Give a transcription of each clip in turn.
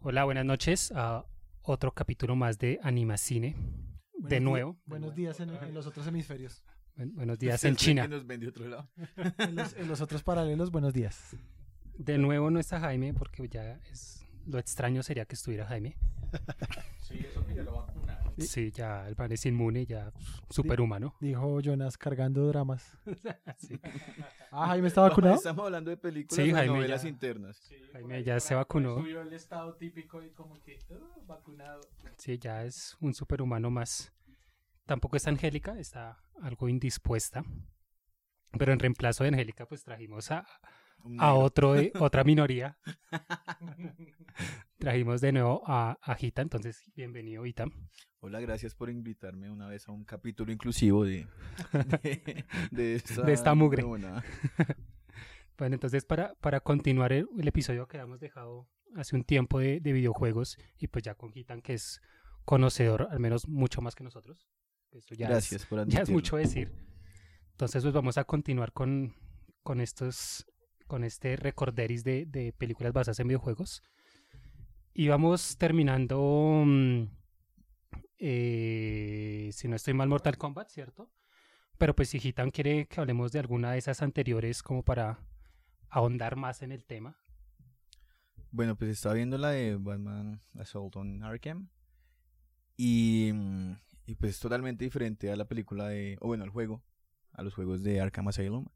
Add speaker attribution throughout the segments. Speaker 1: Hola, buenas noches a otro capítulo más de Animacine. de
Speaker 2: Buenos
Speaker 1: nuevo.
Speaker 2: di- buenos días en, en los otros hemisferios.
Speaker 1: Buen- Buenos días en
Speaker 3: Ustedes creen
Speaker 1: China.
Speaker 3: que nos ven de otro lado.
Speaker 2: En los, en los otros paralelos, buenos días.
Speaker 1: De nuevo no está Jaime porque ya es lo extraño sería que estuviera Jaime. Sí, ya el pan es inmune, ya superhumano.
Speaker 2: Dijo Jonas cargando dramas. Ah, Jaime está vacunado.
Speaker 3: Estamos hablando de películas
Speaker 1: Sí,
Speaker 3: o de
Speaker 1: Jaime,
Speaker 3: novelas
Speaker 1: ya.
Speaker 3: internas.
Speaker 1: Jaime ya se vacunó.
Speaker 4: Subió el estado típico y como que "Ah, vacunado.
Speaker 1: Sí, ya es un superhumano más. Tampoco está Angélica, está algo indispuesta. Pero en reemplazo de Angélica, pues trajimos a,
Speaker 3: Un
Speaker 1: a
Speaker 3: negro.
Speaker 1: otro de, otra minoría. Trajimos de nuevo a, a Gita, entonces bienvenido Gita.
Speaker 3: Hola, gracias por invitarme una vez a un capítulo inclusivo de, de, de esta,
Speaker 1: De esta mugre.
Speaker 3: huevonada.
Speaker 1: Bueno, entonces para, para continuar el, el episodio que habíamos dejado hace un tiempo de, de videojuegos y pues ya con Gitan que es conocedor, al menos mucho más que nosotros. Eso ya es-
Speaker 3: gracias por
Speaker 1: ya es
Speaker 3: admitirlo.
Speaker 1: mucho decir. Entonces, pues vamos a continuar con, con estos con este recorderis de, de películas basadas en videojuegos. Y vamos terminando, mm, eh, si no estoy mal, Mortal Kombat, ¿cierto? Pero pues si Gitan quiere que hablemos de alguna de esas anteriores como para ahondar más en el tema. eh.
Speaker 3: Bueno, pues estaba viendo la de Batman Assault on Arkham. Y, mm, y pues es totalmente diferente a la película de. O bueno, al juego. A los juegos de Arkham Asylum.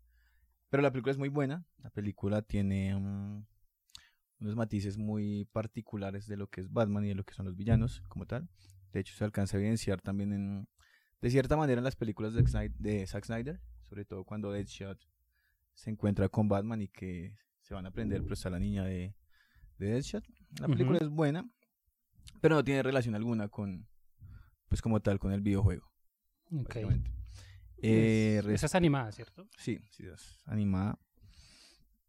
Speaker 3: Pero la película es muy buena. La película tiene mm, unos matices muy particulares de lo que es Batman y de lo que son los villanos, como tal. De hecho, se alcanza a evidenciar también en. De cierta manera en las películas de, Sni- de Zack Snyder. Sobre todo cuando Deadshot se encuentra con Batman y que se van a aprender, pero está la niña de de Deadshot. La
Speaker 1: Ujú.
Speaker 3: película es buena, pero no tiene relación alguna con, pues como tal, con el videojuego.
Speaker 1: Ok.
Speaker 3: básicamente. Eh,
Speaker 1: Es-
Speaker 3: res-
Speaker 1: esa es animada, ¿cierto?
Speaker 3: Sí, sí, es animada.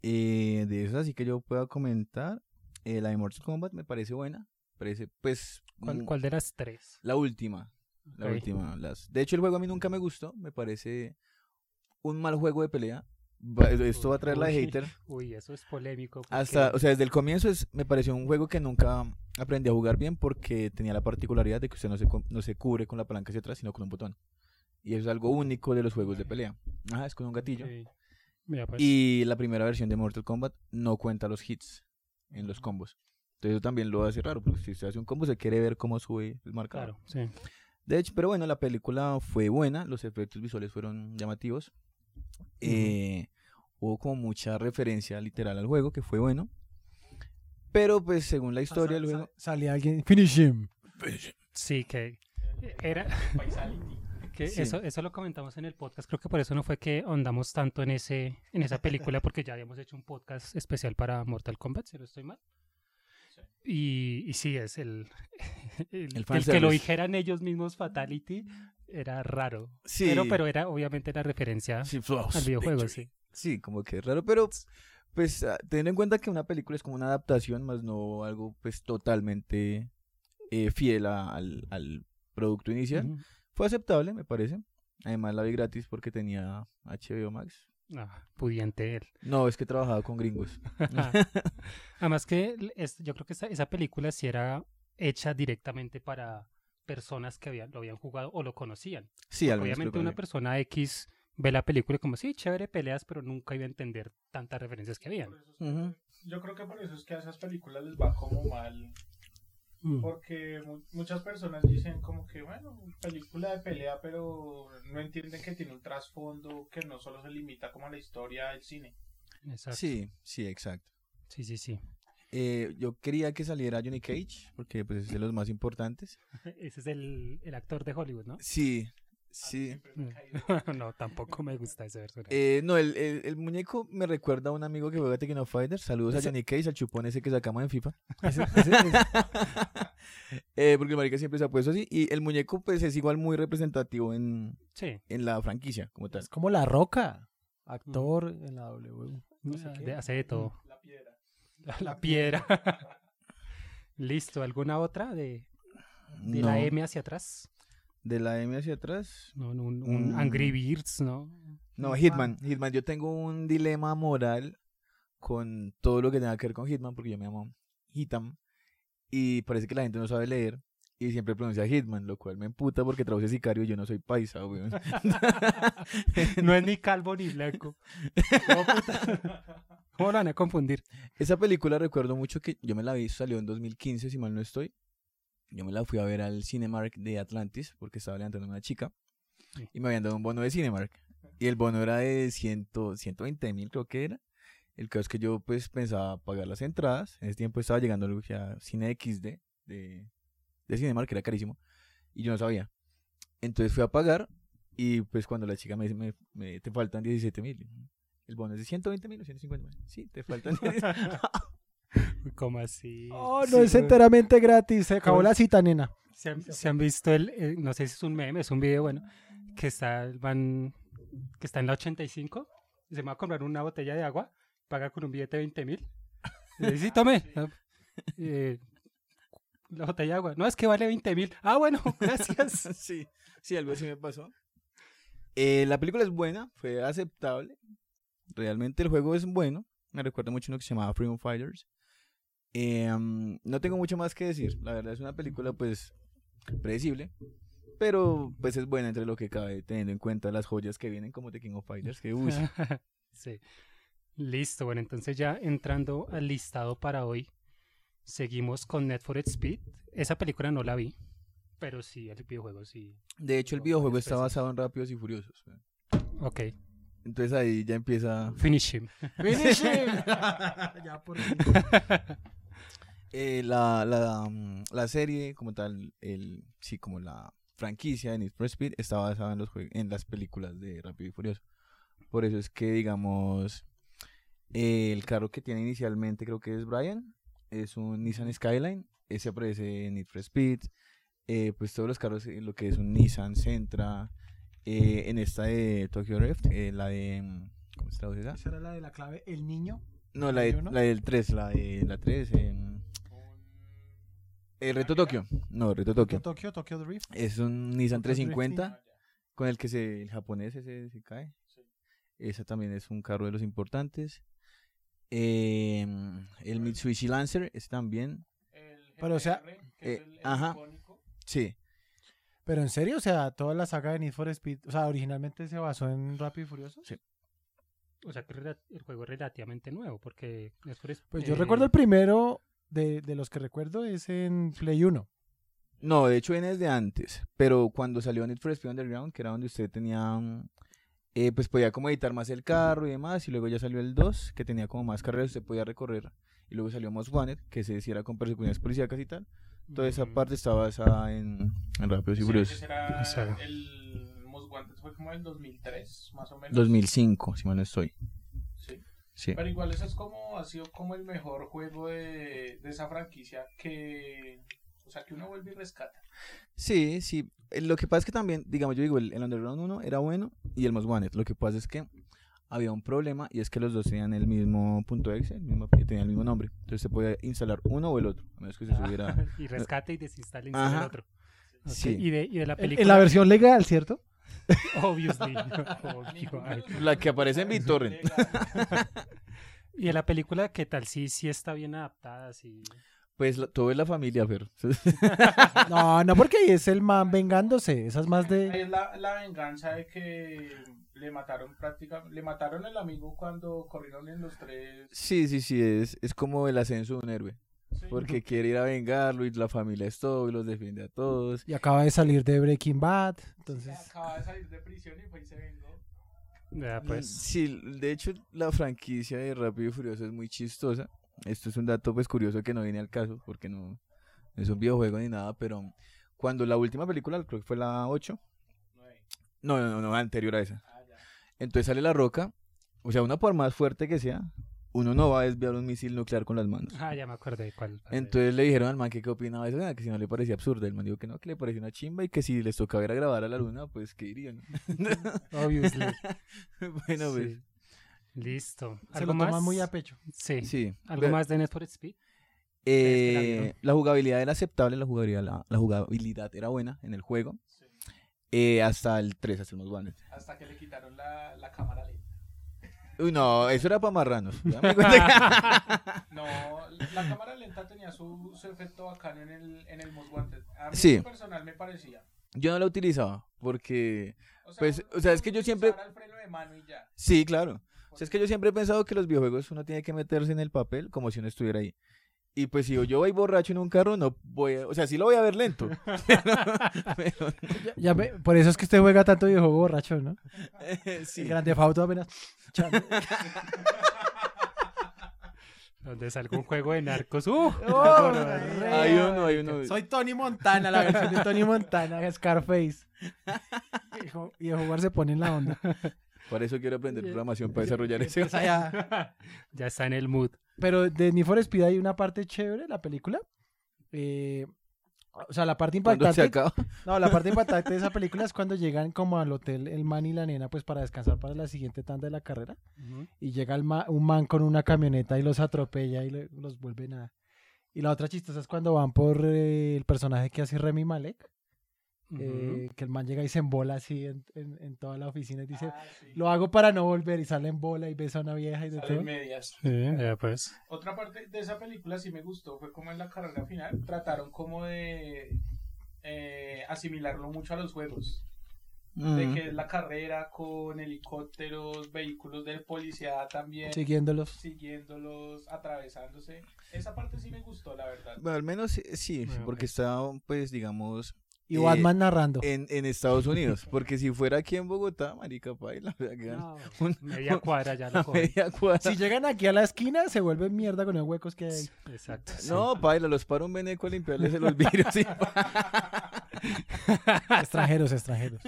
Speaker 3: Eh, de esas así que yo pueda comentar, eh, la de Mortal Kombat me parece buena. Parece, pues,
Speaker 1: ¿Cuál,
Speaker 3: mm,
Speaker 1: cuál de las tres?
Speaker 3: la última. La
Speaker 1: Ok.
Speaker 3: última. Las... De hecho, el juego a mí nunca me gustó. Me parece un mal juego de pelea. Va- e, esto va a traer la de
Speaker 1: Uy.
Speaker 3: hater.
Speaker 1: Uy, eso es polémico. porque-
Speaker 3: Hasta, o sea, desde el comienzo es, me pareció un juego que nunca aprendí a jugar bien porque tenía la particularidad de que usted no se, cu- no se cubre con la palanca hacia atrás, sino con un botón. Y eso es algo único de los juegos de pelea. Ajá, es con un gatillo.
Speaker 1: Ok. Mira, pues.
Speaker 3: Y la primera versión de Mortal Kombat no cuenta los hits en los combos. Entonces eso también lo hace raro, porque si usted hace un combo se quiere ver cómo sube el marcador.
Speaker 1: Claro, sí.
Speaker 3: De hecho, pero bueno, la película fue buena, los efectos visuales fueron llamativos. Eh, hubo como mucha referencia literal al juego, que fue bueno. Pero pues según la historia del
Speaker 2: Sa-
Speaker 3: juego...
Speaker 2: sa- Sale alguien. Finish him.
Speaker 1: Sí, que era
Speaker 4: Paisality.
Speaker 1: que
Speaker 3: Sí.
Speaker 1: eso, eso lo comentamos en el podcast. Creo que por eso no fue que andamos tanto en ese, en esa película, porque ya habíamos hecho un podcast especial para Mortal Kombat, si no estoy mal. Y, y sí, es el, el, el que
Speaker 3: fanservice.
Speaker 1: lo dijeran ellos mismos Fatality era raro.
Speaker 3: Sí,
Speaker 1: Pero, pero era obviamente la referencia
Speaker 3: sí, pues, Flows
Speaker 1: ¿Ah? al videojuego,
Speaker 3: Victory.
Speaker 1: sí.
Speaker 3: Sí, como que es raro, pero pues ah, teniendo en cuenta que una película es como una adaptación, más no algo pues totalmente eh, fiel a- al, al producto inicial,
Speaker 1: Ujú.
Speaker 3: fue aceptable, me parece. Además la vi gratis porque tenía HBO Max.
Speaker 1: Ah, pudiente él. Ah.
Speaker 3: No, es que trabajaba con gringos.
Speaker 1: Además que l- es- yo creo que esa, esa película sí era hecha directamente para personas que habían, lo habían jugado o lo conocían.
Speaker 3: Sí, al menos
Speaker 1: Obviamente
Speaker 3: creo que
Speaker 1: una
Speaker 3: sí.
Speaker 1: persona X ve la película y como, sí, chévere, peleas, pero nunca iba a entender tantas referencias que
Speaker 4: Por
Speaker 1: habían.
Speaker 4: eso es que-
Speaker 3: Ujú.
Speaker 4: Yo creo que por eso es que a esas películas les va como mal.
Speaker 3: Mm.
Speaker 4: Porque mu- muchas personas dicen como que, bueno, película de pelea, pero no entienden que tiene un trasfondo que no solo se limita como a la historia del cine.
Speaker 1: Exacto. Sí.
Speaker 3: Sí, sí, exacto.
Speaker 1: sí, sí,
Speaker 3: Eh, yo quería que saliera Johnny Cage, porque pues es de los más importantes.
Speaker 1: Ese es el, el actor de Hollywood, ¿no?
Speaker 3: Sí,
Speaker 4: A mí
Speaker 3: sí.
Speaker 4: siempre me
Speaker 1: Mm.
Speaker 4: ha caído.
Speaker 1: no, tampoco me gusta ese personaje.
Speaker 3: Eh, no, el, el- el muñeco me recuerda a un amigo que juega Tekken of Fighter. Saludos a
Speaker 2: Ese-
Speaker 3: Johnny Cage, al chupón ese que sacamos en FIFA.
Speaker 2: Ese- ese- ese-
Speaker 3: Eh, porque el marica siempre se ha puesto así. Y el muñeco pues es igual muy representativo en,
Speaker 1: sí,
Speaker 3: en la franquicia como tal.
Speaker 2: es como La Roca. Actor en la W. no sé
Speaker 1: ah,
Speaker 2: qué.
Speaker 1: de- hace de todo.
Speaker 4: La piedra.
Speaker 1: La, piedra. Listo, ¿alguna otra de, de
Speaker 3: No,
Speaker 1: la M hacia atrás?
Speaker 3: de la M hacia atrás.
Speaker 1: No, no, un, un
Speaker 3: Mm.
Speaker 1: Angry Birds, ¿no?
Speaker 3: No,
Speaker 2: Hitman.
Speaker 3: Hitman. Hitman, yo tengo un dilema moral con todo lo que tenga que ver con Hitman, porque yo me llamo Hitam. Y parece que la gente no sabe leer y siempre pronuncia Hitman, lo cual me emputa porque traduce sicario y yo no soy paisa, weón.
Speaker 1: No es ni calvo ni blanco. No, puta. ¿Cómo lo van a confundir?
Speaker 3: Esa película recuerdo mucho que yo me la vi, salió en 2015, si mal no estoy. Yo me la fui a ver al Cinemark de Atlantis porque estaba levantando una chica
Speaker 1: Sí.
Speaker 3: y me habían dado un bono de Cinemark. Y el bono era de 100, 120 mil, creo que era. El caso es que yo pues pensaba pagar las entradas. En ese tiempo estaba llegando algo que se llama Cine XD de, de Cinemark, que era carísimo. Y yo no sabía. Entonces fui a pagar y pues cuando la chica me dice, me, me- te faltan 17 mil. El bono es de 120 mil o 150 mil. Sí, te faltan 17
Speaker 1: Uy, ¿Cómo así?
Speaker 2: Oh, no
Speaker 1: Sí,
Speaker 2: es
Speaker 1: weón.
Speaker 2: enteramente gratis. Se acabó
Speaker 1: Con-
Speaker 2: la cita, nena.
Speaker 1: ¿Se han, se han visto el, eh, no sé si es un meme, es un video, bueno, que está, el man, que está en la 85, y se va a comprar una botella de agua, paga con un billete de 20 mil, y le dice, "Sí, tome, ah, eh, la botella de agua, no, es que vale 20 mil, ah, bueno, gracias.
Speaker 3: sí, sí, algo así me pasó. Eh, la película es buena, fue aceptable. Realmente el juego es bueno. Me recuerda mucho uno que se llamaba Freedom Fighters. Eh, mm, no tengo mucho más que decir. La verdad es una película, pues, predecible. Pero, pues, es buena entre lo que cabe, teniendo en cuenta las joyas que vienen como The King of Fighters. Que, uy,
Speaker 1: Sí. Listo, bueno, entonces ya entrando al listado para hoy, seguimos con Net for Speed. Esa película no la vi, pero sí, el videojuego sí.
Speaker 3: de hecho, el
Speaker 1: Varias
Speaker 3: videojuego está
Speaker 1: veces.
Speaker 3: basado en Rápidos y Furiosos. weón.
Speaker 1: Ok,
Speaker 3: Entonces ahí ya empieza...
Speaker 1: finish him.
Speaker 2: Finish him. ya por fin.
Speaker 3: Eh, la, la, mm, la serie como tal, el, sí, como la franquicia de Need for Speed está basada en, los jue- en las películas de Rápido y Furioso. Por eso es que, digamos, eh, el carro que tiene inicialmente creo que es Brian, es un Nissan Skyline, ese aparece en Need for Speed, eh, pues todos los carros, eh, lo que es un Nissan Sentra, eh, en esta de Tokyo Drift, eh, la de, mm, ¿cómo se traduce esa?
Speaker 2: Esa era la de la clave, el niño.
Speaker 3: No, la, de-
Speaker 2: ¿Yo no?
Speaker 3: la del 3, la de la 3, em, eh, Reto Tokio, no, Reto Tokio.
Speaker 2: Tokio, Tokio, Tokio Drift.
Speaker 3: Es un Nissan
Speaker 2: Otro
Speaker 3: 350 con el que se, el japonés ese se cae.
Speaker 4: Sí.
Speaker 3: Esa también es un carro de los importantes. Eh, el Mitsubishi Lancer, ese también.
Speaker 2: Pero, o sea,
Speaker 3: eh, ajá. Sí,
Speaker 2: Pero en serio, o sea, toda la saga de Need for Speed, o sea, originalmente se basó en Rápido y Furioso.
Speaker 1: O sea que rela- el juego es relativamente nuevo, porque Need for Speed-
Speaker 2: Pues yo
Speaker 1: eh,
Speaker 2: recuerdo el primero de, de los que recuerdo es en Play 1.
Speaker 3: No, de hecho viene desde antes, pero cuando salió Need for Speed Underground, que era donde usted tenía, mm, eh, pues podía como editar más el carro y demás, y luego ya salió el 2, que tenía como más carreras, usted podía recorrer, y luego salió Most Wanted, que se hiciera con persecuciones policíacas y tal. Toda esa
Speaker 1: mm,
Speaker 3: parte estaba basada en, en Rápidos y Furiosos.
Speaker 1: O sea.
Speaker 4: el Most Wanted fue como el 2003, más o menos.
Speaker 3: 2005, si mal no estoy.
Speaker 4: Sí.
Speaker 3: Sí.
Speaker 4: Pero igual eso es como, ha sido como el mejor juego de, de esa franquicia que, o sea, que uno vuelve y rescata.
Speaker 3: Sí, sí. Eh, Lo que pasa es que también, digamos, yo digo, el, el Underground 1 era bueno y el Most Wanted. Lo que pasa es que había un problema y es que los dos tenían el mismo punto exe, el mismo, tenían el mismo nombre. Entonces se podía instalar uno o el otro, a menos que se
Speaker 1: ah,
Speaker 3: subiera.
Speaker 1: y rescate y desinstala y instala el
Speaker 3: Ajá.
Speaker 1: otro. Ok,
Speaker 3: Sí.
Speaker 1: Y de, y de la
Speaker 2: En,
Speaker 1: película.
Speaker 2: en la versión legal, ¿cierto?
Speaker 1: Obviously. obvio, ay.
Speaker 3: La que aparece en BitTorrent.
Speaker 1: y de la película, ¿qué tal? Sí, sí está bien adaptada, sí.
Speaker 3: Pues la- todo es la familia, pero.
Speaker 2: No, no, porque ahí es el man vengándose. Esas más
Speaker 4: Ahí
Speaker 2: de.
Speaker 4: es la, la venganza de que le mataron prácticamente, le mataron el amigo cuando corrieron en los tres.
Speaker 3: Sí, sí, sí, es, es como el ascenso de un héroe.
Speaker 4: Sí.
Speaker 3: Porque quiere ir a vengarlo y la familia es todo y los defiende a todos.
Speaker 2: Y acaba de salir de Breaking Bad. Entonces.
Speaker 4: Acaba de salir de prisión y fue y se vengó.
Speaker 1: Ya, pues.
Speaker 3: Mm, Sí, de hecho, la franquicia de Rápido y Furioso es muy chistosa. Esto es un dato pues curioso que no viene al caso, porque no, no es un videojuego ni nada, pero cuando la última película, creo que fue la 8,
Speaker 4: No, eh.
Speaker 3: no, no, no, no, anterior a esa,
Speaker 4: Ah, ya.
Speaker 3: entonces sale la roca, o sea, una por más fuerte que sea, uno no va a desviar un misil nuclear con las manos.
Speaker 1: Ah, ya me acordé de cuál.
Speaker 3: Entonces le dijeron al man que qué opinaba de eso, nada, que si no le parecía absurda. El man dijo que no, que le parecía una chimba y que si les tocaba ir a grabar a la luna, pues que irían.
Speaker 1: Obviously.
Speaker 3: bueno, pues,
Speaker 1: Sí. Listo.
Speaker 2: Se
Speaker 1: ¿Algo
Speaker 2: lo toman
Speaker 1: más?
Speaker 2: muy a pecho.
Speaker 1: Sí.
Speaker 3: pues, sí.
Speaker 1: ¿Algo
Speaker 3: Pero-
Speaker 1: más de Need for Speed?
Speaker 3: Eh,
Speaker 1: Ustedes que la vieron.
Speaker 3: la jugabilidad era aceptable, la jugabilidad, la, la jugabilidad era buena en el juego.
Speaker 4: Sí.
Speaker 3: eh, hasta el 3, hasta el Most Wanted.
Speaker 4: Hasta que le quitaron la, la cámara lenta.
Speaker 3: Uy, no, eso era para marranos. Ya me di cuenta que-
Speaker 1: Ajá.
Speaker 4: No, la cámara lenta tenía su, su efecto bacano en el, en el Most Wanted. A mí
Speaker 3: Sí.
Speaker 4: en lo personal me parecía.
Speaker 3: Yo no la utilizaba porque...
Speaker 4: O sea,
Speaker 3: Pues,
Speaker 4: uno
Speaker 3: o sea, es que yo siempre-
Speaker 4: usara el freno de mano y ya.
Speaker 3: Sí, claro. O sea, es que yo siempre he pensado que los videojuegos uno tiene que meterse en el papel como si uno estuviera ahí. Y pues si yo voy borracho en un carro, no voy a... O sea, sí lo voy a ver lento. Pero-
Speaker 2: Ya- ya ve- por eso es que usted juega tanto videojuego borracho, ¿no?
Speaker 3: eh, sí.
Speaker 2: El grande Fauto apenas. Chan.
Speaker 1: Donde salga un juego de narcos. ¡Uh!
Speaker 2: Oh,
Speaker 3: Hay uno, hay uno.
Speaker 2: Soy Tony Montana, la versión de Tony Montana, Scarface. Y jo- Y de jugar se pone en la onda.
Speaker 3: Por eso quiero aprender programación para desarrollar ese...
Speaker 2: O sea, ya-
Speaker 1: ya está en el mood.
Speaker 2: Pero de Need for Speed hay una parte chévere, la película. Eh, o sea, la parte
Speaker 3: Cuando se
Speaker 2: impactante.
Speaker 3: acaba.
Speaker 2: No, la parte impactante de esa película es cuando llegan como al hotel el man y la nena, pues para descansar para la siguiente tanda de la carrera. Y llega el ma- un man con una camioneta y los atropella y le- los vuelven a. Y la otra chistosa es cuando van por eh, el personaje que hace Remy Malek,
Speaker 1: Ujú.
Speaker 2: eh, que el man llega y se embola así en, en- en toda la oficina y dice,
Speaker 4: Ah, sí.
Speaker 2: lo hago para no volver y sale en bola y besa a una vieja y de
Speaker 4: Salen
Speaker 2: todo.
Speaker 4: medias.
Speaker 1: Sí, ya pues.
Speaker 4: Otra parte de esa película sí me gustó fue como en la carrera final trataron como de eh, asimilarlo mucho a los juegos.
Speaker 3: Mm.
Speaker 4: De que es la carrera con helicópteros, vehículos del policía también,
Speaker 2: Siguiéndolos.
Speaker 4: siguiéndolos, atravesándose. Esa parte sí me gustó, la verdad.
Speaker 3: Bueno, al menos eh, sí,
Speaker 1: Bueno,
Speaker 3: porque
Speaker 1: eh.
Speaker 3: está, pues, digamos,
Speaker 2: Y
Speaker 3: Eh,
Speaker 2: Batman narrando.
Speaker 3: en, en Estados Unidos. Porque si fuera aquí en Bogotá, marica, paila. o sea, que
Speaker 2: No.
Speaker 3: un-
Speaker 1: pues, Media cuadra ya
Speaker 3: una
Speaker 1: lo cogen.
Speaker 3: media cuadra.
Speaker 2: Si llegan aquí a la esquina, se vuelve mierda con los huecos que hay.
Speaker 1: Exacto. sí.
Speaker 3: No, paila, los para un veneco a limpiarles los vidrios y,
Speaker 2: Extranjeros, extranjeros.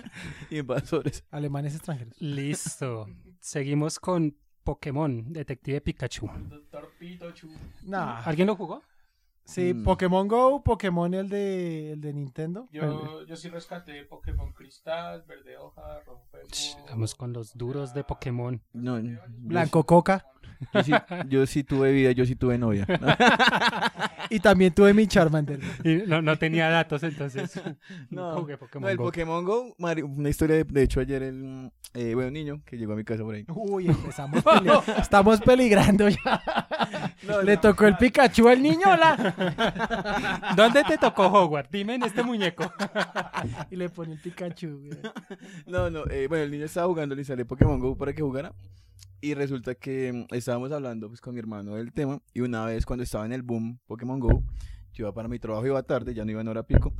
Speaker 3: y invasores.
Speaker 2: Alemanes extranjeros.
Speaker 1: Listo. Seguimos con Pokémon, Detective Pikachu.
Speaker 4: Doctor Pitochu.
Speaker 3: Ah.
Speaker 2: Nah.
Speaker 1: ¿Alguien lo jugó?
Speaker 2: Sí,
Speaker 3: Mm.
Speaker 2: Pokémon Go, Pokémon el de, el de Nintendo. El-
Speaker 4: Yo, yo sí rescaté Pokémon Cristal, Verde Hoja, Rojo Fuego.
Speaker 1: Estamos con los duros de Pokémon.
Speaker 3: No, yo
Speaker 2: Blanco Coca.
Speaker 3: sí- Yo sí, yo sí tuve vida, yo sí tuve novia.
Speaker 2: Y también tuve mi Charmander.
Speaker 1: Y no, no tenía datos, entonces. No, jugué Pokémon
Speaker 3: No, el
Speaker 1: Go.
Speaker 3: Pokémon Go, mari- una historia de, de hecho ayer el eh, bueno, un niño que llegó a mi casa por ahí.
Speaker 2: Uy, empezamos. pele- Estamos peligrando ya. Le tocó el Pikachu al niño, hola.
Speaker 1: ¿Dónde te tocó Hogwarts? Dime en este muñeco.
Speaker 2: Y le pone el Pikachu. güey.
Speaker 3: No, no, eh, bueno, el niño estaba jugando, le instalé Pokémon Go para que jugara. Y resulta que mm, estábamos hablando pues, con mi hermano del tema. Y una vez cuando estaba en el boom Pokémon Go, yo iba para mi trabajo, iba tarde, ya no iba en hora pico.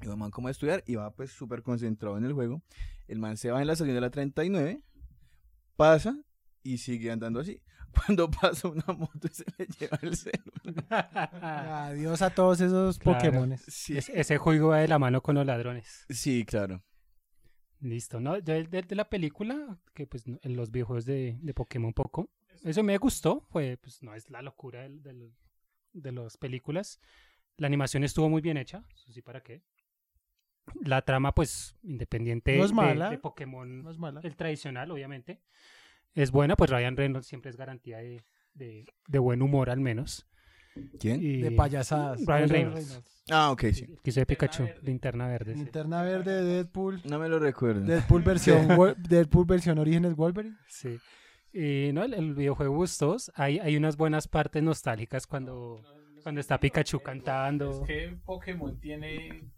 Speaker 3: Iba man como a estudiar, iba pues súper concentrado en el juego. El man se va en la estación de la 39, pasa y sigue andando así. Cuando pasa una moto y se le lleva el celular.
Speaker 2: Ah, Adiós a todos esos
Speaker 1: Claro.
Speaker 2: Pokémones.
Speaker 3: Sí,
Speaker 1: Es- ese juego va de la mano con los ladrones.
Speaker 3: sí, claro.
Speaker 1: Listo, ¿no? Yo de, de la película, que pues no- en los videojuegos de, de Pokémon poco, eso me gustó, fue, pues no es la locura del- del- de las películas. La animación estuvo muy bien hecha, eso sí, ¿para qué? La trama, pues, independiente
Speaker 2: No es
Speaker 1: de-
Speaker 2: mala.
Speaker 1: de, Pokémon,
Speaker 2: No es mala.
Speaker 1: el tradicional, obviamente, es buena, pues Ryan Reynolds siempre es garantía de, de- de buen humor, al menos.
Speaker 3: ¿Quién?
Speaker 1: Y-
Speaker 2: De payasadas.
Speaker 1: Ryan
Speaker 2: Ryan
Speaker 1: Reynolds.
Speaker 3: Ah, ok, sí.
Speaker 1: El que hizo de Pikachu,
Speaker 4: Verde.
Speaker 1: Linterna Verde. sí.
Speaker 2: Linterna verde, Deadpool.
Speaker 3: No me lo recuerdo.
Speaker 2: Deadpool versión, Wol- Deadpool versión Orígenes Wolverine.
Speaker 1: Sí. Y no, el, el videojuego Gustos, hay, hay unas buenas partes nostálgicas cuando,
Speaker 4: No, no sé
Speaker 1: cuando
Speaker 4: si
Speaker 1: está
Speaker 4: lo
Speaker 1: Pikachu
Speaker 4: tengo.
Speaker 1: cantando.
Speaker 4: Es que Pokémon tiene.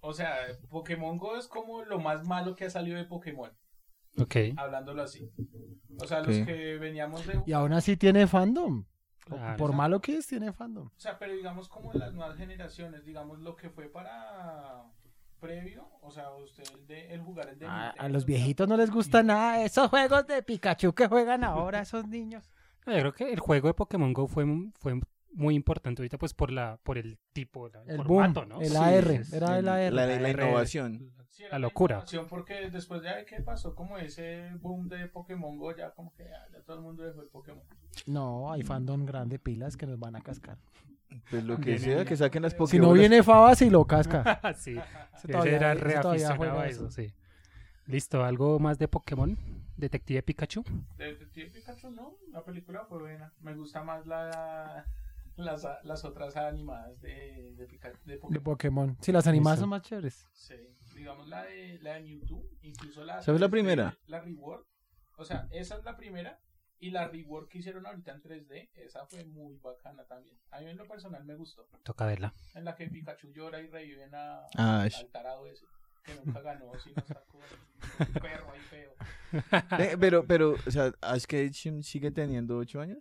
Speaker 4: O sea, Pokémon Go es como lo más malo que ha salido de Pokémon,
Speaker 1: Ok.
Speaker 4: hablándolo así. O sea,
Speaker 3: Sí.
Speaker 4: los que veníamos de.
Speaker 2: Y aún así tiene fandom. O-
Speaker 1: Claro.
Speaker 2: Por malo que es, tiene fandom.
Speaker 4: O sea, pero digamos como las nuevas generaciones, digamos lo que fue para previo, o sea, usted el, de, el jugar el de
Speaker 2: Ah, A,
Speaker 4: Nintendo,
Speaker 2: a los
Speaker 4: o sea,
Speaker 2: viejitos no les gusta nada esos juegos de Pikachu que juegan ahora esos niños.
Speaker 1: No, Yo creo que el juego de Pokémon Go fue, fue muy importante ahorita pues por la por el tipo, la- el,
Speaker 2: El boom,
Speaker 1: formato, ¿no?
Speaker 2: el
Speaker 1: Sí,
Speaker 2: AR,
Speaker 1: es-
Speaker 2: era el AR.
Speaker 3: La, la
Speaker 1: AR.
Speaker 3: innovación.
Speaker 4: sí,
Speaker 1: la
Speaker 4: era
Speaker 1: locura.
Speaker 4: innovación, Porque después ya ve qué pasó, como ese boom de Pokémon Go, ya como que ah, ya, ya todo el mundo dejó el Pokémon.
Speaker 2: No, hay fandom grande pilas que nos van a cascar.
Speaker 3: Pues lo que
Speaker 1: Viene
Speaker 3: sea,
Speaker 1: bien.
Speaker 3: que saquen las
Speaker 2: Si no
Speaker 3: Pokébolas.
Speaker 2: viene Fabas y lo casca.
Speaker 1: ah, sí.
Speaker 2: Ese
Speaker 1: Ese
Speaker 2: todavía-
Speaker 1: era
Speaker 2: ese todavía
Speaker 1: reaficionado
Speaker 2: juega
Speaker 1: a eso, sí. Listo, ¿algo más de Pokémon? Detective Pikachu.
Speaker 4: Detective Pikachu no, la película fue buena. Me gusta más la, las, las otras animadas de, de, Pikachu, de
Speaker 2: De
Speaker 4: Pokémon.
Speaker 2: Pokémon. Sí, las animadas
Speaker 1: Eso.
Speaker 2: son más chéveres.
Speaker 4: Sí, digamos la de, la de Mewtwo, incluso la...
Speaker 3: ¿Sabes la
Speaker 4: de-
Speaker 3: primera?
Speaker 4: La Reward. O sea, esa es la primera Y la rework que hicieron ahorita en 3D, esa fue muy bacana también. A mí en lo personal me gustó.
Speaker 1: Toca verla.
Speaker 4: En la que Pikachu llora y reviven a,
Speaker 3: Ah,
Speaker 4: al-
Speaker 3: sh-
Speaker 4: al tarado ese. Que nunca ganó, sino sacó el perro ahí feo.
Speaker 3: Eh, pero, pero, o sea, Ash Ketchum sigue teniendo 8 años.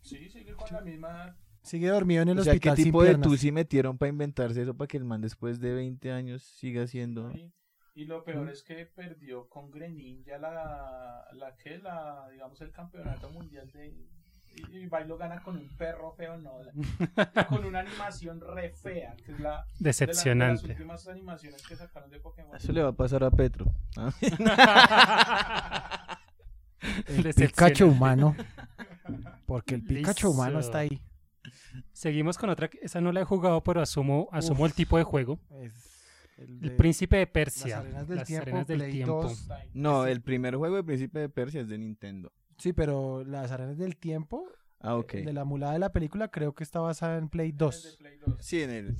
Speaker 4: Sí, sigue con la misma.
Speaker 2: Sigue dormido en el
Speaker 3: O sea, ¿qué
Speaker 2: hospital sin
Speaker 3: tipo de
Speaker 2: piernas.
Speaker 3: tusi metieron para inventarse eso para que el man después de 20 años siga siendo.
Speaker 4: Y, y lo peor es que perdió con Greninja la, la que, la, digamos, el campeonato mundial de. Y, y va y lo gana con un perro feo, no. la- con una animación re fea, que es la. de las- de las
Speaker 1: Decepcionante.
Speaker 4: últimas animaciones que sacaron de Pokémon.
Speaker 3: Eso le va a pasar a Petro. Ah,
Speaker 2: El
Speaker 1: Decepcionante.
Speaker 2: Pikachu humano. Porque el Pikachu
Speaker 1: Listo.
Speaker 2: humano está ahí.
Speaker 1: Seguimos con otra. que- Esa no la he jugado, pero asumo, asumo el tipo de juego.
Speaker 2: Es
Speaker 1: El
Speaker 2: de-
Speaker 1: Príncipe de Persia.
Speaker 2: Las Arenas del
Speaker 1: Las
Speaker 2: Tiempo,
Speaker 1: Arenas del
Speaker 2: Play
Speaker 1: Tiempo.
Speaker 2: 2.
Speaker 4: Time.
Speaker 3: No, el primer juego de Príncipe de Persia es de Nintendo.
Speaker 2: Sí, pero las arenas del tiempo,
Speaker 3: Ah, ok.
Speaker 2: de la mulada de la película, creo que está basada en Play
Speaker 4: El de
Speaker 2: 2.
Speaker 4: Play 2.
Speaker 3: Sí, en el.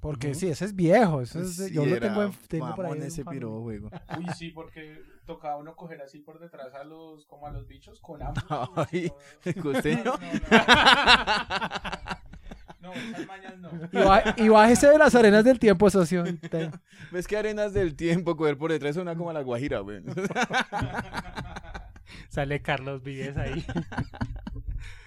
Speaker 2: Porque
Speaker 3: Ujú.
Speaker 2: sí, ese es viejo. Eso es de-
Speaker 3: Sí,
Speaker 2: yo lo
Speaker 3: era
Speaker 2: tengo, en, tengo por ahí.
Speaker 3: mamón
Speaker 2: en
Speaker 3: ese
Speaker 2: familia.
Speaker 3: piro juego.
Speaker 4: Uy, sí, porque tocaba uno coger así por detrás a los, como a los bichos con ambos.
Speaker 3: Ay,
Speaker 4: No,
Speaker 3: ¿Usted
Speaker 4: no,
Speaker 3: no?
Speaker 4: no, no. No, esas mañas no.
Speaker 2: Y, ba- y bájese de las arenas del tiempo, socio. Te-
Speaker 3: ¿Ves que arenas del tiempo, coger por detrás una como a la guajira, güey?
Speaker 1: Sale Carlos Vives ahí.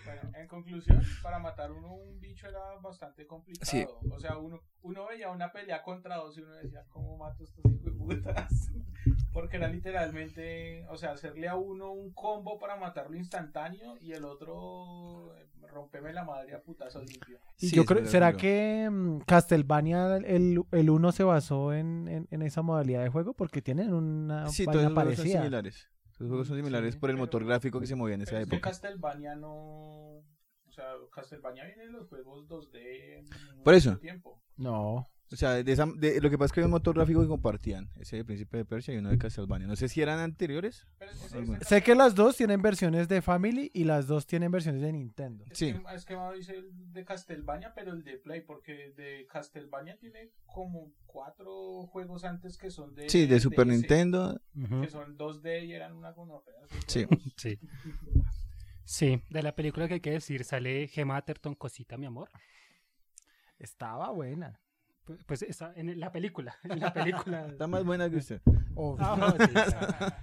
Speaker 4: Bueno, en conclusión, para matar uno un bicho era bastante complicado.
Speaker 3: Sí.
Speaker 4: O sea, uno, uno veía una pelea contra dos y uno decía, ¿cómo mato a estos hijos de putas? Porque era literalmente, o sea, hacerle a uno un combo para matarlo instantáneo y el otro eh, rompeme la madre a putazo limpio.
Speaker 2: y
Speaker 3: Sí,
Speaker 2: yo
Speaker 3: es
Speaker 2: creo,
Speaker 3: verdad,
Speaker 2: ¿será
Speaker 3: duro.
Speaker 2: que mm, Castlevania el, el 1 se basó en, en- en esa modalidad de juego? Porque tienen una
Speaker 3: Sí, todos
Speaker 2: ah, vaina
Speaker 3: los juegos son
Speaker 2: parecida.
Speaker 3: similares. Los juegos son similares
Speaker 1: Sí,
Speaker 3: por el motor
Speaker 4: pero-
Speaker 3: gráfico que se movía en
Speaker 4: Pero
Speaker 3: esa
Speaker 4: es que
Speaker 3: época.
Speaker 4: Castlevania no... O sea, Castlevania viene en los juegos 2D en
Speaker 3: Por eso.
Speaker 4: mucho tiempo.
Speaker 2: No.
Speaker 3: O sea, de esa- de- lo que pasa es que había un motor gráfico que compartían. Ese de Príncipe de Persia y uno de Castlevania. No sé si eran anteriores.
Speaker 4: Pero es- es-
Speaker 3: Alguna.
Speaker 4: es-
Speaker 2: Sé que las dos tienen versiones de Family y las dos tienen versiones de Nintendo.
Speaker 4: Es
Speaker 3: Sí.
Speaker 4: que- Es que me dice el de Castlevania, pero el de Play, porque de Castlevania tiene como cuatro juegos antes que son Eh, de.
Speaker 3: Sí, de Super
Speaker 4: ese,
Speaker 3: Nintendo.
Speaker 1: Ujú.
Speaker 4: Que son 2D y eran una gonorrea. pues, esos
Speaker 3: Sí.
Speaker 4: juegos.
Speaker 1: Sí. Sí, de la película que hay que decir, sale Gemma Atherton, Cosita, mi amor.
Speaker 2: Estaba buena.
Speaker 1: P- Pues está en la película. En la película.
Speaker 3: Está más buena que usted.
Speaker 2: Obvio.
Speaker 1: Ah, sí, claro.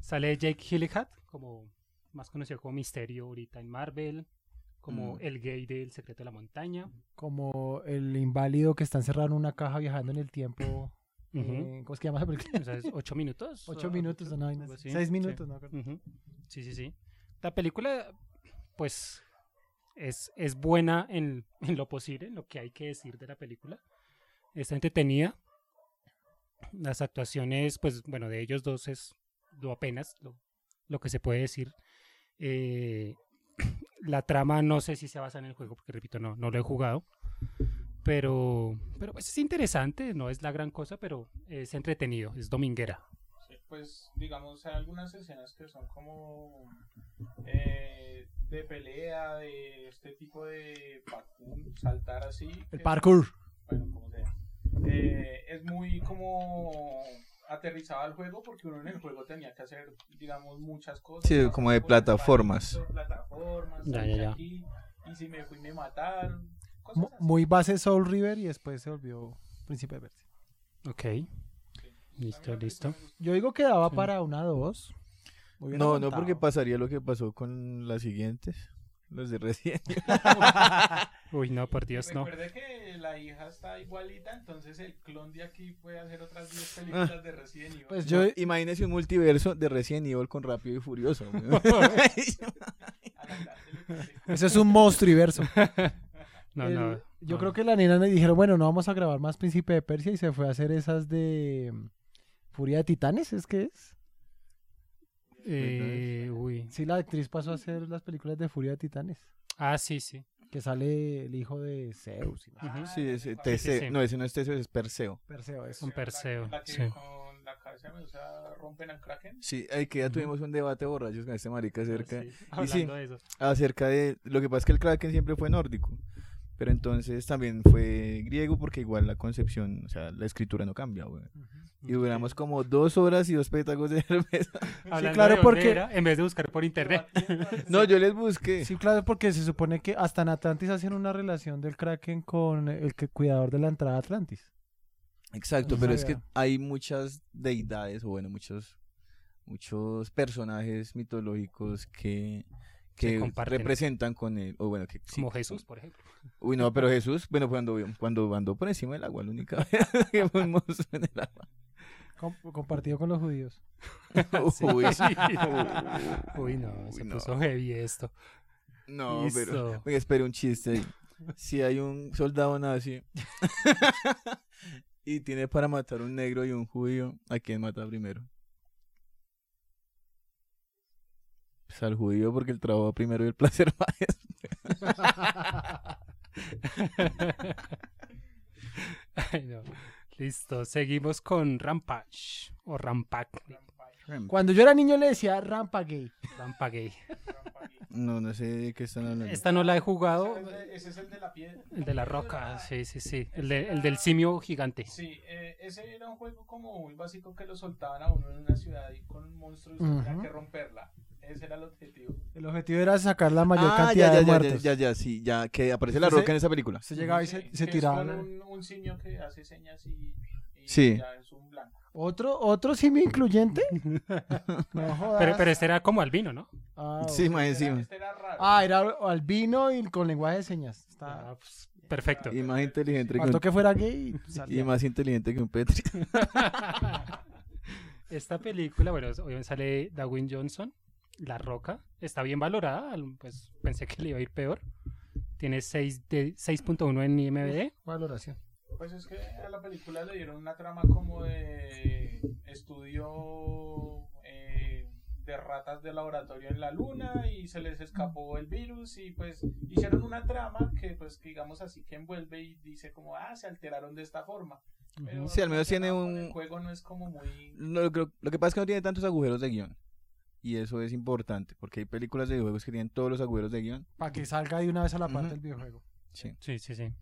Speaker 1: Sale Jake Gyllenhaal, como más conocido como Misterio ahorita en Marvel, como
Speaker 3: Mm.
Speaker 1: el gay del Secreto de la Montaña.
Speaker 2: Como el inválido que está encerrado en una caja viajando en el tiempo.
Speaker 1: Ujú.
Speaker 2: eh, ¿Cómo es que llama esa película?
Speaker 1: O sea, es ocho minutos.
Speaker 2: Ocho
Speaker 1: ah,
Speaker 2: minutos, no, vaina
Speaker 1: algo
Speaker 2: así.
Speaker 1: así,
Speaker 2: Seis
Speaker 1: sí.
Speaker 2: minutos, no me acuerdo.
Speaker 1: Ujú. Sí, sí, sí. La película, pues, es, es buena en, en lo posible, en lo que hay que decir de la película. Está entretenida. Las actuaciones, pues, bueno, de ellos dos es lo apenas, lo, lo que se puede decir. Eh, la trama no sé si se basa en el juego, porque repito, no, no lo he jugado. Pero, pero pues es interesante, no es la gran cosa, pero es entretenido, es dominguera.
Speaker 4: Sí, Pues, digamos, hay algunas escenas que son como. eh, de pelea, de este tipo de parkour, saltar así.
Speaker 2: El
Speaker 4: que-
Speaker 2: parkour.
Speaker 4: bueno, como sea. Eh, es muy como aterrizado al juego porque uno en el juego tenía que hacer, digamos, muchas cosas.
Speaker 3: Sí,
Speaker 4: Pasar
Speaker 3: como de
Speaker 4: por el
Speaker 3: plataformas.
Speaker 4: pasillo, plataformas,
Speaker 1: Ya,
Speaker 4: salir
Speaker 1: ya, ya.
Speaker 4: aquí, y si me fui me mataron. Cosas
Speaker 2: mu-
Speaker 4: así.
Speaker 2: Muy base Soul River y después se volvió Príncipe Verde.
Speaker 1: Ok.
Speaker 4: A mí la
Speaker 1: Listo,
Speaker 4: película
Speaker 1: listo.
Speaker 4: me gustó.
Speaker 2: Yo digo que daba
Speaker 1: Sí.
Speaker 2: para una dos. Muy bien
Speaker 3: No, no,
Speaker 2: aguantado.
Speaker 3: porque pasaría lo que pasó con las siguientes. Las de recién.
Speaker 1: Uy, no, por
Speaker 4: Y
Speaker 1: Dios, no.
Speaker 4: Recuerde que la hija está igualita, entonces el clon de aquí puede hacer otras 10 películas de Resident Evil.
Speaker 2: Pues yo,
Speaker 3: Ah. Yo, imagínese un multiverso de Resident Evil con Rápido y Furioso. güey.
Speaker 4: A la tarde le puse.
Speaker 2: eso es un monstruiverso.
Speaker 1: No,
Speaker 2: El-
Speaker 1: no.
Speaker 2: Yo
Speaker 1: no.
Speaker 2: creo que la nena le dijeron, bueno, no vamos a grabar más Príncipe de Persia y se fue a hacer esas de mm, Furia de Titanes, ¿es que es?
Speaker 1: Eh, uy.
Speaker 2: Sí, la actriz pasó a hacer las películas de Furia de Titanes,
Speaker 1: Ah, sí, sí.
Speaker 2: que sale el hijo de Zeus. y no sé.
Speaker 1: Ujú.
Speaker 3: Sí, ese
Speaker 4: Ah,
Speaker 1: sí,
Speaker 3: Teseo.
Speaker 1: sí.
Speaker 3: No, ese no es Teseo, ese es Perseo.
Speaker 2: Perseo, eso.
Speaker 1: Con Perseo,
Speaker 4: La que
Speaker 1: sí.
Speaker 4: con la cabeza me usa rompen al Kraken.
Speaker 3: Sí, ahí que ya
Speaker 1: Ujú. Ah,
Speaker 3: tuvimos un debate borrachos con este marica acerca,
Speaker 1: Sí,
Speaker 3: y sí.
Speaker 1: Hablando de eso.
Speaker 3: acerca de... Lo que pasa es que el Kraken siempre fue nórdico. Pero entonces también fue griego porque igual la concepción, o sea, la escritura no cambia, güey. Y duramos como dos horas y dos pétagos de cerveza.
Speaker 1: Hablando
Speaker 2: claro,
Speaker 1: de
Speaker 2: porque-
Speaker 1: Olvera, en vez de buscar por internet.
Speaker 3: No, yo les busqué.
Speaker 2: Sí, claro, porque se supone que hasta en Atlantis hacían una relación del Kraken con el que- cuidador de la entrada a Atlantis.
Speaker 3: Exacto,
Speaker 2: No
Speaker 3: pero es que
Speaker 2: sabía.
Speaker 3: hay muchas deidades, o bueno, muchos, muchos personajes mitológicos que, que
Speaker 1: comparten.
Speaker 3: representan con él, o bueno, que sí.
Speaker 1: Como Jesús, por ejemplo.
Speaker 3: Uy, no, pero Jesús, bueno, cuando, cuando andó por encima del agua, la única vez que fue un monstruo en el agua.
Speaker 2: com- compartido con los judíos.
Speaker 3: Uy,
Speaker 1: Sí. Uy, no, se
Speaker 3: Uy, no.
Speaker 1: puso heavy esto.
Speaker 3: No,
Speaker 1: Listo.
Speaker 3: pero. Oiga, espera un chiste. ahí. Si hay un soldado nazi y tiene para matar un negro y un judío, ¿a quién mata primero? Pues al judío porque el trabajo va primero y el placer va después.
Speaker 1: Ay, no. Listo, seguimos con Rampage o Rampage.
Speaker 2: Cuando yo era niño le decía rampa gay.
Speaker 1: Rampage.
Speaker 3: No, no sé de qué están hablando.
Speaker 1: Esta no la he jugado.
Speaker 4: Ese es el de la piedra.
Speaker 1: El de la roca, sí, sí, sí. El, de- el del simio gigante.
Speaker 4: Sí, eh, ese era un juego como muy básico que lo soltaban a uno en una ciudad y con un monstruo y usted tenía
Speaker 2: Ujú.
Speaker 4: que romperla. Ese era el objetivo.
Speaker 2: El objetivo era sacar la mayor
Speaker 3: Ah,
Speaker 2: cantidad
Speaker 3: ya,
Speaker 2: de
Speaker 3: ya, ya,
Speaker 2: muertos.
Speaker 3: ya, ya, sí, ya, que aparece la
Speaker 2: Entonces,
Speaker 3: roca en esa película.
Speaker 2: Se llegaba y
Speaker 4: Sí,
Speaker 2: se,
Speaker 4: que
Speaker 2: se
Speaker 4: es
Speaker 2: tiraban.
Speaker 4: con un, un simio que hace señas y, y
Speaker 3: Sí.
Speaker 4: ya es un blanco.
Speaker 2: ¿Otro, otro simio incluyente? No jodas.
Speaker 1: Pero, pero este era como albino, ¿no?
Speaker 2: Ah, ok.
Speaker 3: Sí, más
Speaker 4: Este era,
Speaker 3: encima.
Speaker 4: este era raro.
Speaker 2: Ah, era albino y con lenguaje de señas. Está...
Speaker 1: Ah, pues, perfecto.
Speaker 3: Y más inteligente que un-
Speaker 2: Faltó que fuera gay y salía.
Speaker 3: y más inteligente que un Petri.
Speaker 1: Esta película, bueno, es- obviamente sale Dawin Johnson, La Roca. Está bien valorada, al- pues pensé que le iba a ir peor. Tiene 6 de 6.1 en IMDb.
Speaker 2: Valoración.
Speaker 4: Pues es que a la película le dieron una trama como de estudio eh, de ratas de laboratorio en la luna y se les escapó el virus y pues hicieron una trama que pues digamos así que envuelve y dice como ah se alteraron de esta forma. Pero
Speaker 3: Sí, al menos tiene
Speaker 4: relacionado con
Speaker 3: un-
Speaker 4: El juego no es como muy...
Speaker 3: Lo, creo- lo que pasa es que no tiene tantos agujeros de guión. Y eso es importante, porque hay películas de videojuegos que tienen todos los agujeros de guión.
Speaker 2: Para que salga de una vez a la parte
Speaker 3: Ujú.
Speaker 2: del videojuego.
Speaker 3: Sí.
Speaker 1: Sí, sí, sí.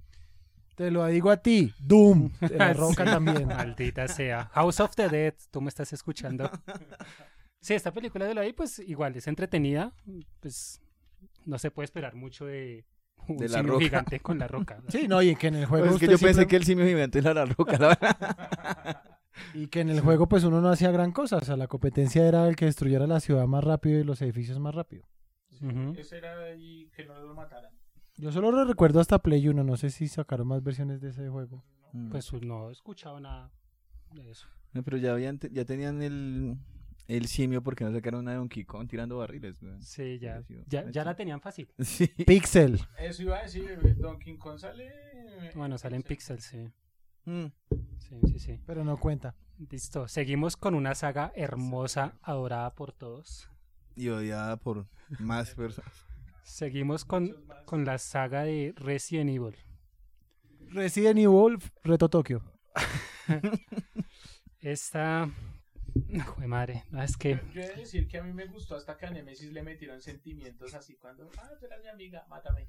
Speaker 2: Te lo digo a ti, Doom. Te la roca
Speaker 1: Sí.
Speaker 2: también.
Speaker 1: Maldita sea. House of the Dead, tú me estás escuchando. Sí, esta película de la I, pues igual, es entretenida. Pues no se puede esperar mucho de un
Speaker 3: De La
Speaker 1: simio
Speaker 3: Roca.
Speaker 1: gigante con la roca.
Speaker 2: Sí, no, y que en el juego.
Speaker 3: Pues es que
Speaker 2: usted
Speaker 3: yo pensé
Speaker 2: simple-
Speaker 3: que el simio gigante era la roca, la verdad.
Speaker 2: Y que en el juego, pues uno no hacía gran cosa. O sea, la competencia era el que destruyera la ciudad más rápido y los edificios más rápido.
Speaker 1: Ujú.
Speaker 4: Ese era y que no lo mataran.
Speaker 2: Yo solo lo recuerdo hasta Play 1. No sé si sacaron más versiones de ese juego.
Speaker 1: Pues no he escuchado nada de eso.
Speaker 3: No, pero ya, habían, ya tenían el, el simio porque no sacaron una de Donkey Kong tirando barriles. weón.
Speaker 1: Sí, ya,
Speaker 3: Sí, sí,
Speaker 1: ya, ya
Speaker 3: sí.
Speaker 1: la tenían fácil.
Speaker 3: Sí.
Speaker 2: Pixel.
Speaker 4: Eso iba a decir, Donkey Kong sale... eh,
Speaker 1: Bueno, salen
Speaker 4: Sí.
Speaker 1: pixels, sí.
Speaker 3: Mm.
Speaker 1: Sí, sí, sí.
Speaker 2: Pero no cuenta.
Speaker 1: Listo. Seguimos con una saga hermosa, adorada por todos.
Speaker 3: Y odiada por más personas.
Speaker 1: Seguimos con, con la saga de Resident Evil.
Speaker 2: Resident Evil, Reto Tokio.
Speaker 1: Esta. Jue madre, no, es que.
Speaker 4: Yo he de decir que a mí me gustó hasta que a Nemesis le metieron sentimientos así cuando, ah, tú eras mi amiga, mátame.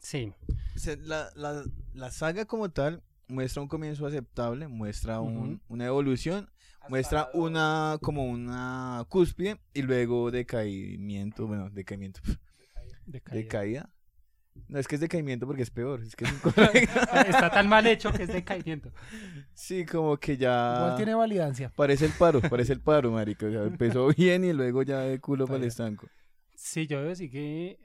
Speaker 1: Sí.
Speaker 3: O sea, la, la- la saga como tal muestra un comienzo aceptable, muestra un-
Speaker 1: Ujú.
Speaker 3: una evolución
Speaker 4: Hasta
Speaker 3: muestra
Speaker 4: la dos.
Speaker 3: una como una cúspide y luego decaimiento, bueno, decaimiento,
Speaker 1: de caída.
Speaker 3: decaída. No es que es decaimiento porque es peor, es que es incorrecto.
Speaker 1: Está tan mal hecho que es decaimiento.
Speaker 3: Sí, como que
Speaker 2: Igual
Speaker 3: ya
Speaker 2: tiene validancia.
Speaker 3: parece el paro, parece el paro, marico, o sea, empezó bien y luego ya de culo
Speaker 1: Está
Speaker 3: para el
Speaker 1: bien.
Speaker 3: estanco.
Speaker 1: Sí, yo debo decir que.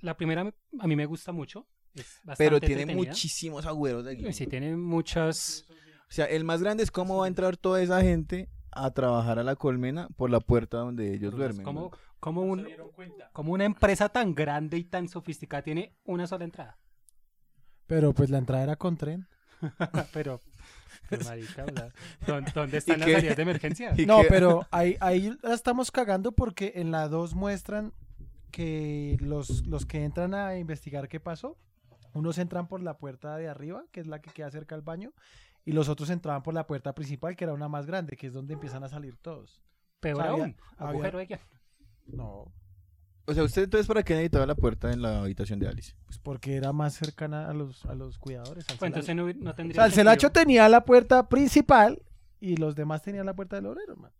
Speaker 1: La primera me- a mí me gusta mucho. Es bastante
Speaker 3: Pero tiene
Speaker 1: entretenida.
Speaker 3: muchísimos agüeros de guión.
Speaker 1: Sí, tiene muchas.
Speaker 3: O sea, el más grande es cómo va a entrar toda esa gente a trabajar a la colmena por la puerta donde ellos duermen.
Speaker 1: Como,
Speaker 3: ¿no?
Speaker 1: como
Speaker 4: No
Speaker 1: un,
Speaker 4: se dieron cuenta.
Speaker 1: como una empresa tan grande y tan sofisticada tiene una sola entrada.
Speaker 2: Pero pues la entrada era con tren.
Speaker 1: pero, pero, marica, o sea, ¿dó- ¿dónde están
Speaker 3: ¿Y
Speaker 1: las
Speaker 3: qué?
Speaker 1: salidas de emergencia?
Speaker 3: Y
Speaker 2: No,
Speaker 3: que-
Speaker 2: pero ahí, ahí la estamos cagando porque en la 2 muestran que los, los que entran a investigar qué pasó, unos entran por la puerta de arriba, que es la que queda cerca al baño, y los otros entraban por la puerta principal, que era una más grande, que es donde empiezan a salir todos.
Speaker 1: Peor
Speaker 2: Había-
Speaker 1: aún,
Speaker 2: había-
Speaker 1: agujero de guión.
Speaker 2: No.
Speaker 3: O sea, ¿usted entonces para qué necesitaba la puerta en la habitación de Alice?
Speaker 2: Pues porque era más cercana a los, a los cuidadores. al
Speaker 1: Pues entonces
Speaker 2: celacho.
Speaker 1: no, no
Speaker 2: O
Speaker 1: tendría.
Speaker 2: sea, el celacho
Speaker 1: sentido.
Speaker 2: tenía la puerta principal y los demás tenían la puerta del obrero, hermano.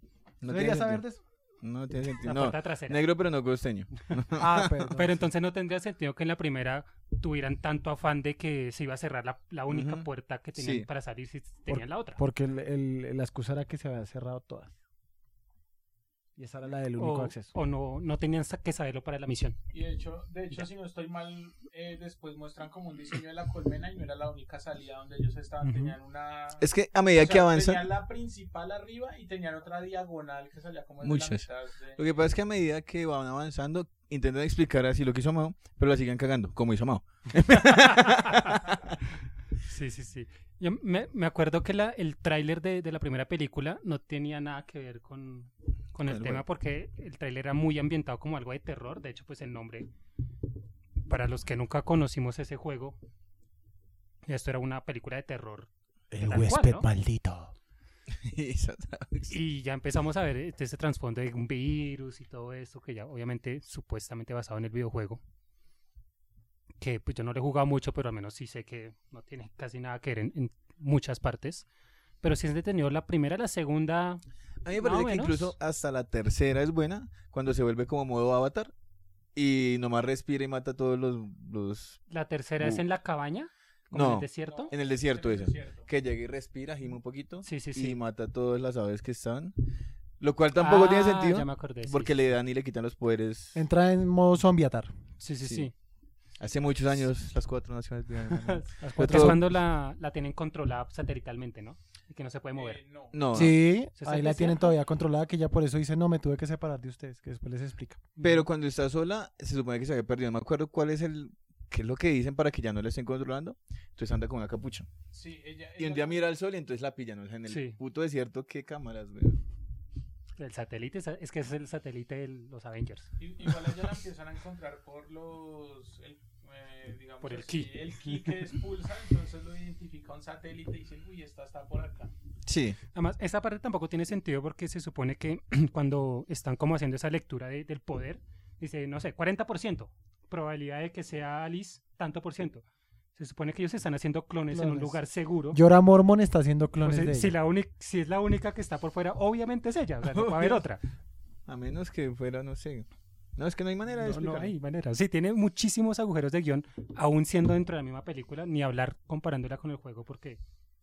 Speaker 3: No tiene
Speaker 2: deberías
Speaker 3: sentido.
Speaker 2: saber de eso?
Speaker 3: No tiene
Speaker 1: La
Speaker 3: sentido. No, Pues
Speaker 1: puerta trasera.
Speaker 3: negro pero no costeño.
Speaker 2: Ah, perdón.
Speaker 1: Pero entonces no tendría sentido que en la primera tuvieran tanto afán de que se iba a cerrar la, la única
Speaker 3: Ujú.
Speaker 1: puerta que tenían
Speaker 3: Sí.
Speaker 1: para salir si tenían la otra.
Speaker 2: Porque el- el- la excusa era que se habían cerrado todas. Y esa era la del único
Speaker 1: o
Speaker 2: acceso.
Speaker 1: o no, no tenían sa- que saberlo para la misión.
Speaker 4: Y de hecho, de hecho si no estoy mal, eh, después muestran como un diseño de la colmena y no era la única salida donde ellos estaban.
Speaker 1: Ujú.
Speaker 4: Tenían una.
Speaker 3: Es que a
Speaker 4: o
Speaker 3: medida
Speaker 4: sea,
Speaker 3: que avanza,
Speaker 4: Tenían la principal arriba y tenían otra diagonal que salía como de
Speaker 3: Muchas.
Speaker 4: la mitad. de-
Speaker 3: Lo que pasa es que a medida que van avanzando, intentan explicar así lo que hizo Mao, pero la siguen cagando, como hizo Mao.
Speaker 1: Sí, sí, sí. Yo me, me acuerdo que la, el tráiler de, de la primera película no tenía nada que ver con, con el
Speaker 3: El
Speaker 1: tema
Speaker 3: juego.
Speaker 1: porque el tráiler era muy ambientado como algo de terror. De hecho, pues el nombre, para los que nunca conocimos ese juego, esto era una película de terror.
Speaker 2: El
Speaker 1: Tal cual, ¿no?
Speaker 2: maldito.
Speaker 1: Y ya empezamos a ver este- ese trasfondo de un virus y todo esto, que ya obviamente supuestamente basado en el videojuego. Que pues yo no le he jugado mucho, pero al menos sí sé que no tiene casi nada que ver en, en muchas partes. Pero sí es detenido la primera, la segunda.
Speaker 3: a mí me
Speaker 1: Más o
Speaker 3: parece que
Speaker 1: menos.
Speaker 3: incluso hasta la tercera es buena, cuando se vuelve como modo avatar y nomás respira y mata a todos los... los-
Speaker 1: La tercera es
Speaker 3: Bu-
Speaker 1: en la cabaña, como en
Speaker 3: Uh. No.
Speaker 1: el desierto.
Speaker 3: en el desierto
Speaker 4: En el
Speaker 3: esa.
Speaker 4: desierto.
Speaker 3: Que llega y respira, gima un poquito
Speaker 1: Sí, sí, sí.
Speaker 3: y mata a todas las aves que están. Lo cual tampoco tiene
Speaker 1: Ah,
Speaker 3: sentido
Speaker 1: Ya me acordé. sí,
Speaker 3: porque
Speaker 1: sí,
Speaker 3: le dan y le quitan los poderes.
Speaker 2: Entra en modo zombiatar.
Speaker 1: Sí, sí,
Speaker 3: sí.
Speaker 1: sí.
Speaker 3: Hace muchos años las cuatro naciones...
Speaker 2: Las
Speaker 1: Porque
Speaker 2: cuatro-
Speaker 1: es cuando la, la tienen controlada satelitalmente, ¿no? Y que no se puede mover.
Speaker 4: Eh, no.
Speaker 3: No, no.
Speaker 2: Sí,
Speaker 1: ¿Se
Speaker 2: ahí
Speaker 1: sabe
Speaker 2: la
Speaker 1: esa?
Speaker 2: tienen todavía controlada, que ya por eso dice, no, me tuve que separar de ustedes, que después les explica.
Speaker 3: Pero cuando está sola, se supone que se había perdido. No me acuerdo cuál es el. ¿Qué es lo que dicen para que ya no la estén controlando? Entonces anda con una capucha.
Speaker 4: Sí, ella,
Speaker 3: Y un
Speaker 4: ella-
Speaker 3: día mira al sol y entonces la pillan. O sea, en el
Speaker 1: Sí.
Speaker 3: puto desierto, qué cámaras, güey.
Speaker 1: El satélite, es- es que es el satélite de los Avengers.
Speaker 4: i- Igual ella la empiezan a encontrar por los. el- eh, digamos
Speaker 1: Por el
Speaker 4: así,
Speaker 1: ki.
Speaker 4: El ki que expulsa, entonces lo identifica un satélite y dice, uy, esta está por acá.
Speaker 3: Sí.
Speaker 1: Además, esa parte tampoco tiene sentido porque se supone que cuando están como haciendo esa lectura de- del poder, dice, no sé, 40%, probabilidad de que sea Alice, tanto por ciento. Se supone que ellos están haciendo clones, en un
Speaker 2: Clones.
Speaker 1: lugar seguro.
Speaker 2: Llora Mormon está haciendo
Speaker 1: O
Speaker 2: clones
Speaker 1: sea,
Speaker 2: de
Speaker 1: si,
Speaker 2: ella.
Speaker 1: Pues la única- si es la única que está por fuera, obviamente es ella, o sea, no puede haber otra.
Speaker 3: A menos que fuera, no sé. No, es que no hay manera de
Speaker 1: No, no
Speaker 3: explicarlo.
Speaker 1: hay manera. Sí, tiene muchísimos agujeros de guión, aún siendo dentro de la misma película, ni hablar comparándola con el juego porque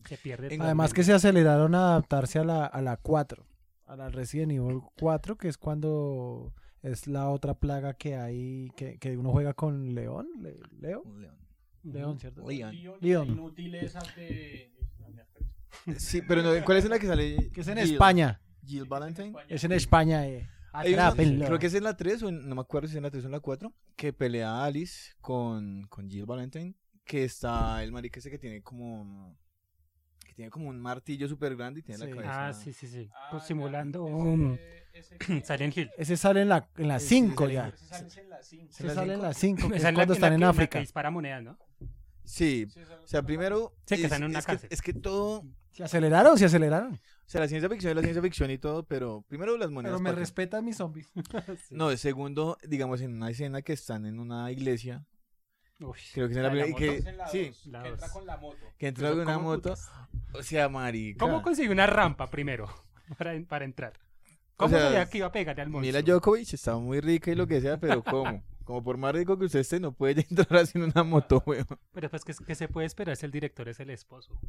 Speaker 1: se pierde.
Speaker 3: En-
Speaker 1: totalmente.
Speaker 2: Además que se aceleraron a adaptarse a la, a la 4, a la Resident Evil 4, que es cuando es la otra plaga que hay, que, que uno juega con León, Le- Leo,
Speaker 3: Un león.
Speaker 1: Ujú.
Speaker 2: León, ¿cierto?
Speaker 3: León.
Speaker 4: Leon,
Speaker 2: Leon.
Speaker 4: Inútil esas de. no me acuerdo.
Speaker 3: Sí, pero no, ¿cuál es la que sale?
Speaker 2: que es en
Speaker 3: Jill-
Speaker 2: España,
Speaker 3: Jill Valentine.
Speaker 4: España.
Speaker 2: es en España, eh.
Speaker 3: Hay una-
Speaker 2: Atrápenlo.
Speaker 3: creo que es en la 3, o en- no me acuerdo si es en la 3 o en la 4, que pelea a Alice con, con Jill Valentine, que está el marica ese que tiene como que tiene como un martillo súper grande y tiene
Speaker 2: Sí.
Speaker 3: la cabeza.
Speaker 1: Ah, sí, sí, sí.
Speaker 4: Ah,
Speaker 1: Pues
Speaker 4: ya,
Speaker 1: simulando
Speaker 4: ese-
Speaker 1: um,
Speaker 4: ese que-
Speaker 1: Silent Hill.
Speaker 2: Ese sale en la en la
Speaker 3: Sí,
Speaker 2: 5
Speaker 3: sale-
Speaker 2: ya.
Speaker 4: ese sale en la cinco.
Speaker 2: Se
Speaker 3: ¿En la
Speaker 2: sale en
Speaker 3: cinco?
Speaker 2: la 5, que es
Speaker 1: Esa es la-
Speaker 2: cuando
Speaker 1: en la
Speaker 2: están en
Speaker 1: que- la que
Speaker 2: África.
Speaker 1: dispara monedas, ¿no?
Speaker 3: Sí,
Speaker 4: Sí, esa-
Speaker 3: o sea,
Speaker 4: esa-
Speaker 3: primero...
Speaker 1: Sí, que
Speaker 3: es-
Speaker 1: están en una
Speaker 3: es
Speaker 1: cárcel.
Speaker 3: es que todo...
Speaker 2: ¿Se aceleraron? Se aceleraron.
Speaker 3: O sea, la ciencia ficción es la ciencia ficción y todo, pero primero las monedas...
Speaker 2: Pero me
Speaker 3: ¿para qué?
Speaker 2: respetan mis zombies.
Speaker 3: No, segundo, digamos, en una escena que están en una iglesia,
Speaker 1: Uy,
Speaker 3: creo que es en la
Speaker 1: de
Speaker 3: primera...
Speaker 1: moto.
Speaker 3: Que,
Speaker 4: es en la
Speaker 3: sí,
Speaker 4: dos,
Speaker 1: la
Speaker 4: que entra
Speaker 1: dos.
Speaker 4: con la moto.
Speaker 3: que entra
Speaker 1: Eso,
Speaker 3: con una
Speaker 1: ¿cómo
Speaker 3: moto. O sea, marica.
Speaker 1: ¿Cómo consiguió una rampa primero para, en- para entrar? ¿Cómo
Speaker 3: sea,
Speaker 1: sabía que iba a pegarle al monstruo?
Speaker 3: Mila Djokovic está muy rica y lo que sea, pero ¿cómo? Como por más rico que usted esté, no puede entrar así en una moto, weón.
Speaker 1: Pero pues que, que se puede esperar si el director es el esposo.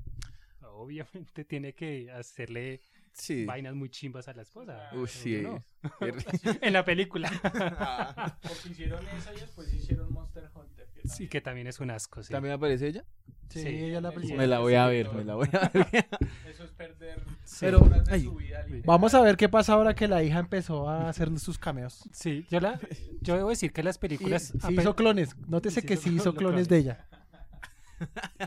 Speaker 1: Obviamente tiene que hacerle
Speaker 3: Sí.
Speaker 1: vainas muy chimbas a la esposa.
Speaker 3: Uy, sí.
Speaker 1: ¿no?
Speaker 3: Qué rico.
Speaker 1: En la película.
Speaker 3: Ah.
Speaker 4: Porque hicieron esa y después hicieron Monster Hunter. que
Speaker 1: Sí, que también es un asco, sí.
Speaker 3: ¿También aparece ella?
Speaker 2: Sí,
Speaker 1: Sí,
Speaker 2: ella la
Speaker 4: Sí,
Speaker 3: Me
Speaker 2: principal.
Speaker 3: la voy a ver, me la voy a ver.
Speaker 4: Eso es perder
Speaker 1: Sí.
Speaker 4: pero, horas de
Speaker 3: ay,
Speaker 4: su vida. literal.
Speaker 2: Vamos a ver qué pasa ahora que la hija empezó a hacer sus cameos.
Speaker 1: Sí, yo, la, yo debo decir que las
Speaker 2: Y,
Speaker 1: películas...
Speaker 2: sí
Speaker 1: a pe-
Speaker 2: hizo clones. Nótese
Speaker 1: Sí
Speaker 2: que
Speaker 1: hizo
Speaker 2: sí hizo
Speaker 1: clones.
Speaker 2: clones de ella.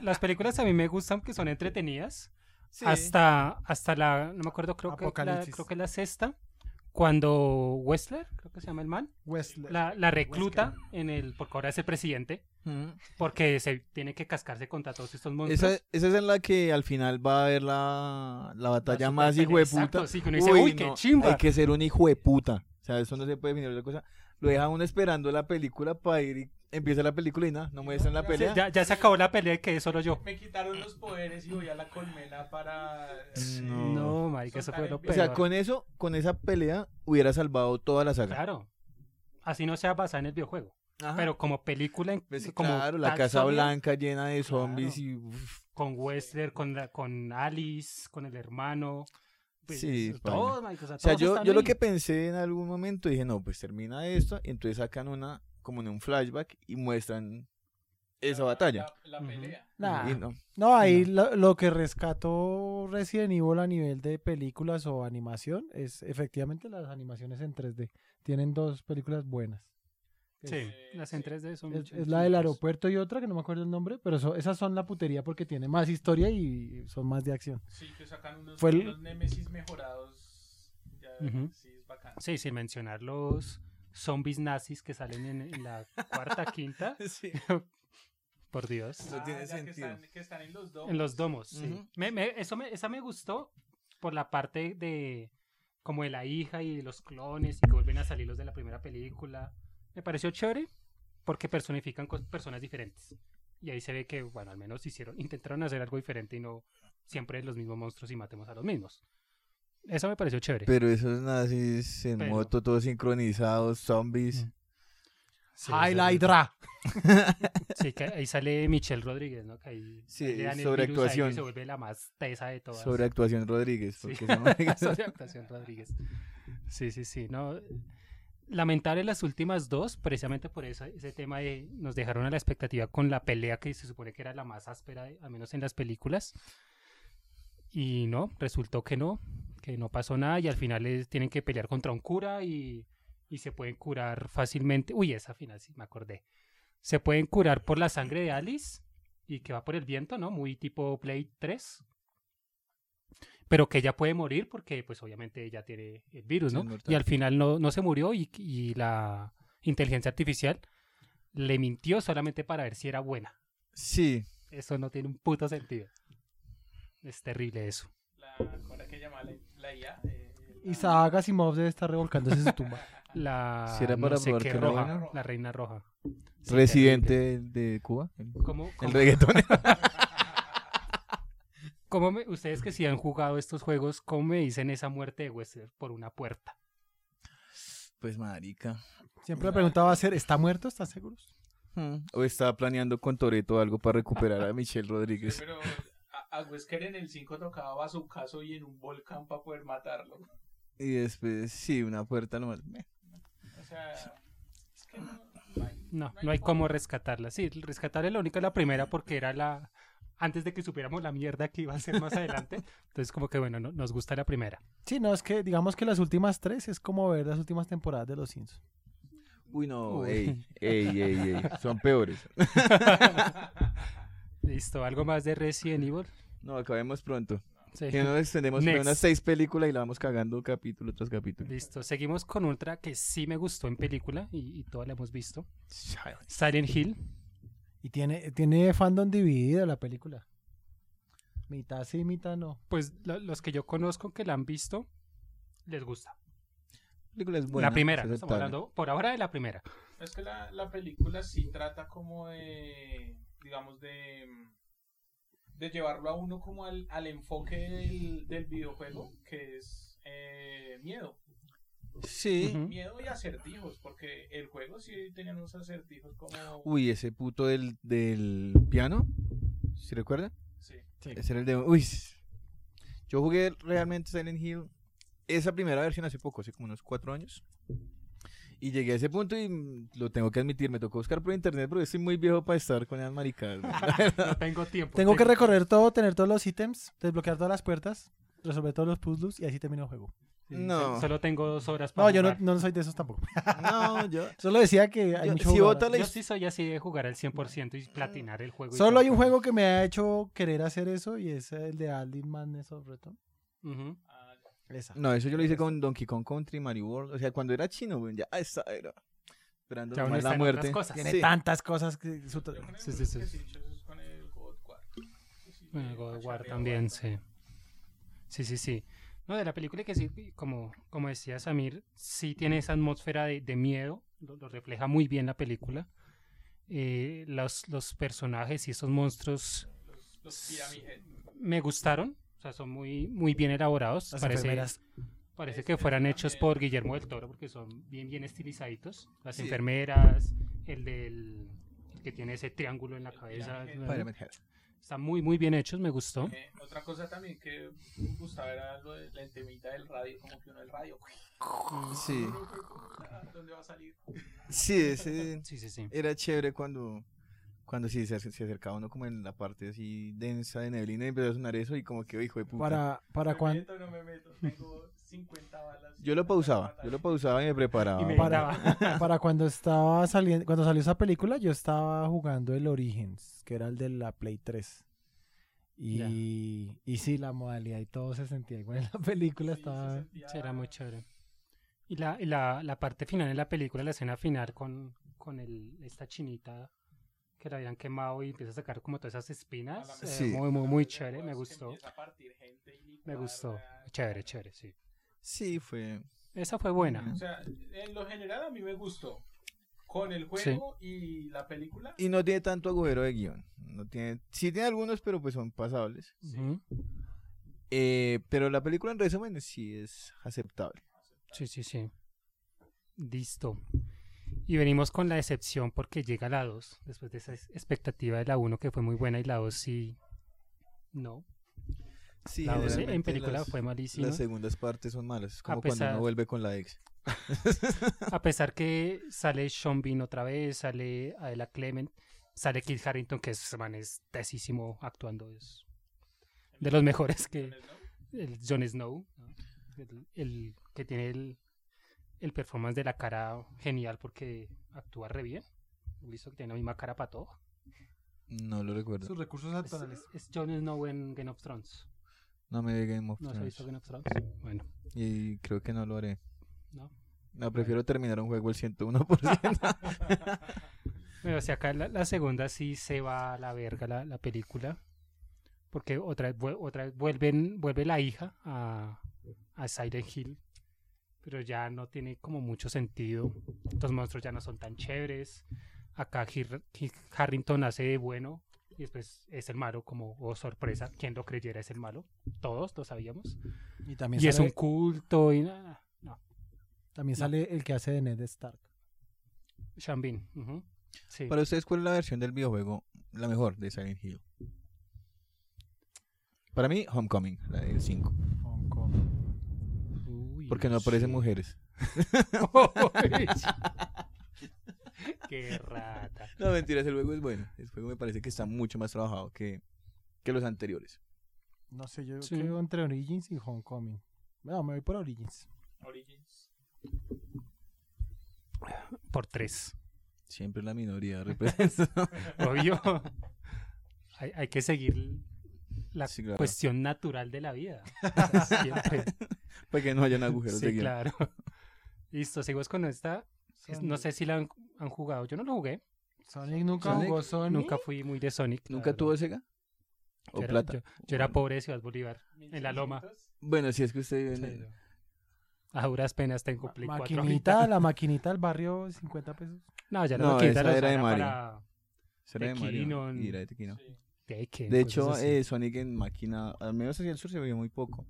Speaker 1: las películas a mí me gustan que son entretenidas.
Speaker 3: Sí.
Speaker 1: Hasta, hasta la, no me acuerdo, creo que, la,
Speaker 2: Apocalipsis.
Speaker 1: creo que la sexta, cuando Wessler, creo que se llama el man,
Speaker 2: Wesley.
Speaker 1: la, la recluta en el, porque ahora es el presidente,
Speaker 3: Ujú.
Speaker 1: porque se tiene que cascarse contra todos estos monstruos.
Speaker 3: Esa, esa es en la que al final va a haber la, la batalla
Speaker 1: super
Speaker 3: más hijo
Speaker 1: pelea,
Speaker 3: de
Speaker 1: exacto,
Speaker 3: puta.
Speaker 1: sí, que uno dice, "Uy, qué chimba".
Speaker 3: Hay que ser un hijo de puta. O sea, eso no se puede definir otra cosa. Lo deja uno esperando la película para ir y empieza la película y nada, no muestran la pelea.
Speaker 1: Ya, ya se acabó la pelea y quedé solo yo.
Speaker 4: Me quitaron los poderes y voy a la colmena para. eh,
Speaker 3: No.
Speaker 1: No, marica, eso fue lo
Speaker 4: O
Speaker 1: peor.
Speaker 3: o sea, con eso, con esa pelea hubiera salvado toda la saga.
Speaker 1: Claro. Así no sea basada en el videojuego.
Speaker 3: Ajá.
Speaker 1: Pero como película, en-
Speaker 3: Pues sí,
Speaker 1: como
Speaker 3: claro, la
Speaker 1: tal
Speaker 3: Casa
Speaker 1: sólida,
Speaker 3: Blanca llena de zombies y uf,
Speaker 1: Con Wester, con, la- con Alice, con el hermano. Pues,
Speaker 3: Sí,
Speaker 1: todo,
Speaker 3: pana.
Speaker 1: marica,
Speaker 3: O sea,
Speaker 1: todos
Speaker 3: yo,
Speaker 1: están
Speaker 3: yo lo
Speaker 1: ahí.
Speaker 3: que pensé en algún momento, dije, no, pues termina esto, y entonces sacan una, como en un flashback, y muestran esa batalla.
Speaker 4: La, la
Speaker 1: Ujú.
Speaker 4: pelea.
Speaker 2: Nah.
Speaker 3: Y no,
Speaker 2: No, ahí Lo, lo que rescató Resident Evil a nivel de películas o animación es efectivamente las animaciones en 3D. Tienen dos películas buenas.
Speaker 1: Sí,
Speaker 4: Eh,
Speaker 1: las en
Speaker 4: sí.
Speaker 1: 3D son
Speaker 2: Es,
Speaker 1: mucho-
Speaker 2: es la del
Speaker 1: mucho-
Speaker 2: aeropuerto y otra que no me acuerdo el nombre, pero eso- esas son la putería porque tiene más historia y son más de acción.
Speaker 4: Sí, que sacan unos,
Speaker 2: Fue el-
Speaker 4: unos Némesis mejorados. Ya,
Speaker 1: Ujú.
Speaker 4: Sí, es bacán.
Speaker 1: Sí, sin mencionar los zombies nazis que salen en, en la cuarta, quinta.
Speaker 3: Sí.
Speaker 1: Por Dios.
Speaker 3: Eso tiene
Speaker 4: Ah, ya que
Speaker 3: sentido.
Speaker 4: están- Que están, en los dos.
Speaker 1: En los domos, sí.
Speaker 3: Ujú.
Speaker 1: Me- me- eso me- esa me gustó por la parte de como de la hija y de los clones y que vuelven a salir los de la primera película. Me pareció chévere porque personifican con personas diferentes. Y ahí se ve que, bueno, al menos hicieron, intentaron hacer algo diferente y no siempre los mismos monstruos y matemos a los mismos. Eso me pareció chévere.
Speaker 3: Pero esos nazis en
Speaker 1: Pero-
Speaker 3: moto, todos sincronizados, zombies.
Speaker 1: Mm. Sí,
Speaker 2: Ay,
Speaker 1: eso-
Speaker 2: la hidra.
Speaker 1: Sí, que ahí sale Michelle Rodríguez, ¿no? Que ahí
Speaker 3: Sí,
Speaker 1: ahí le dan el
Speaker 3: sobreactuación.
Speaker 1: virus a ella y se vuelve la más tesa de todas.
Speaker 3: Sobre actuación Rodríguez.
Speaker 1: Sí.
Speaker 3: Porque esa marica-
Speaker 1: Sobre actuación Rodríguez. Sí, sí, sí. No, lamentable las últimas dos, precisamente por eso, ese tema de nos dejaron a la expectativa con la pelea que se supone que era la más áspera, al menos en las películas. Y no, resultó que no, que no pasó nada y al final es- tienen que pelear contra un cura y, y se pueden curar fácilmente. Uy, esa final sí, me acordé. Se pueden curar por la sangre de Alice y que va por el viento, ¿no? Muy tipo Play 3 pero que ella puede morir porque pues obviamente ella tiene el virus,
Speaker 3: Sí,
Speaker 1: ¿no?
Speaker 3: es mortal.
Speaker 1: Y al final no, no se murió y, y la inteligencia artificial le mintió solamente para ver si era buena.
Speaker 3: sí,
Speaker 1: Eso no tiene un puto sentido. Es terrible eso.
Speaker 4: La, ¿cómo era que llamaba la, la IA? Eh, la-
Speaker 2: Isaac Asimov debe estar revolcándose en su tumba.
Speaker 1: La
Speaker 3: Si era
Speaker 1: no
Speaker 3: para
Speaker 1: sé
Speaker 3: probar
Speaker 1: qué
Speaker 3: que era
Speaker 1: roja,
Speaker 4: buena.
Speaker 1: la reina roja. Sí, terrible.
Speaker 3: residente de Cuba. El,
Speaker 1: ¿Cómo,
Speaker 3: el
Speaker 1: cómo-
Speaker 3: reggaetón.
Speaker 1: cómo me- ustedes que sí han jugado estos juegos, cómo me dicen esa muerte de Wester por una puerta?
Speaker 3: pues marica.
Speaker 2: Siempre le preguntaba a ser, ¿está muerto? ¿Están seguros?
Speaker 3: Mm. O estaba planeando con Toreto algo para recuperar a Michelle
Speaker 4: Sí,
Speaker 3: Rodríguez.
Speaker 4: pero a, a Wesker en el 5 tocaba su caso y en un volcán para poder matarlo.
Speaker 3: Y después, sí, una puerta nomás. meh.
Speaker 4: O sea, es que no, no hay-
Speaker 1: No,
Speaker 4: No hay
Speaker 1: no hay cómo
Speaker 4: forma.
Speaker 1: rescatarla. Sí, rescatarla la única la primera porque era la antes de que supiéramos la mierda que iba a ser más adelante. Entonces como que bueno, no- nos gusta la primera.
Speaker 2: Sí, no, es que digamos que las últimas tres es como ver las últimas temporadas de Los Simpsons.
Speaker 3: Uy, no,
Speaker 1: Uy.
Speaker 3: ey, ey, ey, ey, son peores.
Speaker 1: Listo, algo más de Resident Evil.
Speaker 3: No, acabemos pronto.
Speaker 1: Sí.
Speaker 3: Que nos extendemos para
Speaker 1: Eh, Next.
Speaker 3: unas seis películas y la vamos cagando capítulo tras capítulo.
Speaker 1: Listo, seguimos con otra que sí me gustó en película y, y todas la hemos visto. Silent Hill.
Speaker 2: Y tiene, tiene fandom dividido la película. Mitad sí, mitad no.
Speaker 1: Pues lo- los que yo conozco que la han visto les gusta.
Speaker 3: película es buena,
Speaker 1: la primera,
Speaker 3: es
Speaker 1: ¿no? estamos
Speaker 3: aceptable.
Speaker 1: hablando por ahora de la primera.
Speaker 4: es que la, la película sí trata como de, digamos, de, de llevarlo a uno como al, al enfoque del, del videojuego, que es eh, miedo.
Speaker 3: Sí.
Speaker 1: Ujú.
Speaker 4: Miedo y acertijos, porque el juego sí tenía unos acertijos como...
Speaker 3: Uy, ese puto del, del piano, ¿se recuerda?
Speaker 4: Sí.
Speaker 3: Ese era el de... Uy, yo jugué realmente Silent Hill, esa primera versión hace poco, hace como unos cuatro años. Y llegué a ese punto y mm, lo tengo que admitir, me tocó buscar por internet porque estoy muy viejo para estar con esas maricadas. güey.
Speaker 1: No tengo tiempo.
Speaker 2: Tengo que recorrer todo, tener todos los ítems, desbloquear todas las puertas, resolver todos los puzzles y así termino el juego.
Speaker 1: Sí,
Speaker 3: No.
Speaker 1: Solo tengo dos horas para
Speaker 2: No, yo no,
Speaker 1: jugar.
Speaker 2: no soy de esos tampoco.
Speaker 3: No, yo...
Speaker 2: Solo decía que hay
Speaker 3: Yo-
Speaker 2: mucho
Speaker 3: si
Speaker 2: jugador.
Speaker 3: vota la
Speaker 1: Yo
Speaker 3: his-
Speaker 1: sí soy así de jugar al 100% y platinar el juego. y
Speaker 2: Solo
Speaker 1: todo.
Speaker 2: hay un juego que me ha hecho querer hacer eso y es el de Alien Madness of Return.
Speaker 1: Ujú.
Speaker 4: Ah, ya.
Speaker 2: Esa.
Speaker 3: No, eso yo lo hice con Donkey Kong Country, Mario World. O sea, cuando era chino, güey, ya ah, esa era. Esperando
Speaker 1: Ya uno
Speaker 3: nomás
Speaker 1: está
Speaker 3: la
Speaker 1: en otras
Speaker 3: muerte.
Speaker 1: cosas.
Speaker 2: Tiene
Speaker 3: Sí.
Speaker 2: tantas cosas que su-
Speaker 4: Yo con el
Speaker 1: Sí, sí,
Speaker 4: Bruce
Speaker 1: sí.
Speaker 4: que sí, yo es con el God of War. Sí, sí,
Speaker 1: Bueno,
Speaker 4: eh,
Speaker 1: God of War
Speaker 4: Charlie
Speaker 1: también,
Speaker 4: Ward.
Speaker 1: sí. Sí, sí, sí. No, de la película que sí, como, como decía Samir, sí tiene esa atmósfera de, de miedo lo, lo refleja muy bien la película. Eh, los, los personajes y esos monstruos
Speaker 4: Los, los Pyramid Head.
Speaker 1: me gustaron, o sea, son muy, muy bien elaborados.
Speaker 2: Las
Speaker 1: Parece,
Speaker 2: enfermeras.
Speaker 1: parece
Speaker 4: Este,
Speaker 1: que fueran
Speaker 4: también.
Speaker 1: hechos por Guillermo del Toro, porque son bien, bien estilizaditos. Las
Speaker 3: Sí.
Speaker 1: enfermeras, el del el que tiene ese triángulo en la cabeza.
Speaker 4: Pyramid Head.
Speaker 1: bueno,
Speaker 3: Pyramid Head.
Speaker 1: Están muy, muy bien hechos, me gustó.
Speaker 4: Eh, otra cosa también que me gustaba era lo de la entemita del radio, como que uno el radio.
Speaker 3: Sí.
Speaker 4: ¿Dónde va a salir?
Speaker 3: Sí, ese
Speaker 1: Sí, sí, sí.
Speaker 3: era chévere cuando, cuando sí, se, ac- se acercaba uno como en la parte así densa de neblina y empezó a sonar eso y como que, hijo de puta.
Speaker 2: Para, para
Speaker 4: ¿Me
Speaker 2: cuando.
Speaker 4: meto, no me meto, tengo 50 balas.
Speaker 3: Yo lo pausaba, yo lo pausaba y me preparaba.
Speaker 1: Y me
Speaker 3: para-
Speaker 1: daba-
Speaker 2: Para cuando estaba saliendo, cuando salió esa película, yo estaba jugando el Origins, que era el de la Play 3. Y, y sí, la modalidad y todo se sentía igual en la película, estaba
Speaker 1: Sí, era muy chévere. Y la, y la, la parte final de la película, la escena final con, con el, esta chinita que la habían quemado y empieza a sacar como todas esas espinas. eh,
Speaker 3: Ah, Sí.
Speaker 1: muy, muy, muy chévere, me gustó. Me
Speaker 4: Me
Speaker 1: gustó. Chévere, chévere, sí.
Speaker 3: Sí, fue.
Speaker 1: Esa fue buena.
Speaker 4: O sea, en lo general a mí me gustó. Con el juego y la película.
Speaker 3: Y no tiene tanto agujero de guión. No tiene... Sí tiene algunos, pero pues son pasables.
Speaker 1: Ujú.
Speaker 3: Eh, pero la película en resumen sí es aceptable.
Speaker 1: Sí, sí, sí. Listo. Y venimos con la decepción porque llega la 2, después de esa es- expectativa de la 1 que fue muy buena y la 2 sí. No.
Speaker 3: Sí,
Speaker 1: la 2 en
Speaker 3: generalmente
Speaker 1: película pues,
Speaker 3: las-
Speaker 1: fue malísima.
Speaker 3: Las segundas partes son malas, como
Speaker 1: pesar-
Speaker 3: cuando uno vuelve con la ex.
Speaker 1: A pesar que sale Sean Bean otra vez, sale Adela Clement, sale Kit Harrington, que es, man, es tesísimo actuando. Es de los mejores que el Jon Snow, ¿no? el, el que tiene el, el performance de la cara genial porque actúa re bien. Listo, que tiene la misma cara para todo.
Speaker 3: No lo recuerdo.
Speaker 2: Sus recursos
Speaker 1: Es, es Jon Snow en Game of Thrones.
Speaker 3: No me vi Game of
Speaker 1: ¿No se ha
Speaker 3: Thrones.
Speaker 1: visto Game of Thrones? Bueno,
Speaker 3: Y creo que no lo haré.
Speaker 1: no.
Speaker 3: No, prefiero terminar un juego el 101%.
Speaker 1: Pero, o sea, acá la, la segunda sí se va a la verga la, la película. Porque otra vez, vu- otra vez vuelven, vuelve la hija a, a Silent Hill. Pero ya no tiene como mucho sentido. Los monstruos ya no son tan chéveres. Acá Hir- Hir- Harrington hace de bueno. Y después es el malo, como, oh sorpresa, quien lo creyera es el malo. Todos lo sabíamos.
Speaker 2: Y también,
Speaker 1: Y es
Speaker 2: sale,
Speaker 1: un culto y nada. No,
Speaker 2: también sale el que hace de Ned Stark.
Speaker 1: Sean Bean, ujú. Sí.
Speaker 3: Para ustedes, ¿cuál es la versión del videojuego la mejor de Silent Hill? Para mí, Homecoming, la del 5.
Speaker 2: Hong Kong.
Speaker 1: Uy,
Speaker 3: Porque no aparecen
Speaker 1: sí.
Speaker 3: mujeres.
Speaker 1: Qué rata.
Speaker 3: No, mentiras, el juego es bueno. El juego me parece que está mucho más trabajado que, que los anteriores.
Speaker 2: No sé, yo
Speaker 1: Sí.
Speaker 2: creo entre Origins y Homecoming. No, me voy por Origins.
Speaker 4: Origins.
Speaker 1: Por tres.
Speaker 3: Siempre la minoría representa.
Speaker 1: Obvio. hay, hay que seguir la pues,
Speaker 3: Sí, claro.
Speaker 1: cuestión natural de la vida. O sea, siempre.
Speaker 3: para que no hayan agujeros de
Speaker 1: sí,
Speaker 3: guión.
Speaker 1: claro. Listo, seguimos con esta. Es- No sé si la han, han jugado. Yo no lo jugué.
Speaker 2: Sonic nunca
Speaker 3: Sonic
Speaker 2: jugó Sonic.
Speaker 1: Nunca fui muy de Sonic. la
Speaker 3: ¿Nunca
Speaker 1: verdad.
Speaker 3: tuvo Sega?
Speaker 1: Yo
Speaker 3: ¿O
Speaker 1: era-
Speaker 3: plata?
Speaker 1: Yo, yo era pobre de Ciudad Bolívar. En la loma.
Speaker 3: Bueno, si es que usted vive en-
Speaker 1: Sí. A duras penas tengo
Speaker 2: Ma-
Speaker 1: Play 4
Speaker 2: maquinita, la maquinita del barrio, 50 pesos.
Speaker 1: No, ya la
Speaker 3: No,
Speaker 1: maquinita
Speaker 3: esa
Speaker 1: la
Speaker 3: era de
Speaker 1: usaban
Speaker 3: Mario.
Speaker 1: para
Speaker 3: será de Mario.
Speaker 1: Tequino,
Speaker 3: y era de Tequino.
Speaker 1: Tekken,
Speaker 3: De
Speaker 1: cosas
Speaker 3: hecho,
Speaker 1: así.
Speaker 3: eh, Sonic en máquina, al menos hacia el sur se veía muy poco.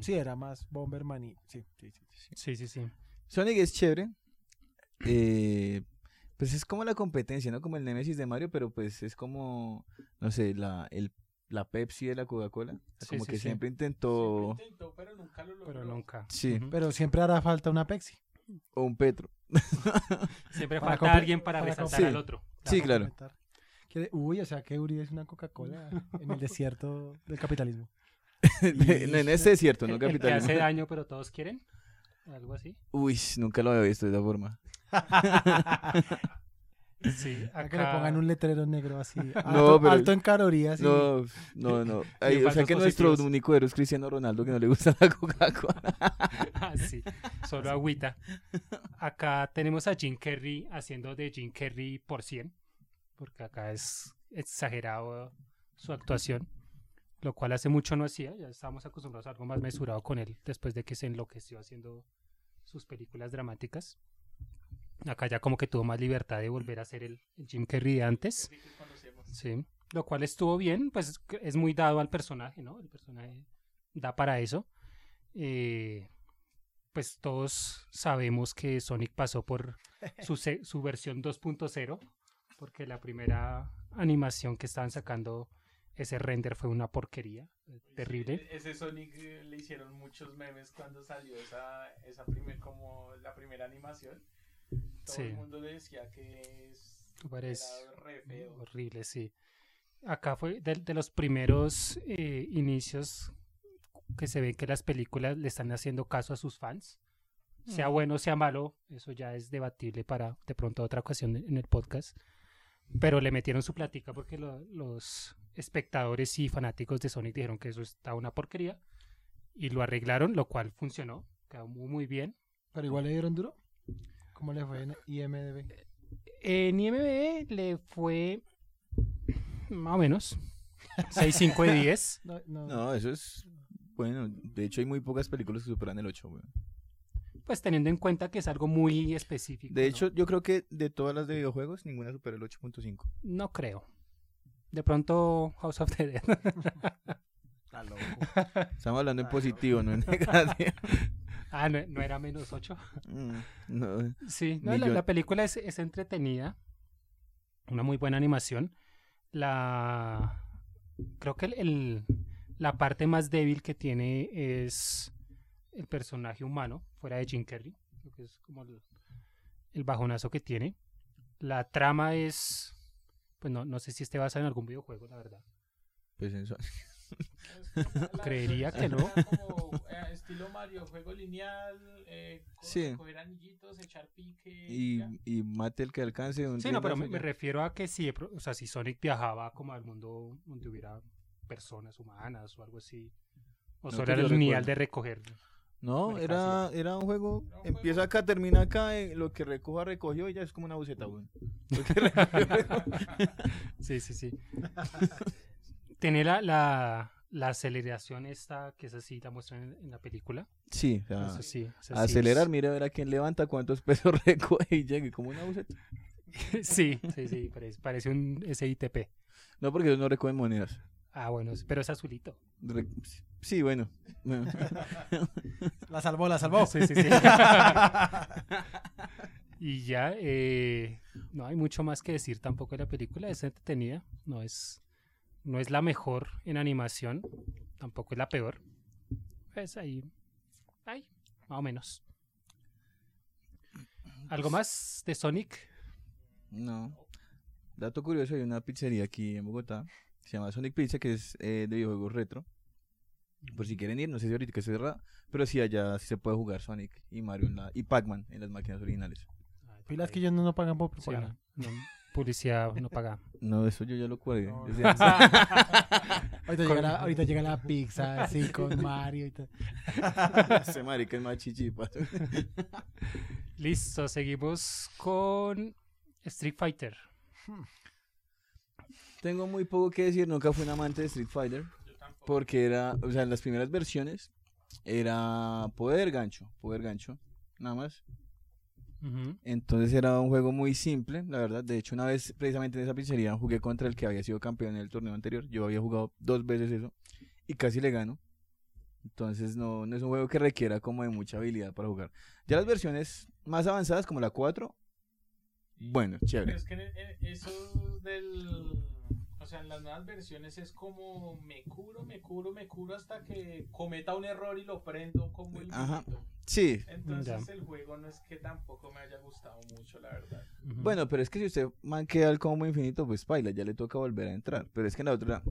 Speaker 2: Sí, era más Bomberman y... Sí, sí, sí.
Speaker 1: Mm. Sí, sí, sí.
Speaker 3: Sonic es chévere. eh, pues es como la competencia, ¿no? Como el Nemesis de Mario, pero pues es como, no sé, la, el, la Pepsi de la Coca-Cola. O sea,
Speaker 1: Sí,
Speaker 3: como
Speaker 1: sí,
Speaker 3: que
Speaker 1: sí.
Speaker 3: siempre
Speaker 4: Todo.
Speaker 3: intentó
Speaker 4: Intentó, pero nunca lo logró.
Speaker 1: Pero nunca.
Speaker 3: Sí.
Speaker 1: Ujú.
Speaker 2: Pero siempre hará falta una Pepsi.
Speaker 3: o un Petro.
Speaker 1: Siempre
Speaker 2: Para
Speaker 1: falta
Speaker 2: comple-
Speaker 1: alguien para,
Speaker 2: para
Speaker 1: resaltar
Speaker 3: comple-
Speaker 1: al otro.
Speaker 3: Sí,
Speaker 2: para
Speaker 3: claro.
Speaker 2: completar. Quiere- Uy, o sea que Uribe es una Coca-Cola en el desierto del capitalismo.
Speaker 3: en en este desierto,
Speaker 1: El-
Speaker 3: ¿no?
Speaker 1: el que hace
Speaker 3: Capitalismo.
Speaker 1: daño, pero todos quieren. Algo así.
Speaker 3: Uy, nunca lo había visto de esa forma.
Speaker 1: Sí,
Speaker 2: Para que le pongan un letrero negro así. Alto,
Speaker 3: pero-
Speaker 2: alto en calorías. y-
Speaker 3: No, no, no. Ay, o sea
Speaker 1: falsos
Speaker 3: que nuestro
Speaker 1: positivos.
Speaker 3: único héroe es Cristiano Ronaldo que no le gusta la Coca-Cola.
Speaker 1: así. Ah, Solo agüita. Acá tenemos a Jim Carrey haciendo de Jim Carrey por 100. Porque acá es exagerado su actuación. Lo cual hace mucho no hacía. Ya estábamos acostumbrados a algo más mesurado con él después de que se enloqueció haciendo sus películas dramáticas. Acá ya como que tuvo más libertad de volver a ser el, el Jim Carrey de antes.
Speaker 4: Así que conocemos.
Speaker 1: Sí. Lo cual estuvo bien, pues que es muy dado al personaje, ¿no? El personaje da para eso. Eh, pues todos sabemos que Sonic pasó por su, se- su versión 2.0, porque la primera animación que estaban sacando, ese render fue una porquería eh, terrible.
Speaker 4: E- Ese Sonic eh, le hicieron muchos memes cuando salió esa, esa primer, como la primera animación. Todo
Speaker 1: Sí.
Speaker 4: el mundo decía que es,
Speaker 1: Tú pareces
Speaker 4: era re feo.
Speaker 1: Mm, Horrible, sí. Acá fue de, de los primeros eh, inicios que se ven que las películas le están haciendo caso a sus fans.
Speaker 4: Mm.
Speaker 1: Sea bueno, sea malo, eso ya es debatible para de pronto otra ocasión en el podcast. Pero le metieron su platica porque lo- los espectadores y fanáticos de Sonic dijeron que eso está una porquería y lo arreglaron, lo cual funcionó, quedó muy, muy bien.
Speaker 2: Pero igual le dieron duro. ¿Cómo le fue en IMDB?
Speaker 1: En IMDb E le fue más o menos 6.5 de 10.
Speaker 2: No, no.
Speaker 3: No, eso es. Bueno, de hecho hay muy pocas películas que superan el 8, weón.
Speaker 1: Pues teniendo en cuenta que es algo muy específico.
Speaker 3: De
Speaker 1: ¿no?
Speaker 3: hecho, yo creo que de todas las de videojuegos, ninguna supera el 8.5.
Speaker 1: No creo. De pronto House of the Dead.
Speaker 2: Está loco.
Speaker 3: Estamos hablando en positivo, Ah, no en negativo.
Speaker 1: ah, no, no era menos 8.
Speaker 3: Mm, no.
Speaker 1: Sí, no,
Speaker 3: Ni
Speaker 1: la,
Speaker 3: yo.
Speaker 1: la película es, es entretenida. Una muy buena animación. La. Creo que el, el- la parte más débil que tiene es el personaje humano, fuera de Jim Carrey. Creo que es como el, el bajonazo que tiene. La trama es. Pues no, no sé si esté basada en algún videojuego, la verdad.
Speaker 3: Pues eso.
Speaker 4: Es como la-
Speaker 1: Creería que no.
Speaker 4: era como, eh, estilo Mario, juego lineal, eh, co-
Speaker 3: Sí.
Speaker 4: coger anillitos, echar pique.
Speaker 3: Y,
Speaker 4: ya.
Speaker 3: y mate el que alcance. un
Speaker 1: Sí, no, pero me,
Speaker 3: riendazo,
Speaker 1: me
Speaker 3: ya.
Speaker 1: refiero a que si, de pro- o sea, si Sonic viajaba como al mundo donde hubiera personas humanas o algo así, o
Speaker 3: No
Speaker 1: solo
Speaker 3: que
Speaker 1: era
Speaker 3: yo
Speaker 1: el lineal
Speaker 3: recuerde.
Speaker 1: de recoger.
Speaker 3: No,
Speaker 1: Mercancía.
Speaker 3: era, era un juego.
Speaker 4: Era un
Speaker 3: empieza
Speaker 4: juego.
Speaker 3: acá, termina acá. eh, lo que recoja, recogió y ya es como una buceta, weón. Lo que recogió, recogió.
Speaker 1: Sí, sí, sí. Tiene la, la, la aceleración esta, que es así, la muestran en, en la película.
Speaker 3: sí, o sea,
Speaker 1: Eso sí, eso sí es-
Speaker 3: Ah. acelerar, mira a ver a quién levanta, cuántos pesos recoge y llegue como una buceta.
Speaker 1: sí, sí, sí, parece, parece un SITP.
Speaker 3: No, porque ellos no recogen monedas.
Speaker 1: Ah, bueno, sí, pero es azulito.
Speaker 3: Re- sí, bueno. Bueno.
Speaker 2: La salvó, la salvó.
Speaker 1: Sí, sí, sí. y ya, eh, no hay mucho más que decir tampoco de la película. Es entretenida, no es, no es la mejor en animación, tampoco es la peor. Pues ahí, ahí, más o menos. ¿Algo más de Sonic?
Speaker 3: No. Dato curioso, hay una pizzería aquí en Bogotá. Se llama Sonic Pizza, que es eh, de videojuegos retro. Por si quieren ir, no sé si ahorita es cerrada, pero sí allá sí se puede jugar Sonic y Mario en la- y Pac-Man en las máquinas originales.
Speaker 2: Pilas que ellos no, no pagan por
Speaker 1: Sí,
Speaker 2: propaganda.
Speaker 1: no, publicidad no paga.
Speaker 3: No, eso yo ya lo cuadré.
Speaker 2: No,
Speaker 3: desde
Speaker 2: no.
Speaker 3: antes.
Speaker 2: Ahorita, llega la, ahorita llega la pizza así con Mario y todo.
Speaker 3: Ese marica es más chichipa.
Speaker 1: Listo, seguimos con Street Fighter.
Speaker 3: Tengo muy poco que decir, nunca fui un amante de Street Fighter. Porque era, o sea, en las primeras versiones era poder gancho, poder gancho, nada más.
Speaker 1: Ujú.
Speaker 3: Entonces era un juego muy simple, la verdad. De hecho, una vez precisamente en esa pizzería jugué contra el que había sido campeón en el torneo anterior. Yo había jugado dos veces eso y casi le gano. Entonces no, no es un juego que requiera como de mucha habilidad para jugar. Ya las versiones más avanzadas, como la 4, bueno,
Speaker 4: Pero
Speaker 3: chévere.
Speaker 4: es que en- en- eso del. O sea, en las nuevas versiones es como me curo, me curo, me curo hasta que cometa un error y lo prendo como el
Speaker 3: Ajá.
Speaker 4: minuto.
Speaker 3: Sí,
Speaker 4: Entonces el juego no es que tampoco me haya gustado mucho, la verdad.
Speaker 1: Ujú.
Speaker 3: Bueno, pero es que si usted manquea el combo infinito, pues baila, ya le toca volver a entrar. Pero es que en la otra.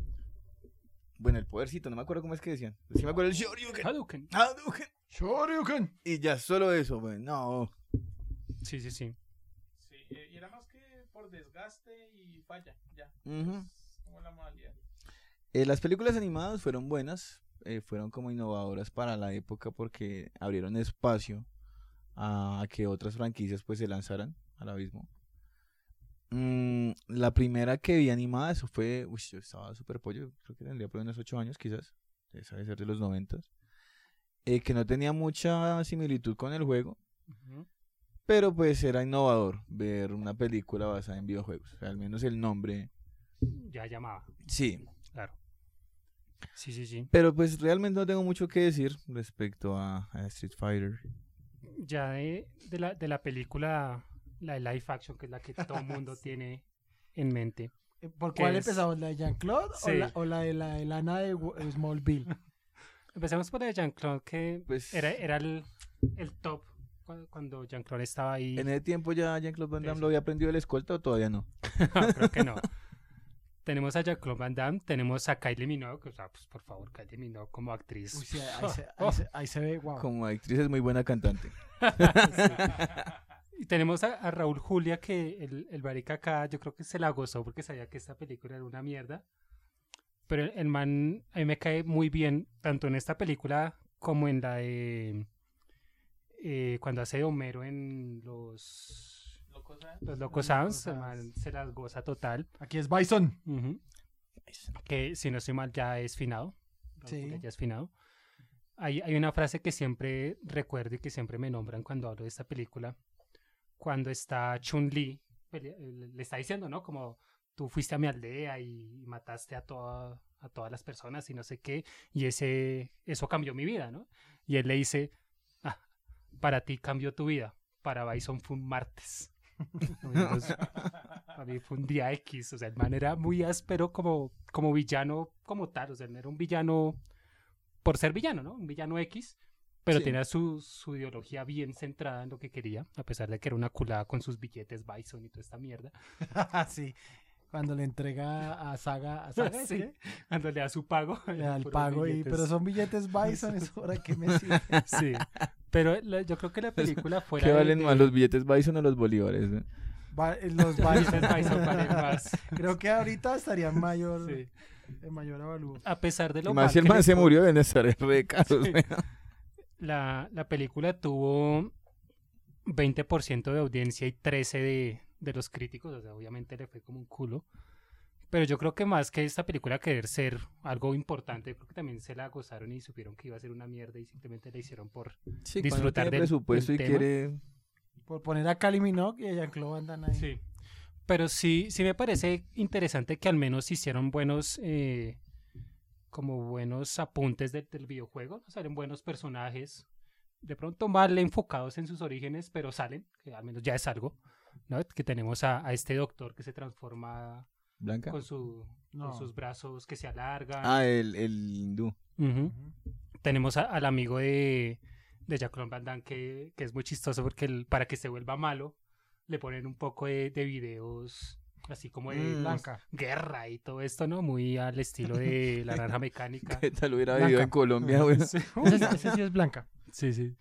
Speaker 3: Bueno, el podercito, no me acuerdo cómo es que decían. Sí me acuerdo el Shoryuken.
Speaker 1: Hadouken.
Speaker 3: Hadouken.
Speaker 2: ¡Shoryuken!
Speaker 3: Y ya solo eso, pues. No.
Speaker 1: Sí, sí, sí.
Speaker 4: Sí, eh, y era más que por desgaste y falla, ya.
Speaker 1: Mm.
Speaker 3: Ujú.
Speaker 4: Es como la modalidad.
Speaker 3: Eh, las películas animadas fueron buenas, eh, fueron como innovadoras para la época porque abrieron espacio a, a que otras franquicias pues se lanzaran al abismo. Mm, la primera que vi animada, eso fue, uy, yo estaba súper pollo, creo que tendría por ahí unos 8 años quizás, esa debe ser de los 90, eh, que no tenía mucha similitud con el juego, Pero pues era innovador ver una película basada en videojuegos. O sea, al menos el nombre.
Speaker 1: Ya llamaba,
Speaker 3: Sí.
Speaker 1: claro. Sí, sí, sí.
Speaker 3: Pero pues realmente no tengo mucho que decir respecto a, a Street Fighter.
Speaker 1: Ya de, de la, de la película, la de live action, que es la que todo el mundo tiene en mente.
Speaker 2: Eh, ¿Por
Speaker 1: ¿Qué
Speaker 2: cuál
Speaker 1: es?
Speaker 2: empezamos? ¿La de Jean-Claude
Speaker 1: Sí.
Speaker 2: o, la, o la de la de Lana de Wo- Smallville?
Speaker 1: Empecemos por la de Jean-Claude, que
Speaker 3: Pues
Speaker 1: era, era el, el top cu- cuando Jean-Claude estaba ahí.
Speaker 3: en ese tiempo ya Jean-Claude Van Damme
Speaker 1: Eso.
Speaker 3: lo había aprendido el escolta o todavía no.
Speaker 1: No, creo que no. Tenemos a Jean-Claude Van Damme, tenemos a Kylie Minogue, que, o sea, pues por favor, Kylie Minogue como actriz.
Speaker 2: Uy, sí, ahí, se, ahí se- ahí se ve, wow.
Speaker 3: Como actriz es muy buena cantante.
Speaker 1: Y tenemos a, a Raúl Julia, que el, el barica acá yo creo que se la gozó porque sabía que esta película era una mierda. Pero el, el man a mí me cae muy bien, tanto en esta película como en la de... eh, cuando hace de Homero en los...
Speaker 4: Loco, ¿sabes?
Speaker 1: Los
Speaker 2: Locos
Speaker 1: Locos Sounds, el
Speaker 2: Adams.
Speaker 1: man se las goza total.
Speaker 2: Aquí es Bison.
Speaker 1: Ujú. Que si no estoy mal ya es finado. Raúl
Speaker 2: Sí.
Speaker 1: Julia Ya es finado. Hay, hay una frase que siempre recuerdo y que siempre me nombran cuando hablo de esta película. Cuando está Chun-Li, pelea- eh, le está diciendo, ¿no? Como tú fuiste a mi aldea y mataste a, toda, a todas las personas y no sé qué. Y ese, eso cambió mi vida, ¿no? Y él le dice, "Ah, para ti cambió tu vida. Para Bison fue un martes. Entonces, para mí fue un día X, o sea, el man era muy áspero como, como villano, como tal, o sea, él era un villano por ser villano, ¿no? Un villano X, pero
Speaker 3: Sí.
Speaker 1: tenía su, su ideología bien centrada en lo que quería, a pesar de que era una culada con sus billetes Bison y toda esta mierda.
Speaker 2: sí. Cuando le entrega a Saga, a Saga, ¿es
Speaker 1: Sí,
Speaker 2: que?
Speaker 1: dándole a su pago.
Speaker 2: Le da el
Speaker 1: puros
Speaker 2: pago, y,
Speaker 1: billetes.
Speaker 2: pero son billetes Bison, es hora que me sirve.
Speaker 1: Sí. Pero la- yo creo que la película fuera
Speaker 3: ¿Qué
Speaker 1: de-
Speaker 3: valen
Speaker 1: de-
Speaker 3: más los billetes Bison o los bolívares? eh?
Speaker 2: Ba- los
Speaker 1: los
Speaker 2: Bison.
Speaker 1: billetes Bison valen más.
Speaker 2: Creo que ahorita estarían mayor,
Speaker 1: Sí.
Speaker 2: de mayor avalúo.
Speaker 1: A pesar de lo
Speaker 3: y más si el
Speaker 1: mal que
Speaker 3: man
Speaker 1: le
Speaker 3: se
Speaker 1: fue-
Speaker 3: murió de estar re caros.
Speaker 1: Sí. la, la película tuvo 20% de audiencia y 13% de, de los críticos, o sea, obviamente le fue como un culo. Pero yo creo que más que esta película querer ser algo importante, yo creo que también se la gozaron y supieron que iba a ser una mierda y simplemente la hicieron por...
Speaker 3: Sí,
Speaker 1: cuando Disfrutar tiene del- presupuesto
Speaker 3: presupuesto
Speaker 1: del y
Speaker 3: y
Speaker 1: tema.
Speaker 3: quiere.
Speaker 2: Por poner a Cali Minogue y a Jean-Claude Van Damme ahí.
Speaker 1: Sí. Pero sí, sí me parece interesante que al menos hicieron buenos, eh, como buenos apuntes de- del videojuego, ¿no? salen buenos personajes, de pronto mal enfocados en sus orígenes, pero salen, que al menos ya es algo, ¿no? Que tenemos a, a este doctor que se transforma
Speaker 3: Blanca.
Speaker 1: con, su,
Speaker 2: No.
Speaker 1: con sus brazos que se alargan.
Speaker 3: Ah, el, el hindú.
Speaker 1: Ujú
Speaker 2: Ujú.
Speaker 1: tenemos a- al amigo de, de Jacqueline Van Damme que, que es muy chistoso porque el- para que se vuelva malo le ponen un poco de, de videos así como de
Speaker 3: Mm.
Speaker 1: mos-
Speaker 2: Blanca.
Speaker 1: guerra y todo esto, ¿no? Muy al estilo de la naranja mecánica.
Speaker 3: ¿Qué tal hubiera
Speaker 2: Blanca.
Speaker 3: vivido en Colombia, güey?
Speaker 1: Sí.
Speaker 2: Esa, esa sí es blanca.
Speaker 1: Sí, sí.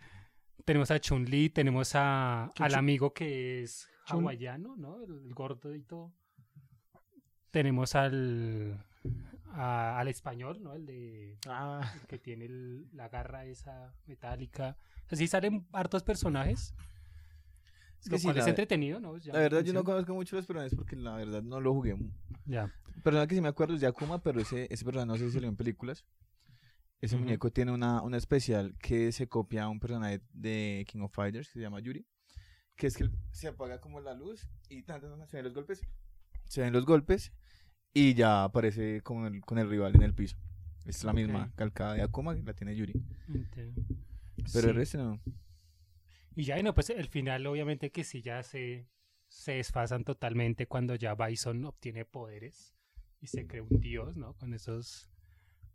Speaker 1: Tenemos a Chun-Li, tenemos a,
Speaker 2: Chun-
Speaker 1: al
Speaker 2: Chun-
Speaker 1: amigo que es
Speaker 2: Chun-
Speaker 1: hawaiano, ¿no? El, el gordo y todo. Tenemos al, a- al español, ¿no? El de
Speaker 2: Ah,
Speaker 1: que tiene el- la garra esa metálica. Así salen hartos personajes.
Speaker 3: Es que
Speaker 1: lo
Speaker 3: sí,
Speaker 1: cual
Speaker 3: la
Speaker 1: es
Speaker 3: ve-
Speaker 1: entretenido, ¿no? Llama
Speaker 3: La verdad, yo no
Speaker 1: atención.
Speaker 3: conozco mucho los personajes porque la verdad no lo jugué.
Speaker 1: Ya.
Speaker 3: Personaje que sí me acuerdo es de Akuma, pero ese, ese personaje no sé si lo vi en películas. Ese
Speaker 1: Ujú.
Speaker 3: muñeco tiene una, una especial que se copia a un personaje de King of Fighters que se llama Yuri. Que es que él se apaga como la luz y tanto se ven los golpes. Se ven los golpes y ya aparece con el, con el rival en el piso. Es la misma
Speaker 1: Ok.
Speaker 3: calcada de Akuma que la tiene Yuri.
Speaker 1: Ente-
Speaker 3: Pero
Speaker 1: sí.
Speaker 3: el resto no.
Speaker 1: Y ya, y no, pues el final, obviamente que sí, ya se, se desfasan totalmente cuando ya Bison obtiene poderes y se cree un dios, ¿no? Con esos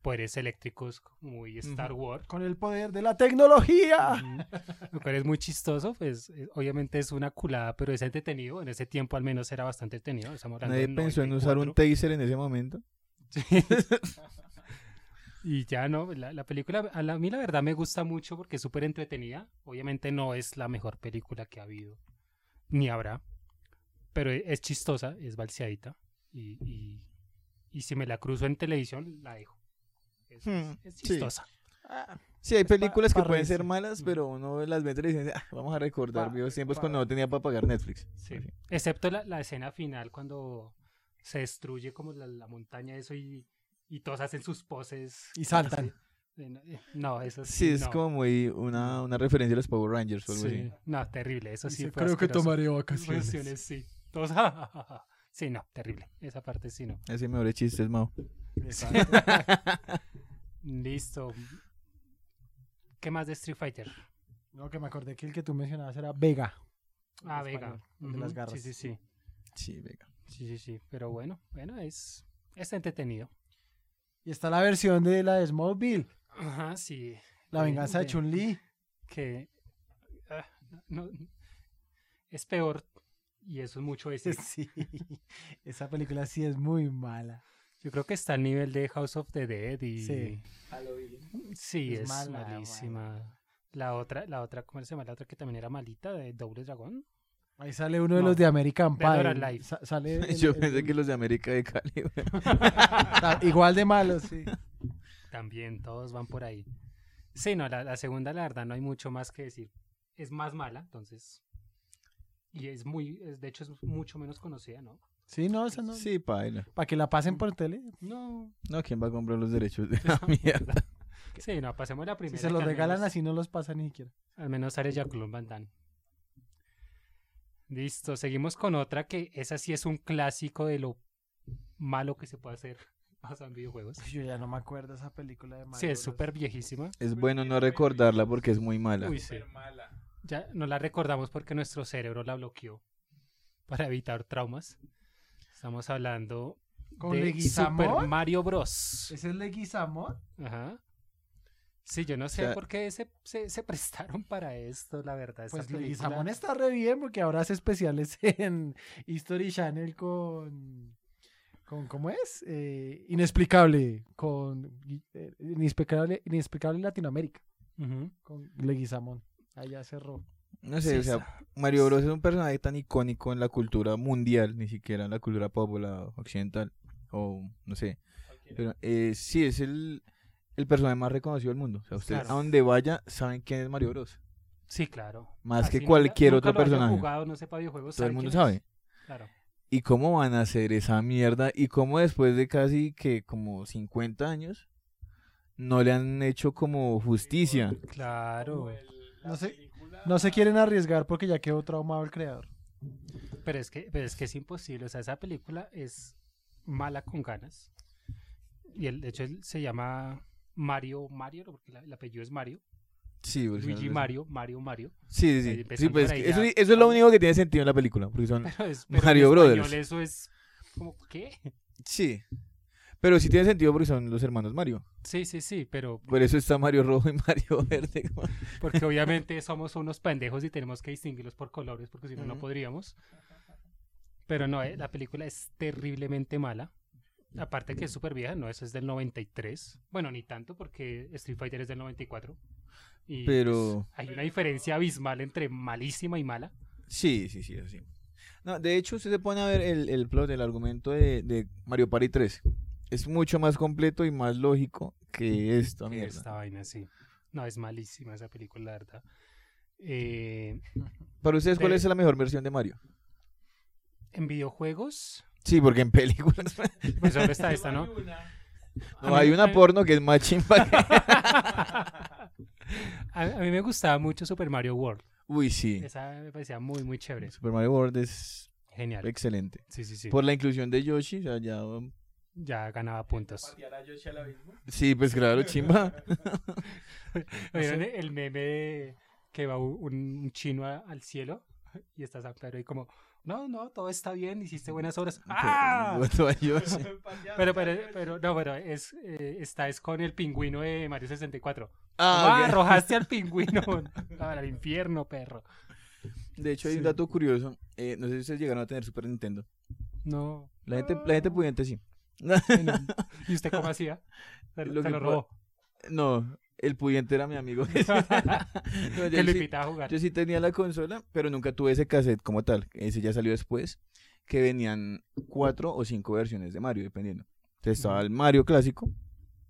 Speaker 1: poderes eléctricos muy Star Wars.
Speaker 2: con el poder de la
Speaker 3: Ah.
Speaker 2: tecnología.
Speaker 1: Ujú. Lo cual es muy chistoso, pues eh, obviamente es una culada, pero es entretenido. En ese tiempo al menos era bastante entretenido. Estamos hablando
Speaker 3: Nadie
Speaker 1: del
Speaker 3: pensó en usar
Speaker 1: 94.
Speaker 3: un taser en ese momento.
Speaker 1: Y ya no, la, la película, a, la- a mí la verdad me gusta mucho porque es súper entretenida. Obviamente no es la mejor película que ha habido, ni habrá, pero e- es chistosa, es balseadita. Y, y, y si me la cruzo en televisión, la dejo. Es,
Speaker 3: Hmm,
Speaker 1: es
Speaker 3: sí.
Speaker 1: chistosa.
Speaker 3: Sí, hay
Speaker 2: Es pa-
Speaker 3: películas que
Speaker 2: pa'
Speaker 3: pueden
Speaker 2: reírse.
Speaker 3: ser malas, pero uno las ve y dice, "Ah, vamos a recordar
Speaker 2: Pa-
Speaker 3: viejos tiempos
Speaker 2: pa-
Speaker 3: cuando no tenía para pagar Netflix.
Speaker 1: Sí.
Speaker 3: En fin.
Speaker 1: Excepto la, la escena final cuando se destruye como la, la montaña, eso, y, y todos hacen sus poses.
Speaker 2: Y saltan.
Speaker 1: así. No, eso sí.
Speaker 3: Sí, es
Speaker 1: no.
Speaker 3: como muy una, una referencia a los Power Rangers o algo
Speaker 1: Sí. No, terrible. Eso sí
Speaker 2: Dice,
Speaker 1: fue
Speaker 2: Creo que
Speaker 1: asqueroso.
Speaker 2: tomaré
Speaker 1: Vacaciones,
Speaker 2: vacaciones.
Speaker 1: sí. Todos, ja, ja, ja, ja. Sí, no, terrible. Esa parte sí, no.
Speaker 3: así. Así me habré chistes, Mao.
Speaker 1: Listo. ¿Qué más de Street Fighter?
Speaker 2: No, que me acordé que el que tú mencionabas era Vega.
Speaker 1: Ah,
Speaker 2: El
Speaker 1: Vega.
Speaker 2: español, el de las
Speaker 1: Ujú,
Speaker 2: garras.
Speaker 1: Sí, sí, sí.
Speaker 3: Sí, venga.
Speaker 1: Sí, sí, sí. Pero bueno, bueno, es, es entretenido.
Speaker 2: Y está la versión de la de Smallville,
Speaker 1: Ajá, sí.
Speaker 2: La
Speaker 1: Bien,
Speaker 2: venganza de
Speaker 1: bien.
Speaker 2: Chun-Li.
Speaker 1: Que ah, no, es peor y eso es mucho decir.
Speaker 2: Sí, esa película sí es muy mala.
Speaker 1: Yo creo que está al nivel de House of the Dead y
Speaker 2: Sí.
Speaker 4: A lo bien.
Speaker 1: Sí, es,
Speaker 2: Es mala,
Speaker 1: malísima. La otra, la otra, ¿cómo se llama? La otra que también era malita, de Doble Dragón.
Speaker 2: Ahí sale uno de
Speaker 1: No,
Speaker 2: los de American
Speaker 1: Dead or
Speaker 2: Pie.
Speaker 1: Alive.
Speaker 2: Sa- sale el-
Speaker 3: Yo
Speaker 2: el-
Speaker 3: pensé que los de América de Cali. güey.
Speaker 2: ta- igual de malos, sí.
Speaker 1: También, todos van por ahí. Sí, no, la, la segunda, la verdad, no hay mucho más que decir. Es más mala, entonces. Y es muy, es- de hecho, es mucho menos conocida, ¿no?
Speaker 2: Sí, no, esa no.
Speaker 3: Sí, paila.
Speaker 2: Para que la pasen por tele.
Speaker 1: No.
Speaker 3: No, ¿quién va a comprar los derechos de la mierda?
Speaker 1: Sí, no, pasemos a la primera.
Speaker 2: Si se
Speaker 1: que
Speaker 2: los
Speaker 1: al
Speaker 2: regalan
Speaker 1: menos-
Speaker 2: así, no los pasan ni siquiera.
Speaker 1: Al menos sale Jacqueline Van Damme. Listo, seguimos con otra que esa sí es un clásico de lo malo que se puede hacer basado en videojuegos.
Speaker 2: Yo ya no me acuerdo esa película de malos.
Speaker 1: Sí, es súper viejísima.
Speaker 3: Es bueno no recordarla porque es muy mala.
Speaker 1: Uy, sí.
Speaker 4: Súper mala.
Speaker 1: Ya no la recordamos porque nuestro cerebro la bloqueó para evitar traumas. Estamos hablando
Speaker 2: ¿Con
Speaker 1: de
Speaker 2: Leguizamón?
Speaker 1: Super Mario Bros.
Speaker 2: ¿Ese es Leguizamón?
Speaker 1: Ajá. Sí, yo no sé
Speaker 3: O sea-
Speaker 1: por qué se, se- se prestaron para esto, la verdad. esa
Speaker 2: Pues
Speaker 1: película-
Speaker 2: Leguizamón está re bien porque ahora hace especiales en History Channel con... con ¿Cómo es? Eh, inexplicable. Con Gui- eh, inexplicable, inexplicable Latinoamérica.
Speaker 1: Ujú.
Speaker 2: Con Leguizamón. Allá cerró.
Speaker 3: No sé,
Speaker 1: Sí,
Speaker 3: o sea,
Speaker 1: esa-
Speaker 3: Mario Bros es un personaje tan icónico en la cultura mundial, ni siquiera en la cultura popular occidental, o no sé.
Speaker 4: Cualquiera.
Speaker 3: Pero eh, sí, es el, el personaje más reconocido del mundo. O sea, ustedes
Speaker 1: Claro.
Speaker 3: a donde vaya saben quién es Mario Bros.
Speaker 1: Sí, claro.
Speaker 3: Más
Speaker 1: Así
Speaker 3: que
Speaker 1: no
Speaker 3: cualquier
Speaker 1: haya-
Speaker 3: otro
Speaker 1: nunca lo haya
Speaker 3: personaje.
Speaker 1: jugado, no sepa videojuegos,
Speaker 3: Todo el mundo
Speaker 1: quién es.
Speaker 3: sabe.
Speaker 1: Claro.
Speaker 3: ¿Y cómo van a hacer esa mierda? ¿Y cómo después de casi que como 50 años no le han hecho como justicia?
Speaker 1: Claro.
Speaker 4: Como el- la
Speaker 2: No sé-
Speaker 4: película-
Speaker 2: No se quieren arriesgar porque ya quedó traumado el creador.
Speaker 1: Pero es que, pero es que es imposible. O sea, esa película es mala con ganas. Y el, de hecho él se llama Mario Mario, ¿no? porque la- el apellido es Mario.
Speaker 3: Pues Sí, porque si no
Speaker 1: Luigi
Speaker 3: les-
Speaker 1: Mario, Mario Mario.
Speaker 3: Sí,
Speaker 1: Ahí
Speaker 3: sí, sí. Sí,
Speaker 1: empezando
Speaker 3: pues,
Speaker 1: por ahí
Speaker 3: eso,
Speaker 1: ya.
Speaker 3: eso es lo único que tiene sentido en la película. Porque son...
Speaker 1: Pero es, en
Speaker 3: Mario
Speaker 1: español
Speaker 3: Brothers.
Speaker 1: Eso es como, ¿qué?
Speaker 3: Sí. Pero sí tiene sentido porque son los hermanos Mario.
Speaker 1: Sí, sí, sí, pero
Speaker 3: Por eso está Mario Rojo y Mario Verde. como-
Speaker 1: porque obviamente somos unos pendejos y tenemos que distinguirlos por colores, porque si no, no
Speaker 3: Ujú.
Speaker 1: podríamos. Pero no, eh, la película es terriblemente mala. Aparte que es súper vieja, no, eso es del 93. Bueno, ni tanto, porque Street Fighter es del 94. Y pues,
Speaker 3: Pero-
Speaker 1: hay una diferencia abismal entre malísima y mala.
Speaker 3: Sí, sí, sí, eso sí. No, de hecho, usted se pone a ver el, el plot, el argumento de, de Mario Party 3. Es mucho más completo y más lógico que esta
Speaker 1: que
Speaker 3: Ah, mierda.
Speaker 1: Esta vaina, sí. No, es malísima esa película, la verdad. Eh,
Speaker 3: Para ustedes, ¿cuál
Speaker 1: De-
Speaker 3: es la mejor versión de Mario?
Speaker 1: en videojuegos,
Speaker 3: Sí, porque en películas.
Speaker 1: pues solo está esta, ¿no?
Speaker 4: Hay una-
Speaker 3: No, hay una porno que es más chimba. que-
Speaker 1: a, a mí me gustaba mucho Super Mario World.
Speaker 3: Uy, sí.
Speaker 1: Esa me parecía muy, muy chévere.
Speaker 3: Super Mario World es
Speaker 1: Genial.
Speaker 3: excelente.
Speaker 1: Sí, sí, sí.
Speaker 3: Por la inclusión de Yoshi, o sea, ya. um,
Speaker 1: Ya ganaba puntos.
Speaker 4: Patear a Yoshi al abismo.
Speaker 3: Sí, pues claro, chimba.
Speaker 1: ¿Vieron el meme de que va un, un chino a- al cielo y está San Pedro ahí como, no, no, todo está bien, hiciste buenas obras. ¡Ah!
Speaker 3: Voto a Yoshi.
Speaker 4: Patear
Speaker 1: Pero,
Speaker 4: a
Speaker 1: pero,
Speaker 4: Yoshi.
Speaker 1: pero, no, pero es, eh, está es con el pingüino de Mario 64.
Speaker 3: Ah,
Speaker 1: Ah,
Speaker 3: ok.
Speaker 1: arrojaste al pingüino al infierno, perro.
Speaker 3: De hecho, hay
Speaker 1: Sí.
Speaker 3: un dato curioso. Eh, no sé si ustedes llegaron a tener Super Nintendo.
Speaker 1: No.
Speaker 3: La gente, la gente pudiente sí.
Speaker 1: bueno, ¿Y usted cómo hacía? Se
Speaker 3: Lo
Speaker 1: lo, se
Speaker 3: que
Speaker 1: lo
Speaker 3: pa-
Speaker 1: robó.
Speaker 3: No, el pudiente era mi amigo. No, yo
Speaker 1: que lo
Speaker 3: sí-
Speaker 1: invitaba a jugar.
Speaker 3: Yo sí tenía la consola, pero nunca tuve ese cassette como tal. Ese ya salió después, que venían cuatro o cinco versiones de Mario, dependiendo. Entonces estaba
Speaker 1: Ujú.
Speaker 3: el Mario clásico,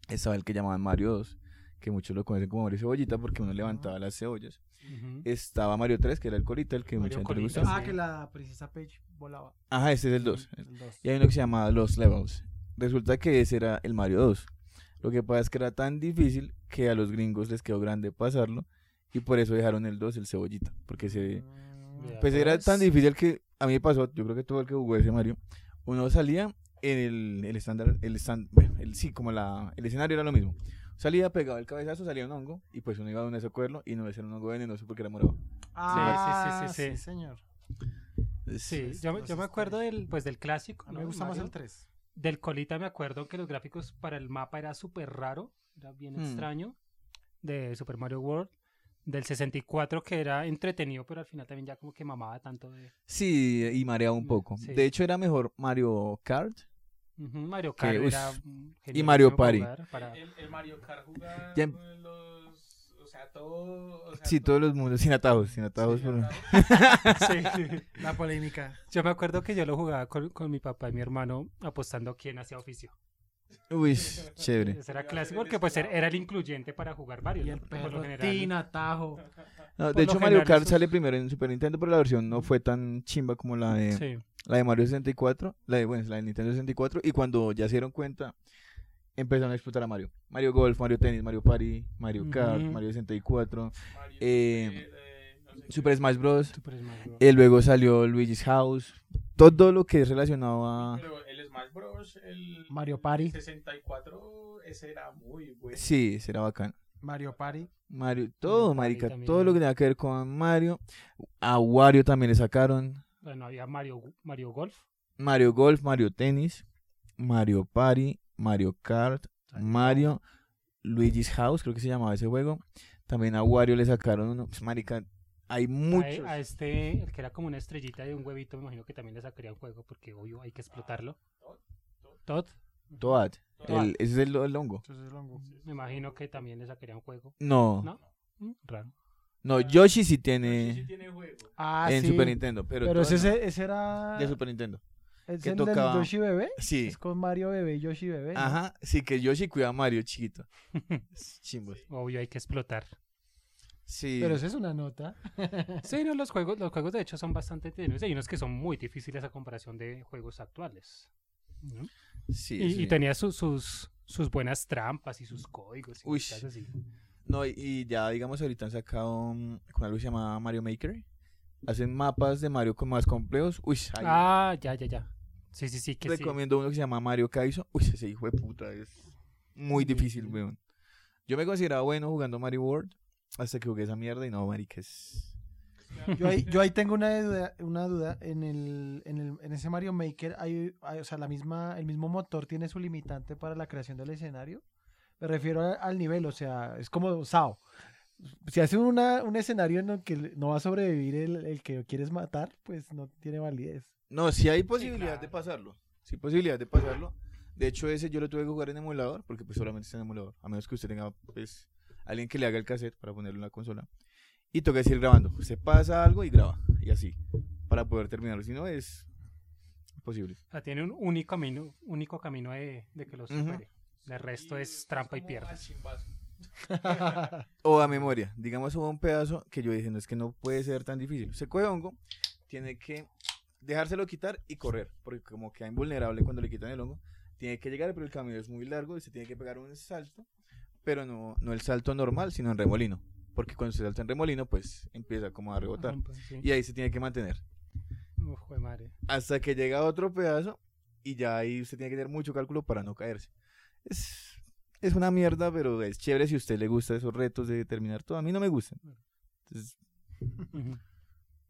Speaker 3: estaba el que llamaban Mario 2, que muchos lo conocen como Mario Cebollita porque uno levantaba las cebollas.
Speaker 1: Ujú.
Speaker 3: Estaba Mario 3, que era el colita, el que
Speaker 1: Mario
Speaker 3: mucha gente le
Speaker 1: Colita, Ah.
Speaker 3: gustaba.
Speaker 1: Sí.
Speaker 2: Ah, la princesa Peach volaba.
Speaker 3: Ajá, este es el 2.
Speaker 2: El dos.
Speaker 3: Y hay uno que se llama Los Levels. Resulta que ese era el Mario 2. Lo que pasa es que era tan difícil que a los gringos les quedó grande pasarlo y por eso dejaron el 2, el cebollita, porque se...
Speaker 2: Mm.
Speaker 1: Ya,
Speaker 3: Pues era
Speaker 1: pues.
Speaker 3: tan difícil que a mí me pasó, yo creo que todo el que jugó ese Mario, uno salía en el el estándar, el stand- bueno, el, sí, como la, el escenario era lo mismo. Salía, pegaba el cabezazo, salía un hongo y pues uno iba donde se cogerlo y no ese era un hongo venenoso porque era morado.
Speaker 1: Ah, sí, sí, sí, sí.
Speaker 2: señor.
Speaker 1: Sí, yo, me- yo me acuerdo del, pues, del clásico.
Speaker 2: A mí
Speaker 1: ¿no?
Speaker 2: me gusta más
Speaker 1: Mario.
Speaker 2: el 3.
Speaker 1: Del colita me acuerdo que los gráficos para el mapa era súper raro, era bien
Speaker 3: Hmm.
Speaker 1: extraño, de Super Mario World. Del 64 que era entretenido, pero al final también ya como que mamaba tanto de
Speaker 3: Sí, y mareaba un poco.
Speaker 1: Mm, Sí.
Speaker 3: De hecho era mejor Mario Kart.
Speaker 1: Ujú, Mario
Speaker 3: Que,
Speaker 1: Kart.
Speaker 3: uy,
Speaker 1: era mm, genial
Speaker 3: Mario
Speaker 1: para
Speaker 3: Party.
Speaker 1: jugar, para-
Speaker 4: El, el Mario Kart jugaba
Speaker 3: Ya-
Speaker 4: los... O sea, todo... O sea,
Speaker 3: Sí, todos los mundos, sin atajos, sin atajos.
Speaker 4: sí,
Speaker 3: pero-
Speaker 4: claro.
Speaker 1: Sí.
Speaker 2: La polémica.
Speaker 1: Yo me acuerdo que yo lo jugaba con, con mi papá y mi hermano apostando quién hacía oficio.
Speaker 3: Uy,
Speaker 1: Ese era
Speaker 3: chévere.
Speaker 4: Iba a ser
Speaker 1: clásico
Speaker 4: el
Speaker 1: porque pues
Speaker 4: esclavo.
Speaker 1: era el incluyente para jugar varios.
Speaker 2: este Y
Speaker 1: ¿no?
Speaker 2: el
Speaker 1: Porque por lo
Speaker 2: perro,
Speaker 1: general-
Speaker 2: Tina, Tajo.
Speaker 3: No,
Speaker 1: Por
Speaker 3: de
Speaker 1: lo
Speaker 3: hecho Mario
Speaker 1: general
Speaker 3: Kart
Speaker 1: esos-
Speaker 3: sale primero en Super Nintendo, pero la versión no fue tan chimba como la de...
Speaker 1: Sí.
Speaker 3: La de Mario 64, la de, bueno, la de Nintendo 64, y cuando ya se dieron cuenta, empezaron a explotar a Mario. Mario Golf, Mario Tennis, Mario Party, Mario Kart,
Speaker 1: Ujú.
Speaker 3: Mario 64,
Speaker 4: Mario,
Speaker 3: Eh,
Speaker 4: eh, no sé qué.
Speaker 3: Super Smash Bros.
Speaker 1: Super Smash Bros.
Speaker 3: eh, luego salió Luigi's House, todo lo que es relacionado a...
Speaker 4: Pero el Smash Bros. El,
Speaker 2: Mario Party.
Speaker 4: el 64, ese era muy bueno.
Speaker 3: Sí, será bacán.
Speaker 2: Mario Party.
Speaker 3: Mario, todo,
Speaker 1: Party
Speaker 3: marica,
Speaker 1: también
Speaker 3: todo
Speaker 1: era-
Speaker 3: lo que tenía que ver con Mario. A Wario también le sacaron.
Speaker 1: Bueno, había Mario, Mario Golf.
Speaker 3: Mario Golf, Mario Tennis, Mario Party, Mario Kart, Mario, Luigi's House, creo que se llamaba ese juego. También a Wario le sacaron uno. Pues, marica, hay muchos.
Speaker 1: A, a este, el que era como una estrellita de un huevito, me imagino que también le sacaría un juego porque obvio hay que explotarlo. Todd,
Speaker 3: Toad.
Speaker 1: Toad.
Speaker 3: El, ese es el, el hongo.
Speaker 2: Entonces, Longo.
Speaker 1: me imagino que también le sacaría un juego.
Speaker 3: No, no.
Speaker 1: ¿No? Mm, Raro.
Speaker 3: Yoshi sí
Speaker 4: Pero sí
Speaker 3: tiene
Speaker 4: tiene juego.
Speaker 2: Ah,
Speaker 3: en
Speaker 2: sí.
Speaker 3: Super Nintendo, pero,
Speaker 2: Pero
Speaker 3: Toad
Speaker 2: ese,
Speaker 3: no,
Speaker 2: ese- ese era.
Speaker 3: de Super Nintendo.
Speaker 2: ¿Es
Speaker 3: que
Speaker 2: el
Speaker 3: tocaba-
Speaker 2: del Yoshi Bebé?
Speaker 3: Sí.
Speaker 2: Es con Mario Bebé y Yoshi Bebé. ¿no?
Speaker 3: Ajá, sí que Yoshi cuida a Mario chiquito. Chimbos.
Speaker 1: Obvio hay que explotar.
Speaker 3: Sí.
Speaker 2: Pero esa es una nota.
Speaker 1: Sí, no, los juegos, los juegos de hecho son bastante entretenidos. Hay unos que son muy difíciles a comparación de juegos actuales. ¿no?
Speaker 3: sí,
Speaker 1: y,
Speaker 3: sí.
Speaker 1: y tenía su- sus, sus buenas trampas y sus códigos. Y
Speaker 3: Uy.
Speaker 1: cosas así.
Speaker 3: No, y, y ya digamos ahorita han sacado mm, con algo que se llama Mario Maker. Hacen mapas de Mario con más complejos. Uy, ahí
Speaker 1: Ah, ya, ya, ya. Sí, sí, sí, que sí.
Speaker 3: recomiendo uno que se llama Mario Kaizo. Uy, ese hijo de puta es muy difícil, weón. Yo me consideraba bueno jugando Mario World hasta que jugué esa mierda y no, marica, es...
Speaker 2: Yo ahí, yo ahí tengo una duda, una duda. En el, en el, en ese Mario Maker hay, hay- o sea, la misma, el mismo motor tiene su limitante para la creación del escenario. Me refiero a- al nivel, o sea, es como Sao. Si hace una, un escenario en el que no va a sobrevivir el, el que quieres matar, pues no tiene validez.
Speaker 3: No, sí hay posibilidad
Speaker 1: claro.
Speaker 3: de pasarlo. Sí hay posibilidad de pasarlo. De hecho, ese yo lo tuve que jugar en emulador, porque pues solamente está en emulador. A menos que usted tenga, pues, alguien que le haga el cassette para ponerlo en la consola. Y toca decir grabando. Usted pasa algo y graba. Y así. Para poder terminarlo. Si no, es imposible.
Speaker 1: O sea, tiene un único camino, único camino de, de que lo
Speaker 3: Ujú.
Speaker 1: supere. El resto
Speaker 4: Y
Speaker 1: es trampa y
Speaker 4: como
Speaker 1: pierda.
Speaker 4: a chimbazo.
Speaker 3: O a memoria. Digamos, hubo un pedazo que yo dije, no es que no puede ser tan difícil. Se coge hongo, tiene que dejárselo quitar y correr, porque como queda invulnerable cuando le quitan el hongo, tiene que llegar, pero el camino es muy largo y se tiene que pegar un salto, pero no, no el salto normal, sino en remolino, porque cuando se salta en remolino, pues empieza como a rebotar.
Speaker 1: Ajá, pues, sí.
Speaker 3: Y ahí se tiene que mantener.
Speaker 1: Uf, jue madre.
Speaker 3: Hasta que llega otro pedazo y ya ahí usted tiene que tener mucho cálculo para no caerse. Es, es una mierda, pero es chévere si a usted le gusta esos retos de terminar todo. A mí no me gustan. Entonces,
Speaker 1: Ujú.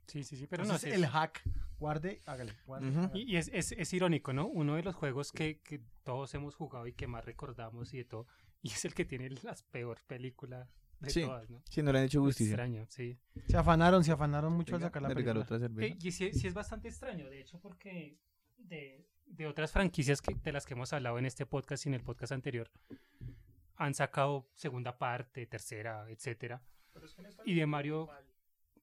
Speaker 1: Sí, sí, sí, pero
Speaker 2: Ese
Speaker 1: no
Speaker 2: es
Speaker 1: sí,
Speaker 2: el hack. Guarde, hágale. guarde,
Speaker 3: Ujú.
Speaker 2: hágale.
Speaker 1: Y, y es, es, es irónico, ¿no? Uno de los juegos que, que todos hemos jugado y que más recordamos y de todo, y es el que tiene las peor películas de
Speaker 3: Sí.
Speaker 1: todas, ¿no?
Speaker 3: Sí, no le han hecho justicia.
Speaker 1: Extraño, sí.
Speaker 2: Se afanaron, se afanaron mucho al
Speaker 3: Venga,
Speaker 2: sacar la
Speaker 3: le regaló
Speaker 2: película.
Speaker 3: otra cerveza.
Speaker 1: Eh, y sí, sí es bastante extraño, de hecho, porque de, de otras franquicias que, de las que hemos hablado en este podcast y en el podcast anterior, han sacado segunda parte, tercera, etcétera.
Speaker 4: Pero es que en esta
Speaker 1: Y de Mario,
Speaker 4: mal.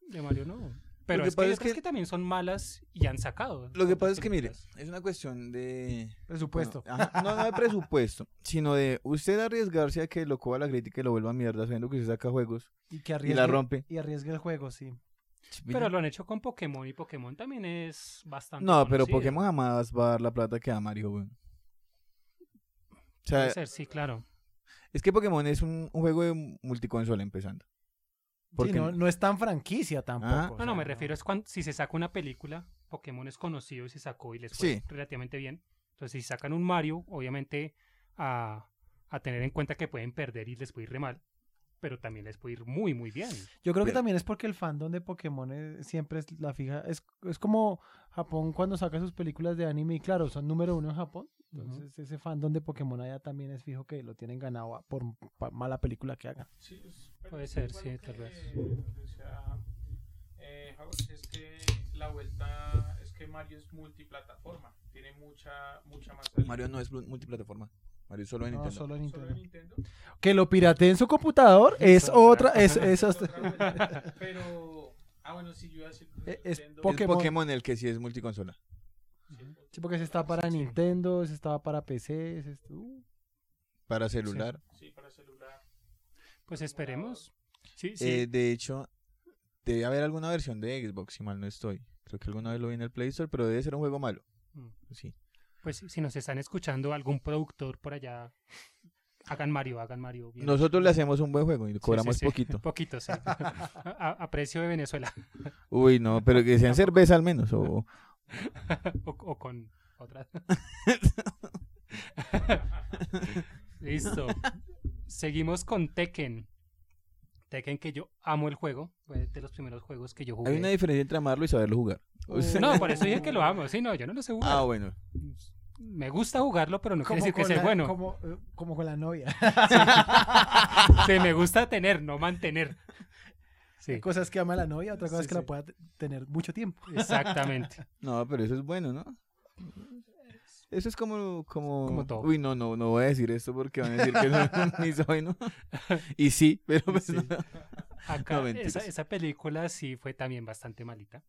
Speaker 1: de Mario no. Pero
Speaker 3: que
Speaker 1: es que,
Speaker 3: pasa
Speaker 1: yo
Speaker 3: es
Speaker 1: creo
Speaker 3: que-
Speaker 1: que también son malas y han sacado.
Speaker 3: Lo que
Speaker 1: otras
Speaker 3: pasa es que, mire,
Speaker 1: películas.
Speaker 3: es una cuestión de...
Speaker 2: Presupuesto.
Speaker 3: bueno, ajá, no, no de presupuesto, sino de usted arriesgarse a que lo coja la crítica y lo vuelva a mierda sabiendo que usted saca juegos
Speaker 2: y que
Speaker 3: y
Speaker 2: arriesgue,
Speaker 3: la rompe.
Speaker 2: y arriesgue el juego, sí.
Speaker 1: Pero lo han hecho con Pokémon y Pokémon también es bastante.
Speaker 3: No, pero
Speaker 1: conocido.
Speaker 3: Pokémon jamás va a dar la plata que da Mario, weón. O
Speaker 1: Puede
Speaker 3: sea,
Speaker 1: ser, sí, claro.
Speaker 3: Es que Pokémon es un, un juego de multiconsola empezando.
Speaker 2: Sí, no, no es tan franquicia tampoco.
Speaker 3: Ah.
Speaker 2: o
Speaker 1: No, no,
Speaker 2: sea,
Speaker 1: me refiero es cuando, si se saca una película, Pokémon es conocido y se sacó y les fue
Speaker 3: Sí.
Speaker 1: relativamente bien. Entonces, si sacan un Mario, obviamente a, a tener en cuenta que pueden perder y les puede ir re mal, pero también les puede ir muy, muy bien.
Speaker 2: Yo creo que
Speaker 3: Pero-
Speaker 2: también es porque el fandom de Pokémon es- siempre es la fija. Es, es como Japón cuando saca sus películas de anime y claro, son número uno en Japón. Entonces ese fandom de Pokémon allá también es fijo que lo tienen ganado a- por pa- mala película que hagan.
Speaker 4: Sí, es-
Speaker 1: Puede
Speaker 4: es
Speaker 1: ser,
Speaker 4: igual
Speaker 1: sí,
Speaker 4: lo
Speaker 1: tal vez.
Speaker 4: decía, eh, Howard, es que la vuelta es que Mario es multiplataforma. Tiene mucha, mucha más. salida.
Speaker 3: Pues Mario no es plu- multiplataforma. Mario es solo en
Speaker 2: No,
Speaker 3: Nintendo.
Speaker 2: solo en
Speaker 4: Solo en
Speaker 2: Nintendo.
Speaker 4: Nintendo.
Speaker 2: Que lo pirateen en su computador es
Speaker 1: Eso,
Speaker 2: otra, es, es
Speaker 4: es
Speaker 2: hasta-
Speaker 4: otra vuelta. Pero. Ah, bueno, sí, yo iba a decir.
Speaker 2: Eh, es
Speaker 4: Nintendo-
Speaker 3: Es
Speaker 2: Pokémon.
Speaker 3: Pokémon. el que sí es multiconsola.
Speaker 2: Sí, porque ese está para Nintendo, ese estaba para PC, ese est- uh.
Speaker 3: Para celular.
Speaker 4: Sí, para celular.
Speaker 1: Pues esperemos. Sí, sí.
Speaker 3: Eh, de hecho, debe haber alguna versión de Xbox, si mal no estoy. Creo que alguna vez lo vi en el Play Store, pero debe ser un juego malo.
Speaker 1: Mm.
Speaker 3: Sí.
Speaker 1: Pues si- si nos están escuchando algún productor por allá, hagan Mario, hagan Mario. bien.
Speaker 3: Nosotros le hacemos un buen juego y cobramos
Speaker 1: sí.
Speaker 3: poquito.
Speaker 1: Poquito, sí. A, a precio de Venezuela.
Speaker 3: Uy, no, pero que sean cerveza al menos. O...
Speaker 1: O, o con otra. Listo. Seguimos con Tekken. Tekken que yo amo el juego. Fue de los primeros juegos que yo jugué.
Speaker 3: Hay una diferencia entre amarlo y saberlo jugar. O sea-
Speaker 1: No, por eso dije que lo amo. Sí, no, yo no lo sé jugar.
Speaker 3: Ah, bueno.
Speaker 1: Me gusta jugarlo, pero no quiere
Speaker 2: Como
Speaker 1: decir que
Speaker 2: con
Speaker 1: sea
Speaker 2: la-
Speaker 1: bueno.
Speaker 2: Como, eh, como con la novia.
Speaker 1: Sí, me gusta tener, no mantener. Sí,
Speaker 2: Cosas que ama la novia, otra cosa
Speaker 1: Sí,
Speaker 2: es que
Speaker 1: sí.
Speaker 2: la pueda t- tener mucho tiempo.
Speaker 1: exactamente.
Speaker 3: No, pero eso es bueno, ¿no? Eso es como, como...
Speaker 1: Como todo.
Speaker 3: Uy, no, no, no voy a decir esto porque van a decir que no, ni soy, ¿no? Y sí, pero pues
Speaker 1: Sí.
Speaker 3: no.
Speaker 1: Acá,
Speaker 3: No, mentiras.
Speaker 1: esa, esa película sí fue también bastante malita.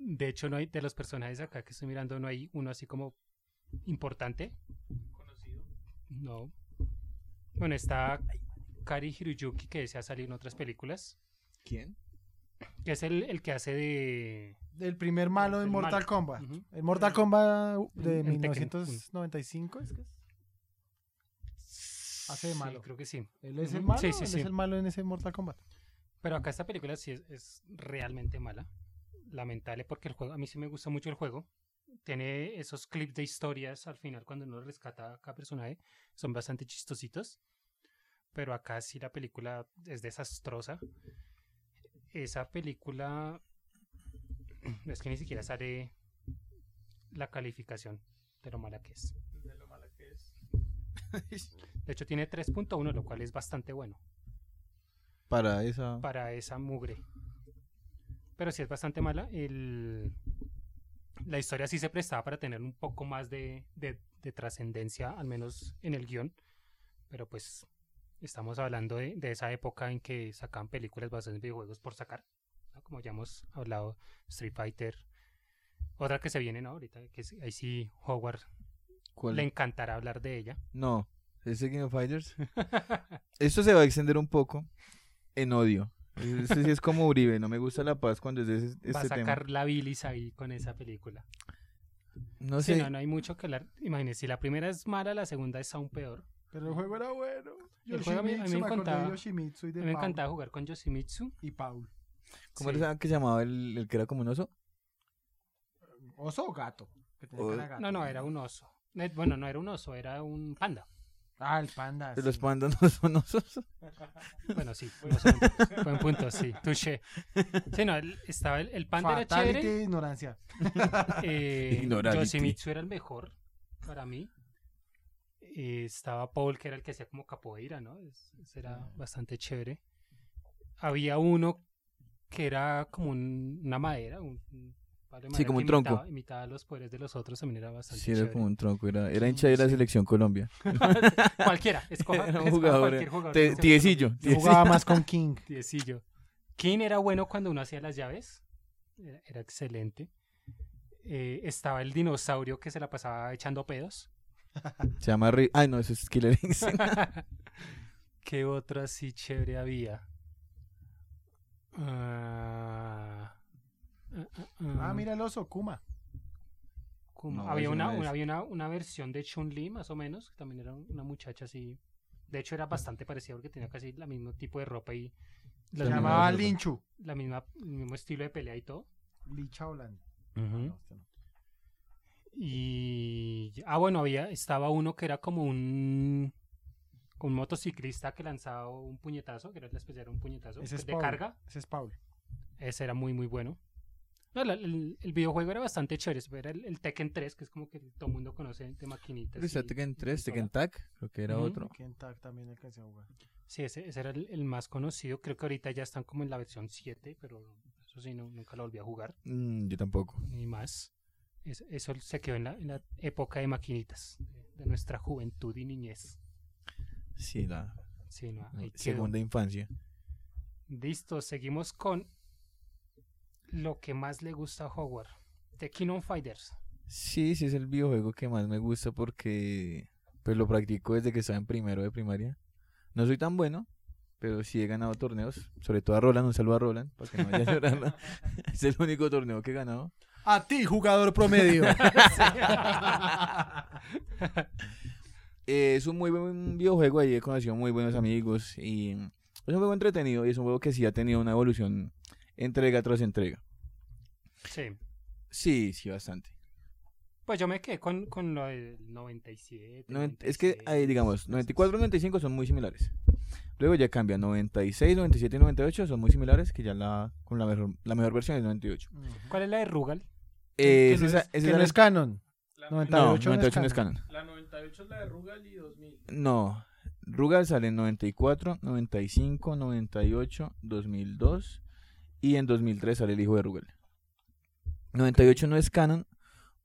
Speaker 1: De hecho, no hay de los personajes acá que estoy mirando, no hay uno así como importante.
Speaker 4: Conocido.
Speaker 1: No. Bueno, está Kari Hiruyuki, que desea salir en otras películas.
Speaker 3: ¿Quién?
Speaker 1: Que es el, el que hace de.
Speaker 2: El primer malo en
Speaker 1: El
Speaker 2: Mortal
Speaker 1: malo.
Speaker 2: Kombat.
Speaker 1: Ujú.
Speaker 2: El Mortal Kombat
Speaker 1: En-
Speaker 2: de
Speaker 1: en Tekken.
Speaker 2: 1995, ¿es que es? Hace de
Speaker 1: Sí,
Speaker 2: malo.
Speaker 1: creo que sí.
Speaker 2: ¿Él es el
Speaker 1: Ujú.
Speaker 2: malo?
Speaker 1: Sí, sí,
Speaker 2: ¿Él
Speaker 1: sí.
Speaker 2: es el malo en ese Mortal Kombat?
Speaker 1: Pero acá esta película sí es, es realmente mala. Lamentable porque el juego, a mí sí me gusta mucho el juego. Tiene esos clips de historias al final cuando uno rescata a cada personaje. Son bastante chistositos. Pero acá sí la película es desastrosa. Esa película... Es que ni siquiera sale la calificación de lo mala que es.
Speaker 4: De lo mala que es.
Speaker 1: De hecho tiene 3.1, lo cual es bastante bueno.
Speaker 3: Para esa...
Speaker 1: para esa mugre. Pero sí es bastante mala. El... La historia sí se prestaba para tener un poco más de, de- de trascendencia, al menos en el guión. Pero pues estamos hablando de, de esa época en que sacaban películas basadas en videojuegos por sacar. ¿no? Como ya hemos hablado, Street Fighter. Otra que se viene ¿no? ahorita, que sí- ahí sí Howard
Speaker 3: ¿Cuál?
Speaker 1: le encantará hablar de ella.
Speaker 3: No, ese King of Fighters. Esto se va a extender un poco en odio. Este sí es como Uribe, no me gusta la paz cuando es de ese-
Speaker 1: Va a
Speaker 3: este tema.
Speaker 1: sacar la bilis ahí con esa película.
Speaker 3: No
Speaker 1: Sí,
Speaker 3: sé.
Speaker 1: no, no hay mucho que hablar. Imagínense, si la primera es mala, la segunda es aún peor.
Speaker 2: Pero el juego era bueno.
Speaker 1: El juego a mí- a mí
Speaker 2: Yoshimitsu,
Speaker 1: me
Speaker 2: me acordé de
Speaker 1: encantaba.
Speaker 2: Yoshimitsu y
Speaker 1: A
Speaker 2: de
Speaker 1: mí me
Speaker 2: Paul.
Speaker 1: encantaba jugar con Yoshimitsu.
Speaker 2: Y Paul.
Speaker 3: ¿Cómo
Speaker 1: Sí.
Speaker 3: era que se llamaba el, el que era como un oso?
Speaker 2: ¿Oso o gato? Que tenía
Speaker 3: O-
Speaker 2: cara de gato.
Speaker 1: No, no, era un oso. Eh, Bueno, no era un oso, era un panda.
Speaker 2: Ah, el panda.
Speaker 3: Pero Los
Speaker 2: sí.
Speaker 3: pandas no son osos.
Speaker 1: Bueno, sí, no son- buen punto, sí, touché. Sí, no, el- estaba el, el panda
Speaker 2: Fatality
Speaker 1: era chévere.
Speaker 2: de ignorancia.
Speaker 1: Eh,
Speaker 3: Ignorality.
Speaker 1: Yoshimitsu era el mejor para mí. Eh, estaba Paul, que era el que hacía como capoeira, ¿no? Es- ese era bastante chévere. Había uno que era como un- una madera, un, un palo de
Speaker 3: Sí,
Speaker 1: madera
Speaker 3: como
Speaker 1: que
Speaker 3: un tronco.
Speaker 1: Imitaba, imitaba los poderes de los otros, también era bastante
Speaker 3: Sí, era
Speaker 1: chévere.
Speaker 3: como un tronco. Era, era hincha de la selección Colombia.
Speaker 1: Cualquiera, escoja,
Speaker 3: Era un
Speaker 1: escoja
Speaker 3: jugador,
Speaker 1: cualquier
Speaker 3: eh.
Speaker 1: jugador.
Speaker 3: Te- Tiecillo.
Speaker 2: Yo
Speaker 3: tiecillo.
Speaker 2: jugaba más con King.
Speaker 1: Tiecillo. King era bueno cuando uno hacía las llaves. Era, era excelente. Eh, estaba el dinosaurio que se la pasaba echando pedos.
Speaker 3: Se llama Ri- Ay, no, eso es Killer Instinct.
Speaker 1: ¿Qué otro así chévere había? Ah, ah, ah, ah.
Speaker 2: Ah, mira el oso, Kuma.
Speaker 1: Kuma.
Speaker 3: No,
Speaker 1: había
Speaker 3: ese
Speaker 1: una,
Speaker 3: no es.
Speaker 1: una- había una, una versión de Chun-Li, más o menos, que también era una muchacha así. De hecho, era bastante parecida porque tenía casi el mismo tipo de ropa y
Speaker 2: Se
Speaker 1: las
Speaker 3: Terminado
Speaker 2: llamaba
Speaker 1: mismas-
Speaker 3: de-
Speaker 2: Linchu.
Speaker 1: la misma, el mismo estilo de pelea y todo.
Speaker 2: Licha Holland.
Speaker 1: ¿Mm?
Speaker 2: No, este no.
Speaker 1: Y. Ah, bueno, había, estaba uno que era como un. Un motociclista que lanzaba un puñetazo, que era la especial, un puñetazo
Speaker 2: Ese es
Speaker 1: de
Speaker 2: Paul.
Speaker 1: carga.
Speaker 2: Ese es Paul.
Speaker 1: Ese era muy, muy bueno. No, la- el, el videojuego era bastante chévere. Era el, el Tekken 3, que es como que todo el mundo conoce de maquinitas.
Speaker 3: Está
Speaker 1: y-
Speaker 3: Tekken
Speaker 1: y
Speaker 3: 3,
Speaker 1: pistola.
Speaker 3: Tekken Tag, creo que era
Speaker 1: Ujú.
Speaker 3: otro.
Speaker 2: Kentuck también alcancé a jugar.
Speaker 1: Sí, ese, ese era el, el más conocido. Creo que ahorita ya están como en la versión 7, pero eso sí, no, nunca lo volví a jugar,
Speaker 3: Mm, yo tampoco.
Speaker 1: ni más. Es- eso se quedó en la, en la época de maquinitas, de, de nuestra juventud y niñez.
Speaker 3: Sí, la
Speaker 1: Sí, no, ahí quedó.
Speaker 3: segunda infancia.
Speaker 1: Listo, seguimos con lo que más le gusta a Howard. The Kingdom Fighters.
Speaker 3: Sí, sí es el videojuego que más me gusta porque pues lo practico desde que estaba en primero de primaria. No soy tan bueno, pero sí he ganado torneos, sobre todo a Roland, un saludo a Roland, para que no vaya a llorarla. es el único torneo que he ganado.
Speaker 2: A ti, jugador promedio.
Speaker 3: Eh, es un muy buen videojuego, ahí he conocido muy buenos amigos y mm, es un juego entretenido y es un juego que sí ha tenido una evolución entrega tras entrega.
Speaker 1: Sí.
Speaker 3: Sí, sí, bastante.
Speaker 1: Pues yo me quedé con, con lo del 97.
Speaker 3: Noven- es que,
Speaker 1: 96,
Speaker 3: ahí, digamos, 94 y 95 son muy similares. Luego ya cambia, 96, 97 y 98 son muy similares, que ya la, con la mejor, la mejor versión es 98.
Speaker 1: ¿Cuál es la de Rugal?
Speaker 2: que
Speaker 3: Eh, es
Speaker 2: no
Speaker 3: esa-
Speaker 2: es,
Speaker 3: esa
Speaker 2: que
Speaker 3: es
Speaker 2: no
Speaker 3: la-
Speaker 2: es canon.
Speaker 4: La,
Speaker 2: 90.
Speaker 3: no,
Speaker 2: 98 no es
Speaker 3: 98 no es canon.
Speaker 4: la 98 es la de Rugal y 2000.
Speaker 3: No, Rugal sale en 94, 95, 98, 2002 y en 2003 sale el hijo de Rugal. 98 no es canon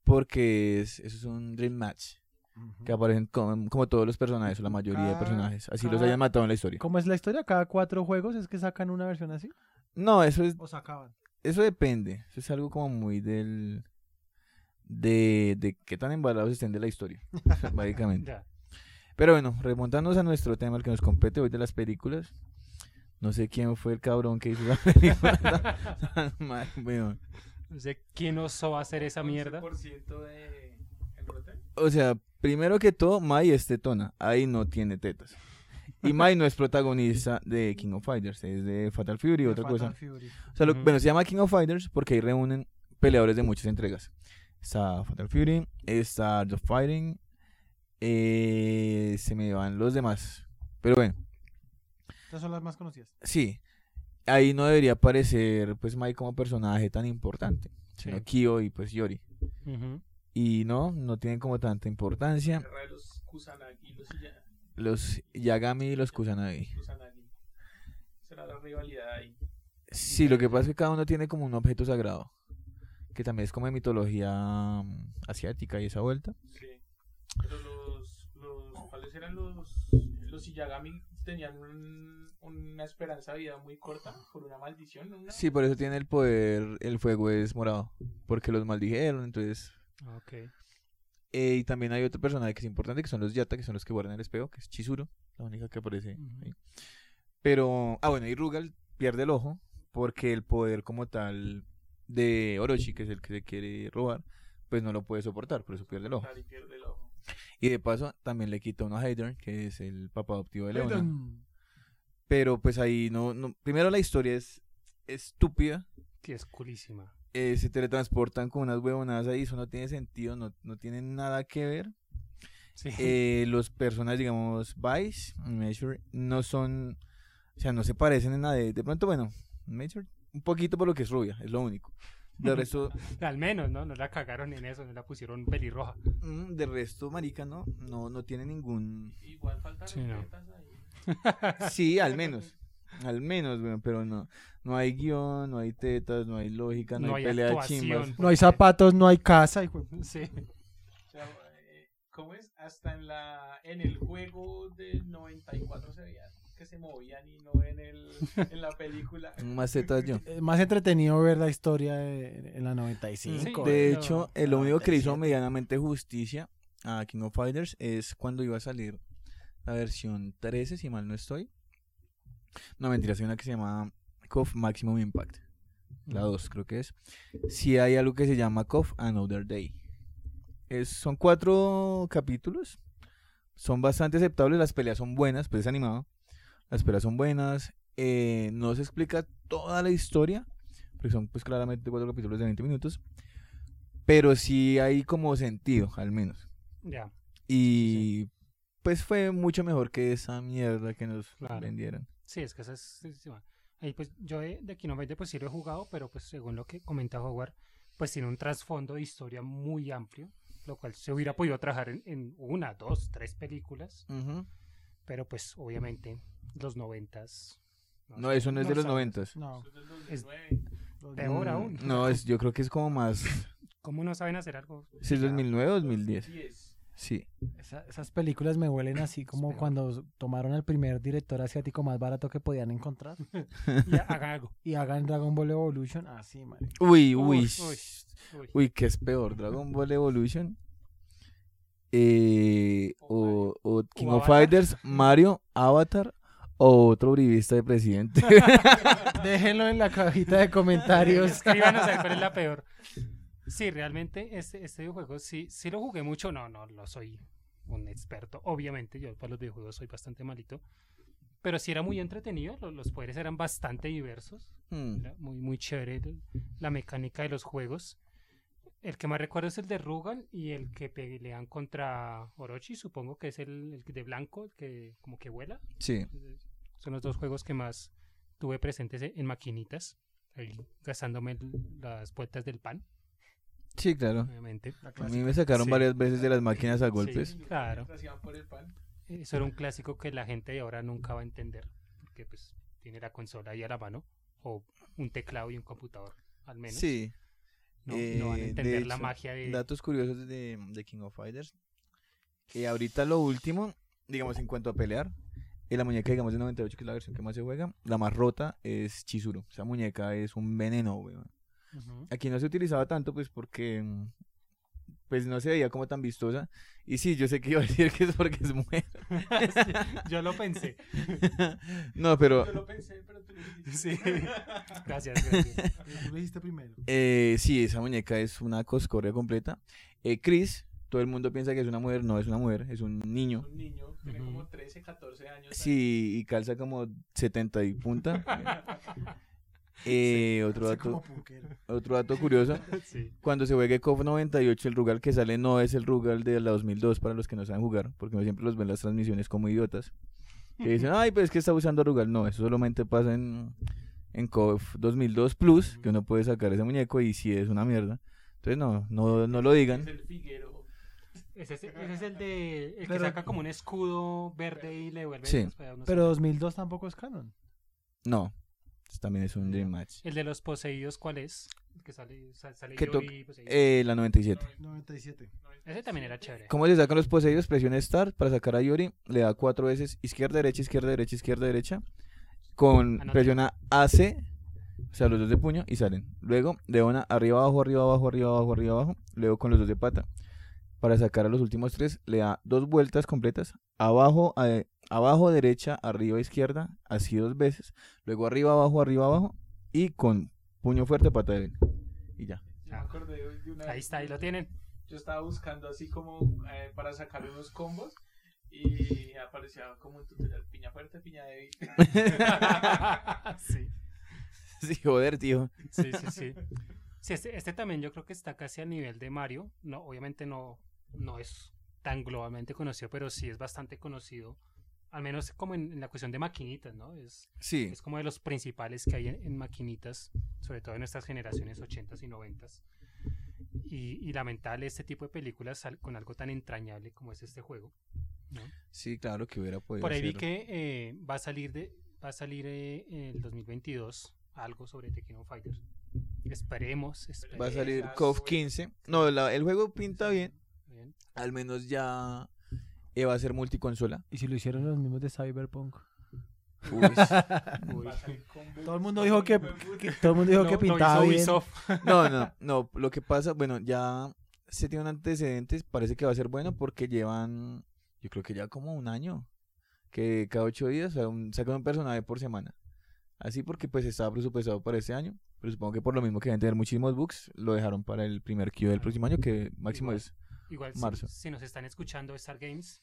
Speaker 3: porque es, eso es un Dream Match, que aparecen como, como todos los personajes, o la mayoría de
Speaker 2: Cada-
Speaker 3: personajes, así los
Speaker 2: cada-
Speaker 3: hayan matado en la historia.
Speaker 2: ¿Cómo es la historia? ¿Cada cuatro juegos es que sacan una versión así?
Speaker 3: No, eso es
Speaker 2: ¿O sacaban?
Speaker 3: Eso depende. Eso es algo como muy del. De, de qué tan embalados estén de la historia, básicamente.
Speaker 1: Ya.
Speaker 3: Pero bueno, remontándonos a nuestro tema, el que nos compete hoy de las películas. No sé quién fue el cabrón que hizo la película. tan- tan mal, weón.
Speaker 1: No sé quién osó hacer esa mierda.
Speaker 4: 11% de enrote.
Speaker 3: O sea, primero que todo, Mai es tetona. Ahí no tiene tetas. Y Mai no es protagonista de King of Fighters, es de Fatal Fury y otra cosa. O sea, lo-
Speaker 1: Ujú.
Speaker 3: bueno, se llama King of Fighters porque ahí reúnen peleadores de muchas entregas. Está Fatal Fury, está Art of Fighting, eh, se me van los demás. Pero bueno,
Speaker 2: Estas son las más conocidas.
Speaker 3: sí, ahí no debería aparecer pues Mai como personaje tan importante,
Speaker 1: Sí.
Speaker 3: sino Kyo y pues Yori.
Speaker 1: Ujú.
Speaker 3: Y no, no tienen como tanta importancia
Speaker 4: Guerra de los Kusanagi. Los Iya-
Speaker 3: los Yagami y los Kusanagi.
Speaker 4: Kusanagi. Pues, Será la rivalidad ahí.
Speaker 3: Sí, lo que pasa es que cada uno tiene como un objeto sagrado, que también es como de mitología mm, asiática y esa vuelta.
Speaker 4: Sí. Pero los, los ¿cuáles eran los los Iyagami tenían un- una esperanza de vida muy corta por una maldición, ¿no?
Speaker 3: Sí, por eso tiene el poder, el fuego es morado, porque los maldijeron, entonces...
Speaker 1: Ah, ok.
Speaker 3: Eh, y también hay otro personaje que es importante, que son los Yata, que son los que guardan el espejo, que es Chizuru, la única que aparece
Speaker 2: Mm.
Speaker 1: Ujú.
Speaker 3: ahí. Pero, ah bueno, y Rugal pierde el ojo, porque el poder como tal de Orochi, que es el que se quiere robar, pues no lo puede soportar, por eso pierde el ojo.
Speaker 4: Y pierde el ojo.
Speaker 3: Y de paso, también le quita uno a Hadrian, que es el papá adoptivo de Leona. Pero pues ahí no, no... Primero la historia es estúpida,
Speaker 1: Que es culísima.
Speaker 3: eh, se teletransportan con unas huevonadas ahí, eso no tiene sentido, no, no tiene nada que ver.
Speaker 1: Sí.
Speaker 3: Eh, los personajes, digamos, Vice, Measure, no son, o sea, no se parecen en nada. De, de pronto, bueno, Measure, un poquito por lo que es rubia, es lo único. De resto,
Speaker 1: Al menos, ¿no? No la cagaron en eso, no la pusieron pelirroja.
Speaker 3: mm, de resto, marica, no, no, no tiene ningún...
Speaker 4: Igual faltan
Speaker 1: Sí, no.
Speaker 4: respetas ahí.
Speaker 3: Sí, al menos. Al menos, bueno, pero no, no hay guión, no hay tetas, no hay lógica, no, hay, pelea de chimbas.
Speaker 1: actuación,
Speaker 2: No
Speaker 1: porque-
Speaker 2: hay zapatos, no hay casa. hijo de-
Speaker 1: Sí.
Speaker 4: O sea, eh, ¿cómo es? Hasta en la en el juego del 94 se veía que se movían y no en el en la película.
Speaker 3: Más tetas yo.
Speaker 2: Eh, más entretenido ver la historia de- en la 95.
Speaker 1: Sí.
Speaker 3: De
Speaker 1: Bueno,
Speaker 3: hecho, eh, lo único que le hizo
Speaker 2: 97.
Speaker 3: medianamente justicia a King of Fighters es cuando iba a salir la versión 13, si mal no estoy. No, mentira, hay una que se llama KOF Maximum Impact. La 2, creo que es. Si hay algo que se llama KOF Another Day. es- son cuatro capítulos. Son bastante aceptables. Las peleas son buenas, pues es animado. Las peleas son buenas. eh, no se explica toda la historia. Porque son pues claramente cuatro capítulos de 20 minutos. Pero sí hay como sentido, al menos.
Speaker 1: Ya,
Speaker 3: Y pues fue mucho mejor que esa mierda que nos
Speaker 1: Claro.
Speaker 3: vendieron.
Speaker 1: sí, es que esa es... es- sí, va. Ahí pues yo de, de Kingdom Hearts, de pues sí lo he jugado, pero pues según lo que comenta Howard, pues tiene un trasfondo de historia muy amplio, lo cual se hubiera podido trabajar en, en una, dos, tres películas, pero pues obviamente los noventas...
Speaker 3: No, eso no es de los
Speaker 2: sabes.
Speaker 3: noventas.
Speaker 2: No.
Speaker 4: Eso es del
Speaker 1: Es-
Speaker 4: 2009.
Speaker 1: Peor
Speaker 3: Mm,
Speaker 1: aún.
Speaker 3: No, es, yo creo que es como más.
Speaker 1: ¿Cómo no saben hacer algo?
Speaker 3: Si es 2009 o 2010.
Speaker 4: 2010.
Speaker 3: Sí.
Speaker 2: Esa- esas películas me huelen así como
Speaker 1: peor.
Speaker 2: cuando tomaron al primer director asiático más barato que podían encontrar
Speaker 1: Ya, hagan algo.
Speaker 2: y hagan Dragon Ball Evolution Ah, así, madre.
Speaker 3: Uy,
Speaker 1: Uy,
Speaker 3: uy.
Speaker 1: uy. Uy,
Speaker 3: Uy, ¿qué es peor? ¿Dragon Ball Evolution? Eh, o, o King of
Speaker 1: Avatar.
Speaker 3: Fighters, Mario, Avatar o otro brivista de presidente.
Speaker 2: Déjenlo en la cajita de comentarios.
Speaker 1: Escríbanos a ver cuál es la peor. Sí, realmente este, este videojuego sí, sí lo jugué mucho. No, no, no soy un experto. Obviamente, yo para los videojuegos soy bastante malito. Pero sí era muy entretenido. lo- Los, poderes eran bastante diversos.
Speaker 3: Hmm,
Speaker 1: Era muy, muy chévere el- la mecánica de los juegos. El que más recuerdo es el de Rugal y el que pelean contra Orochi, supongo que es el, el de blanco, el que como que vuela.
Speaker 3: sí.
Speaker 1: Son los dos juegos que más tuve presentes e, en en maquinitas. Ahí gastándome el- las puertas del pan,
Speaker 3: Sí, claro.
Speaker 1: obviamente.
Speaker 3: A mí me sacaron
Speaker 1: Sí.
Speaker 3: varias veces Ah, de las máquinas a golpes.
Speaker 1: Sí, claro.
Speaker 4: Lo hacían por el pan.
Speaker 1: Eso era un clásico que la gente de ahora nunca va a entender. Porque pues tiene la consola ahí a la mano. O un teclado y un computador, al menos. Eh,
Speaker 3: Sí.
Speaker 1: no, no van
Speaker 3: eh,
Speaker 1: a
Speaker 3: de
Speaker 1: entender la
Speaker 3: hecho,
Speaker 1: magia de...
Speaker 3: Datos curiosos de, de King of Fighters. Eh, ahorita lo último, digamos, en cuanto a pelear, eh, la muñeca, digamos, de 98, que es la versión que más se juega, la más rota es Chizuru. Esa muñeca es un veneno, weón.
Speaker 1: Ujú.
Speaker 3: Aquí no se utilizaba tanto, pues, porque. mm, Pues no se veía como tan vistosa. Y sí, yo sé que iba a decir que es porque es mujer.
Speaker 1: Yo lo pensé.
Speaker 3: No, pero
Speaker 4: Yo lo pensé, pero tú lo dijiste.
Speaker 1: Sí. Gracias, gracias.
Speaker 2: Tú lo dijiste primero.
Speaker 3: eh, sí, esa muñeca es una coscorrea completa. Eh, Chris, todo el mundo piensa que es una mujer. No es una mujer, es un niño.
Speaker 4: Un niño, tiene
Speaker 1: Ujú.
Speaker 4: como 13, 14 años.
Speaker 3: Sí, y calza como 70 y punta. Eh, otro, dato, otro dato curioso,
Speaker 1: Sí.
Speaker 3: cuando se juegue COF 98, el Rugal que sale no es el Rugal de la 2002 para los que no saben jugar, porque uno siempre los ven las transmisiones como idiotas, que dicen, ay, pero es que está usando Rugal. No, eso solamente pasa en, en COF 2002 Plus, que uno puede sacar ese muñeco y si es una mierda. Entonces no, no, no lo
Speaker 4: Es
Speaker 3: digan.
Speaker 4: el Figuero.
Speaker 1: Ese es, ese es el de... El
Speaker 2: Pero-
Speaker 1: que saca como un escudo verde y le vuelve...
Speaker 3: Sí.
Speaker 1: los pedazos.
Speaker 2: Pero 2002 tampoco es canon.
Speaker 3: No, eso también es un Dream Match.
Speaker 1: El de los poseídos, ¿cuál es? El que sale, sa- sale
Speaker 3: Que
Speaker 1: Yori,
Speaker 3: toca-
Speaker 1: poseído.
Speaker 3: Eh, la 97.
Speaker 2: 97.
Speaker 1: Ese también era chévere.
Speaker 3: ¿Cómo se sacan los poseídos? Presiona Start para sacar a Yori. Le da cuatro veces izquierda, derecha, izquierda, derecha, izquierda, derecha. Con
Speaker 1: Anote.
Speaker 3: presiona AC, o sea, los dos de puño y salen. Luego de una arriba, abajo, arriba, abajo, arriba, abajo, arriba, abajo. Luego con los dos de pata. Para sacar a los últimos tres, le da dos vueltas completas. Abajo, a- abajo, derecha, arriba, izquierda. Así dos veces. Luego arriba, abajo, arriba, abajo. Y con puño fuerte, pata débil. Y ya.
Speaker 4: Yo me acordé de- de una
Speaker 1: Ahí
Speaker 4: vez
Speaker 1: está, ahí lo tienen.
Speaker 4: Yo estaba buscando así como eh, para sacar unos combos y aparecía como un tutorial piña fuerte, piña débil.
Speaker 1: sí,
Speaker 3: Sí, joder, tío.
Speaker 1: sí, sí, sí. Sí, este, este también yo creo que está casi al nivel de Mario. No, obviamente no, no es tan globalmente conocido, pero sí es bastante conocido. Al menos como en, en la cuestión de maquinitas, ¿no? Es,
Speaker 3: Sí.
Speaker 1: es como de los principales que hay en, en maquinitas, sobre todo en estas generaciones 80s y 90s. Y, y lamentable este tipo de películas al- con algo tan entrañable como es este juego.
Speaker 3: Sí, claro que hubiera podido
Speaker 1: Por ahí vi
Speaker 3: hacerlo.
Speaker 1: que eh, va a salir de va a salir eh, el 2022 algo sobre The King of Fighters. Esperemos, esperemos.
Speaker 3: Va a salir
Speaker 4: Esas,
Speaker 3: COF
Speaker 4: güey.
Speaker 3: 15. No, la- el juego pinta bien.
Speaker 1: Bien.
Speaker 3: Al menos ya eh, va a ser multiconsola.
Speaker 2: ¿Y si lo hicieron los mismos de Cyberpunk?
Speaker 3: Uy,
Speaker 1: Uy.
Speaker 2: Todo el mundo dijo que, que- todo el mundo dijo
Speaker 1: Lo-
Speaker 2: que
Speaker 1: lo
Speaker 2: pintaba
Speaker 1: hizo
Speaker 2: bien.
Speaker 1: Ubisoft.
Speaker 3: no, no, no. Lo que pasa, bueno, ya se tiene un antecedente. Parece que va a ser bueno porque llevan, yo creo que ya como un año. Que cada ocho días sacan un, sacan un personaje por semana. Así porque pues estaba presupuestado para este año. Pero supongo que por lo mismo que deben tener muchísimos bugs, lo dejaron para el primer Q del próximo año, que máximo
Speaker 1: Igual.
Speaker 3: es
Speaker 1: Igual, si-
Speaker 3: Marzo.
Speaker 1: Si, nos están escuchando Star Games,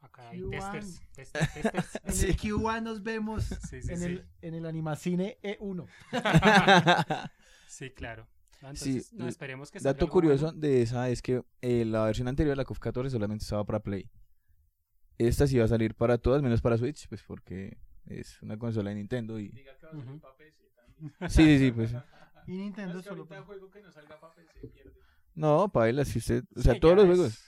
Speaker 1: acá hay
Speaker 2: Q1.
Speaker 1: testers. testers, testers.
Speaker 2: En
Speaker 3: Sí.
Speaker 2: el Q1 nos vemos
Speaker 1: Sí, sí,
Speaker 2: en,
Speaker 1: sí.
Speaker 2: El, en el Animacine E E1.
Speaker 1: Sí, claro. Ah,
Speaker 3: Sí,
Speaker 1: Entonces, no,
Speaker 3: l-
Speaker 1: esperemos que salga
Speaker 3: Dato
Speaker 1: algo
Speaker 3: curioso
Speaker 1: bueno.
Speaker 3: de esa es que eh, la versión anterior de la COF 14 solamente estaba para Play. Esta sí va a salir para todas, menos para Switch, pues porque es una consola de Nintendo y...
Speaker 4: Diga que va a salir
Speaker 1: Ujú.
Speaker 4: pa' PC también.
Speaker 3: Sí, sí, sí, pues...
Speaker 2: Y Nintendo
Speaker 4: Es que
Speaker 2: solo.
Speaker 4: ahorita juego que no salga pa' PC pierde.
Speaker 3: No, paila, si usted... O sea,
Speaker 1: Sí,
Speaker 3: todos
Speaker 1: ya
Speaker 3: los
Speaker 1: es-
Speaker 3: juegos.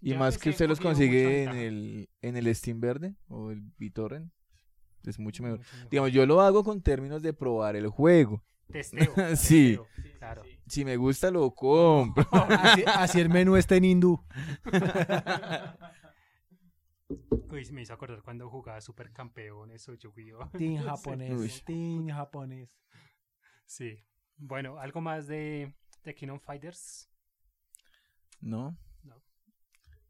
Speaker 3: Y
Speaker 1: ya
Speaker 3: más
Speaker 1: pues
Speaker 3: que
Speaker 1: he
Speaker 3: usted los
Speaker 1: cogido
Speaker 3: consigue
Speaker 1: mucha
Speaker 3: en
Speaker 1: ventaja.
Speaker 3: el, en el Steam verde o el BitTorrent, es mucho mejor.
Speaker 1: Mucho mejor.
Speaker 3: Digamos, yo lo hago con términos de probar el juego.
Speaker 1: Testeo.
Speaker 3: Sí.
Speaker 1: testeo,
Speaker 4: Sí, sí,
Speaker 1: Claro.
Speaker 4: sí.
Speaker 3: Si me gusta, lo compro.
Speaker 2: Así, así el menú está en hindú.
Speaker 1: Uy, me hizo acordar cuando jugaba Super Campeón, eso yo
Speaker 2: Team japonés.
Speaker 3: Uy.
Speaker 2: Team japonés.
Speaker 1: Sí. Bueno, algo más de, de Kingdom Fighters.
Speaker 3: No.
Speaker 1: No.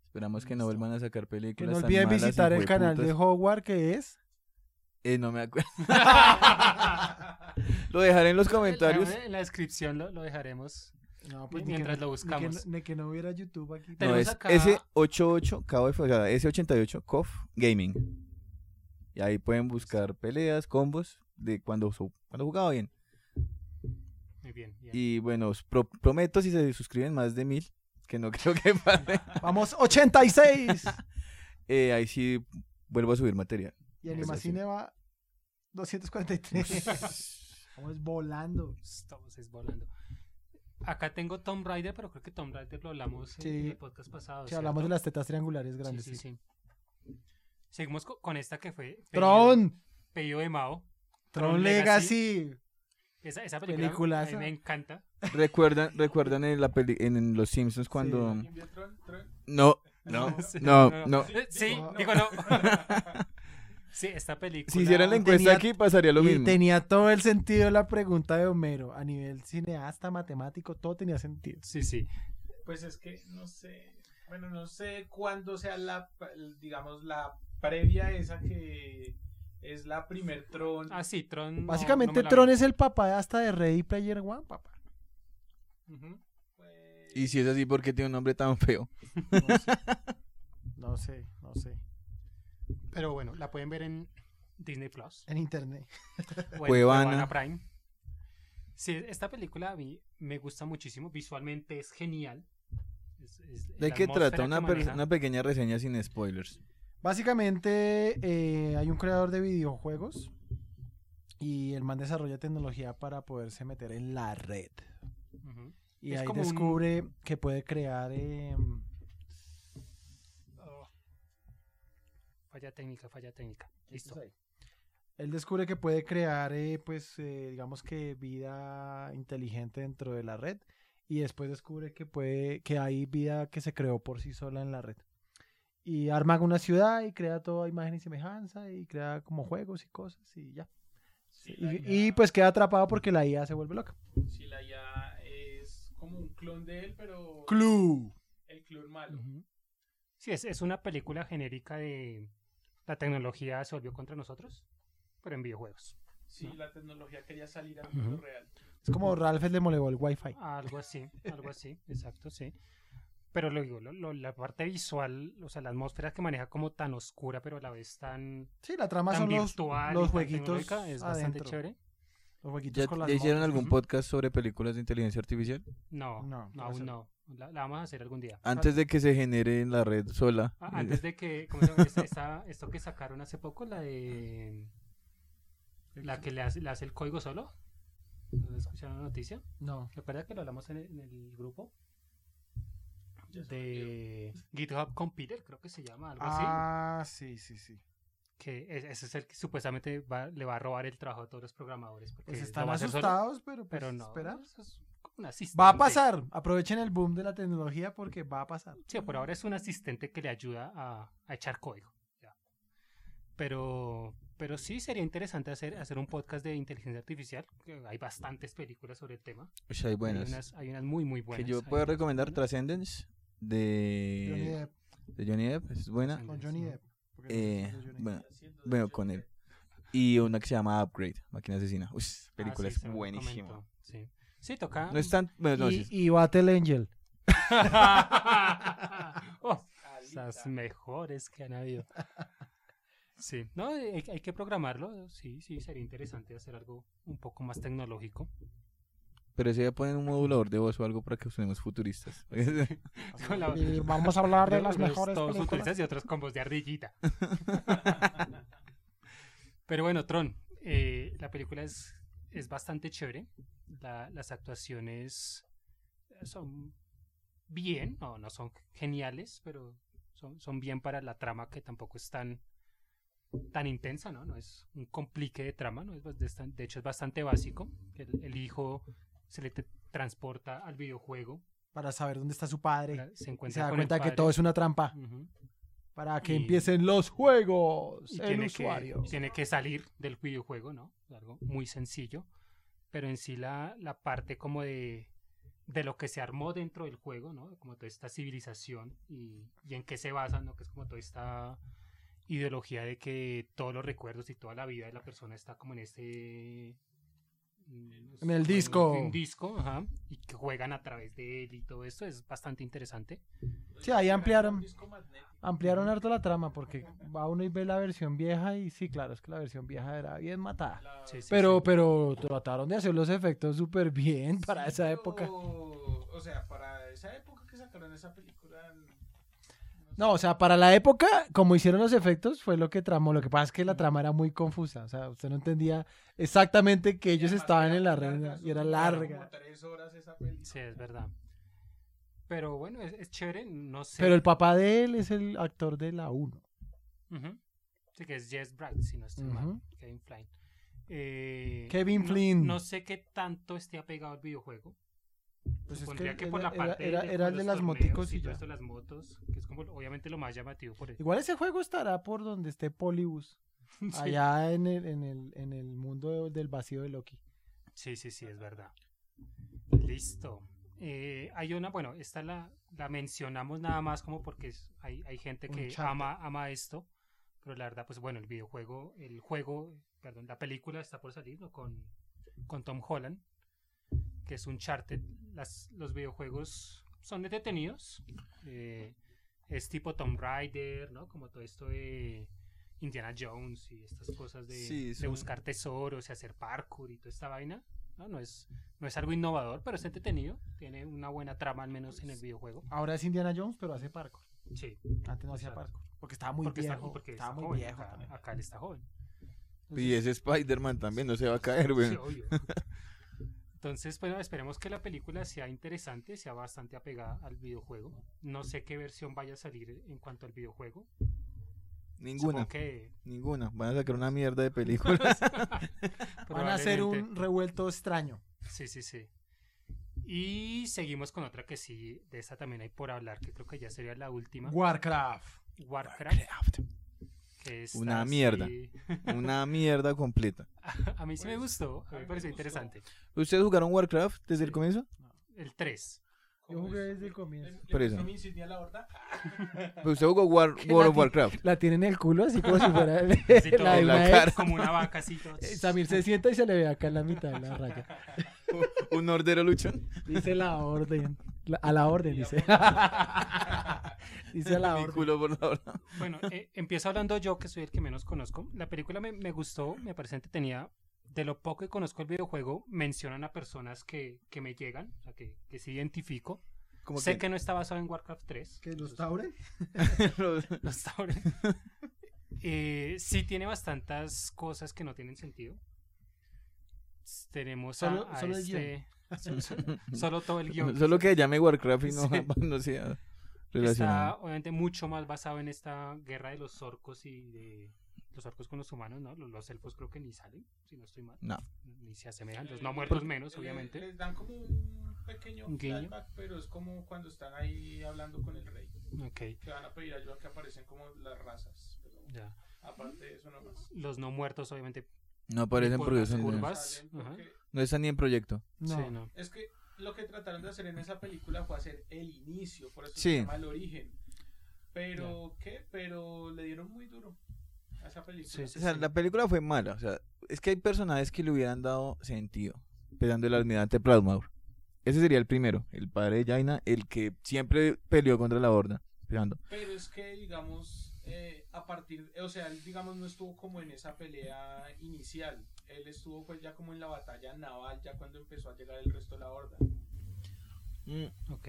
Speaker 3: Esperamos que no
Speaker 1: Listo.
Speaker 3: vuelvan a sacar
Speaker 2: Que
Speaker 3: películas.
Speaker 2: no
Speaker 3: tan
Speaker 2: olviden
Speaker 3: malas y
Speaker 2: visitar el canal de
Speaker 3: hueputas.
Speaker 2: Hogwarts que es.
Speaker 3: Eh, no me acuerdo. lo dejaré en los comentarios.
Speaker 1: En la descripción lo, lo dejaremos.
Speaker 2: No,
Speaker 1: pues, ni Mientras que- lo ni que no- buscamos.
Speaker 2: Ni que, no hubiera YouTube aquí.
Speaker 1: Te-
Speaker 3: No,
Speaker 1: Tenemos
Speaker 3: es
Speaker 1: acá-
Speaker 3: S88, KOF, o sea, S88, KOF Gaming. Y ahí pueden buscar peleas, combos de cuando, su- cuando jugaba bien.
Speaker 1: Muy bien. bien.
Speaker 3: Y bueno, os pro- prometo si se suscriben más de mil, que no creo que pase,
Speaker 2: Vamos, 86.
Speaker 3: eh, ahí sí vuelvo a subir material.
Speaker 2: y Animacine va 243. Vamos volando.
Speaker 1: Estamos es volando. Acá tengo Tomb Raider, pero creo que Tomb Raider lo hablamos en
Speaker 2: Sí.
Speaker 1: el podcast pasado.
Speaker 2: Si hablamos de
Speaker 1: ¿cierto?
Speaker 2: las tetas triangulares grandes.
Speaker 1: Sí, sí,
Speaker 2: sí.
Speaker 1: sí. Seguimos co- con esta que fue. pedido-
Speaker 2: Tron,
Speaker 1: Pedido de Mao.
Speaker 2: Tron Legacy.
Speaker 1: Esa, esa película a mí
Speaker 2: Peliculaza.
Speaker 1: me encanta.
Speaker 3: ¿Recuerdan, ¿recuerdan en, la peli- en, en Los Simpsons cuando...
Speaker 4: ¿Quién vio Tron? Tron.
Speaker 3: No, no, no, no.
Speaker 1: Eh, Sí,
Speaker 2: No.
Speaker 1: digo no. sí, esta película.
Speaker 3: Si hicieran la
Speaker 2: Tenía-
Speaker 3: encuesta aquí pasaría lo
Speaker 2: y
Speaker 3: mismo.
Speaker 2: tenía todo el sentido la pregunta de Homero. A nivel cineasta, matemático, todo tenía sentido.
Speaker 1: Sí, sí.
Speaker 4: Pues es que no sé. Bueno, no sé cuándo sea la, digamos, la previa esa que es la primer Tron.
Speaker 1: Ah, sí, Tron. no-
Speaker 2: Básicamente,
Speaker 1: no me la
Speaker 2: Tron
Speaker 1: vi.
Speaker 2: es el papá hasta de Ready Player One, papá.
Speaker 1: Ujú.
Speaker 4: pues,
Speaker 3: Y si es así, ¿por qué tiene un nombre tan feo?
Speaker 2: No sé, no sé.
Speaker 1: Pero bueno, la pueden ver en Disney Plus.
Speaker 2: En internet.
Speaker 1: o en
Speaker 3: Eh, Cuevana.
Speaker 1: Cuevana Prime. Sí, esta película a mí me gusta muchísimo. Visualmente es genial. Es- es
Speaker 3: ¿De
Speaker 1: la
Speaker 3: qué
Speaker 1: atmósfera
Speaker 3: trata? Una,
Speaker 1: que
Speaker 3: per-
Speaker 1: maneja.
Speaker 3: una pequeña reseña sin spoilers.
Speaker 2: Básicamente eh, hay un creador de videojuegos y el man desarrolla tecnología para poderse meter en la red.
Speaker 1: Ujú.
Speaker 2: Y
Speaker 1: Es
Speaker 2: ahí
Speaker 1: como un-
Speaker 2: descubre que puede crear... eh,
Speaker 1: Oh. Falla técnica, falla técnica. Listo.
Speaker 2: él descubre que puede crear, eh, pues, eh, digamos que vida inteligente dentro de la red. Y después descubre que puede, que hay vida que se creó por sí sola en la red. Y arma una ciudad y crea toda imagen y semejanza y crea como juegos y cosas y ya.
Speaker 4: si la
Speaker 2: Y-
Speaker 4: IA
Speaker 2: y pues queda atrapado porque la IA se vuelve loca.
Speaker 4: si la ya es como un clon de él, pero
Speaker 2: Clue.
Speaker 4: el clon malo.
Speaker 1: Ujú. Sí, es, es una película genérica de la tecnología se volvió contra nosotros, pero en videojuegos.
Speaker 4: Si
Speaker 1: No.
Speaker 4: la tecnología quería salir al mundo
Speaker 1: Ujú.
Speaker 4: real.
Speaker 2: Es como Ralph le molevó el wifi.
Speaker 1: Algo así, algo así, exacto, sí. Pero lo digo, lo- lo- la parte visual, o sea, la atmósfera que maneja como tan oscura, pero a la vez tan,
Speaker 2: Sí, la trama
Speaker 1: tan
Speaker 2: son los,
Speaker 1: virtual, y
Speaker 2: los
Speaker 1: tan
Speaker 2: jueguitos
Speaker 1: tecnológica, es bastante
Speaker 2: adentro.
Speaker 1: chévere.
Speaker 2: Los jueguitos
Speaker 3: ¿Ya,
Speaker 2: con
Speaker 3: ya
Speaker 2: las
Speaker 3: hicieron
Speaker 2: motos.
Speaker 3: algún
Speaker 1: ujú.
Speaker 3: podcast sobre películas de inteligencia artificial?
Speaker 1: No,
Speaker 2: No,
Speaker 1: no,
Speaker 2: no va a
Speaker 1: aún
Speaker 2: ser.
Speaker 1: no. La, la vamos a hacer algún día.
Speaker 3: Antes de que se genere en la red sola.
Speaker 1: A- Ah, Antes de que, ¿cómo se llama? Esta- esta- esto que sacaron hace poco, la de... La que le hace, le hace el código solo. ¿No escucharon la noticia?
Speaker 2: No.
Speaker 1: Recuerda que lo hablamos en el, en el grupo
Speaker 4: Ya se
Speaker 1: de GitHub Computer, creo que se llama, algo así.
Speaker 2: Ah, sí, sí, sí.
Speaker 1: Que es- ese es el que supuestamente va- le va a robar el trabajo a todos los programadores. Porque
Speaker 2: Pues
Speaker 1: lo
Speaker 2: están
Speaker 1: va a hacer solo,
Speaker 2: asustados, pero, pues,
Speaker 1: pero no.
Speaker 2: espera.
Speaker 1: eso es como un
Speaker 2: Va a
Speaker 1: asistente.
Speaker 2: pasar. Aprovechen el boom de la tecnología porque va a pasar.
Speaker 1: Sí, por
Speaker 3: Mm.
Speaker 1: ahora es un asistente que le ayuda a, a echar código. ya. Pero, pero sí sería interesante hacer, hacer un podcast de inteligencia artificial. que Hay bastantes películas sobre el tema.
Speaker 3: Ush, hay
Speaker 1: Hay,
Speaker 3: buenas.
Speaker 1: unas, hay unas muy, muy buenas.
Speaker 3: Que yo
Speaker 1: Hay
Speaker 3: puedo
Speaker 1: unas
Speaker 3: recomendar
Speaker 1: buenas.
Speaker 3: Transcendence
Speaker 2: Johnny
Speaker 3: de,
Speaker 2: Depp,
Speaker 3: de Johnny Depp. Es buena.
Speaker 2: con Johnny
Speaker 1: ¿no?
Speaker 2: Depp. porque
Speaker 3: Eh,
Speaker 2: es de Johnny
Speaker 3: bueno,
Speaker 4: está haciendo de
Speaker 3: bueno,
Speaker 4: Johnny
Speaker 3: con él.
Speaker 4: Depp.
Speaker 3: Y una que se llama Upgrade, Máquina Asesina. Uy,
Speaker 1: Ah,
Speaker 3: película
Speaker 1: sí,
Speaker 3: es
Speaker 1: se Ah, me
Speaker 3: buenísima.
Speaker 1: comentó, Sí. Sí, toca.
Speaker 3: No es tan... Bueno,
Speaker 2: Depp.
Speaker 3: no,
Speaker 2: Y,
Speaker 3: sí.
Speaker 2: y Battle Angel.
Speaker 1: Oh, las mejores que han habido. Sí, no, hay, hay que programarlo. Sí, sí, sería interesante hacer algo un poco más tecnológico.
Speaker 3: Pero si ya ponen un modulador de voz o algo para que sonemos futuristas.
Speaker 1: Con la-
Speaker 2: Y vamos a hablar de las
Speaker 1: unos
Speaker 2: mejores
Speaker 1: todos
Speaker 2: películas.
Speaker 1: utilizas y otros combos de ardillita. Pero bueno, Tron, eh, la película es, es bastante chévere. La- las actuaciones son bien, no, no son geniales, pero son, son bien para la trama que tampoco es tan, tan intensa, ¿no? No es un complique de trama, ¿no? Es bas- de, de hecho es bastante básico. El, el hijo se le te- transporta al videojuego,
Speaker 2: Para saber dónde está su padre.
Speaker 1: para- se
Speaker 2: Y
Speaker 1: encuentra
Speaker 2: se da
Speaker 1: con el
Speaker 2: cuenta que
Speaker 1: padre.
Speaker 2: todo es una trampa.
Speaker 1: Ujú.
Speaker 2: Para que
Speaker 1: Y-
Speaker 2: empiecen los juegos.
Speaker 1: y
Speaker 2: el
Speaker 1: pues, tiene
Speaker 2: usuario.
Speaker 1: Que, tiene que salir del videojuego, ¿no? Algo muy sencillo. Pero en sí la, la parte como de, de lo que se armó dentro del juego, ¿no? Como toda esta civilización y, y en qué se basa, ¿no? Que es como toda esta ideología de que todos los recuerdos y toda la vida de la persona está como en este...
Speaker 2: En el disco.
Speaker 1: En un disco, ajá. Y que juegan a través de él y todo esto es bastante interesante.
Speaker 2: Sí, ahí ampliaron.
Speaker 4: Un disco magnético.
Speaker 2: Ampliaron harto la trama porque va uno y ve la versión vieja y sí, claro, es que la versión vieja era bien matada.
Speaker 4: La-
Speaker 1: Sí, sí,
Speaker 2: Pero,
Speaker 1: sí.
Speaker 2: pero trataron de hacer los efectos súper bien para
Speaker 4: Sí,
Speaker 2: esa
Speaker 4: pero,
Speaker 2: época.
Speaker 4: O sea, para esa época que sacaron esa película.
Speaker 2: No, o sea, para la época, como hicieron los efectos, fue lo que tramó. Lo que pasa es que la trama era muy confusa. O sea, usted no entendía exactamente que ellos
Speaker 4: además
Speaker 2: estaban
Speaker 4: era
Speaker 2: en la
Speaker 4: muy larga,
Speaker 2: reina
Speaker 4: eso
Speaker 2: y era
Speaker 4: duró
Speaker 2: larga.
Speaker 4: Como tres horas esa película.
Speaker 1: Sí, es verdad. Pero bueno, es, es chévere, no sé.
Speaker 2: Pero el papá de él es el actor de la 1.
Speaker 1: Ujú. Sí, que es Jess Bragg, si no estoy mal.
Speaker 2: Ujú.
Speaker 1: Kevin Flynn. Eh,
Speaker 2: Kevin
Speaker 1: no-
Speaker 2: Flynn.
Speaker 1: No sé qué tanto esté apegado al videojuego.
Speaker 2: Pues es
Speaker 1: Supondría
Speaker 2: que
Speaker 1: que, por
Speaker 2: era-
Speaker 1: la parte
Speaker 2: era-
Speaker 1: de,
Speaker 2: era el
Speaker 1: los
Speaker 2: de las
Speaker 1: torneos
Speaker 2: moticos
Speaker 1: y
Speaker 2: y
Speaker 1: todo
Speaker 2: ya.
Speaker 1: esto de las motos, que es como obviamente lo más llamativo por eso.
Speaker 2: Igual ese juego estará por donde esté Polybus.
Speaker 1: Sí.
Speaker 2: Allá en el, en el, en el mundo de- del vacío de Loki.
Speaker 1: Sí, sí, sí, es verdad. Listo. Eh, hay una, bueno, esta la, la mencionamos nada más como porque es- hay, hay gente que
Speaker 2: Uncharted.
Speaker 1: ama, ama esto, pero la verdad, pues bueno, el videojuego, el juego, perdón, la película está por salir, ¿no? Con, con Tom Holland, que es un charted. Las, los videojuegos son detenidos. eh, es tipo Tomb Raider, ¿no? Como todo esto de Indiana Jones y estas cosas de,
Speaker 3: Sí,
Speaker 1: de
Speaker 3: son-
Speaker 1: buscar tesoros y hacer parkour y toda esta vaina. No, no es, no es algo innovador, pero es entretenido. Tiene una buena trama, al menos en el videojuego.
Speaker 2: Ahora es Indiana Jones, pero hace parkour.
Speaker 1: Sí,
Speaker 2: Antes no hacía
Speaker 1: Exacto.
Speaker 2: parkour. Porque estaba muy
Speaker 1: porque,
Speaker 2: viejo.
Speaker 1: está, porque
Speaker 2: estaba
Speaker 1: está
Speaker 2: muy
Speaker 1: joven,
Speaker 2: viejo
Speaker 1: acá,
Speaker 2: también.
Speaker 1: acá él está joven.
Speaker 3: y ese Spider-Man también no se va a caer, güey.
Speaker 1: Sí, obvio. Entonces, bueno, esperemos que la película sea interesante, sea bastante apegada al videojuego. No sé qué versión vaya a salir en cuanto al videojuego.
Speaker 3: Ninguna,
Speaker 1: Supongo que
Speaker 3: ninguna. Van a sacar una mierda de películas.
Speaker 2: Van a hacer
Speaker 1: probablemente-
Speaker 2: un revuelto extraño.
Speaker 1: Sí, sí, sí. Y seguimos con otra que sí, de esta también hay por hablar, que creo que ya sería la última.
Speaker 2: Warcraft.
Speaker 1: Warcraft. que esta
Speaker 3: Una mierda.
Speaker 1: sí-
Speaker 3: una mierda completa.
Speaker 1: A mí sí me
Speaker 4: Pues,
Speaker 1: gustó,
Speaker 4: a
Speaker 1: a mí
Speaker 4: mí
Speaker 1: me
Speaker 4: me
Speaker 1: pareció
Speaker 4: gustó.
Speaker 1: interesante.
Speaker 3: ¿Ustedes jugaron Warcraft
Speaker 1: Sí.
Speaker 3: desde el comienzo?
Speaker 1: El 3.
Speaker 2: Yo jugué desde el comienzo.
Speaker 3: Por
Speaker 4: Por
Speaker 3: eso.
Speaker 4: eso. mi insignia a la horda.
Speaker 3: Pero usted jugó War- World of
Speaker 2: lati-
Speaker 3: Warcraft.
Speaker 2: La tiene en el culo, así como si fuera el-
Speaker 1: Así todo,
Speaker 2: la de
Speaker 3: En la
Speaker 2: una
Speaker 3: cara.
Speaker 2: ex.
Speaker 1: Como una vaca así. todo.
Speaker 2: Eh, Samir se sienta y se le ve acá en la mitad de la raya.
Speaker 3: Un ordero luchón.
Speaker 2: Dice la orden. La- a la orden, dice. dice a la
Speaker 3: Mi
Speaker 2: orden.
Speaker 3: culo por la hora.
Speaker 1: Bueno, eh, empiezo hablando yo, que soy el que menos conozco. La película me, me gustó, me parece entretenida. De lo poco que conozco el videojuego, mencionan a personas que, que me llegan, o sea, que, que sí identifico.
Speaker 3: Como
Speaker 1: Sé que no está basado en Warcraft 3.
Speaker 2: los tauren?
Speaker 1: los Tauren. Eh, sí tiene bastantes cosas que no tienen sentido. S- Tenemos a-
Speaker 2: Solo-
Speaker 1: a,
Speaker 2: solo el
Speaker 1: este... solo, todo el guión.
Speaker 3: Solo que llame Warcraft y no,
Speaker 1: Sí.
Speaker 3: no sea
Speaker 1: Está
Speaker 3: relacionado.
Speaker 1: obviamente mucho más basado en esta guerra de los orcos y de los orcos con los humanos, ¿no? Los, los elfos creo que ni salen, si no estoy mal.
Speaker 3: No.
Speaker 1: Ni se asemejan. Los no muertos menos, obviamente.
Speaker 4: Eh, pues, Les dan como un pequeño
Speaker 1: Un guiño.
Speaker 4: flashback, pero es como cuando están ahí hablando con el rey.
Speaker 1: Ok,
Speaker 4: Que van a pedir ayuda, que aparecen como las razas. Pero
Speaker 1: ya.
Speaker 4: aparte de eso, nomás.
Speaker 1: Los no muertos, obviamente.
Speaker 3: No aparecen
Speaker 1: por
Speaker 3: porque
Speaker 1: las
Speaker 3: son.
Speaker 1: curvas.
Speaker 3: No
Speaker 1: Vas,
Speaker 4: Salen porque-
Speaker 3: están ni en proyecto.
Speaker 2: No.
Speaker 1: sí, no.
Speaker 4: Es que lo que trataron de hacer en esa película fue hacer el inicio, por eso
Speaker 3: Sí.
Speaker 4: se llama el origen. Pero, ¿qué? Pero le dieron muy duro a esa película.
Speaker 1: Sí,
Speaker 3: O sea,
Speaker 1: sí.
Speaker 3: la película fue mala. O sea, es que hay personajes que le hubieran dado sentido. Pegando el almirante Proudmoore. Ese sería el primero, el padre de Jaina, el que siempre peleó contra la horda. Empezando.
Speaker 4: Pero es que, digamos, eh, a partir, o sea, él, digamos, no estuvo como en esa pelea inicial. Él estuvo pues ya como en la batalla naval, ya cuando empezó a llegar el resto de la horda.
Speaker 3: Mm,
Speaker 1: Ok.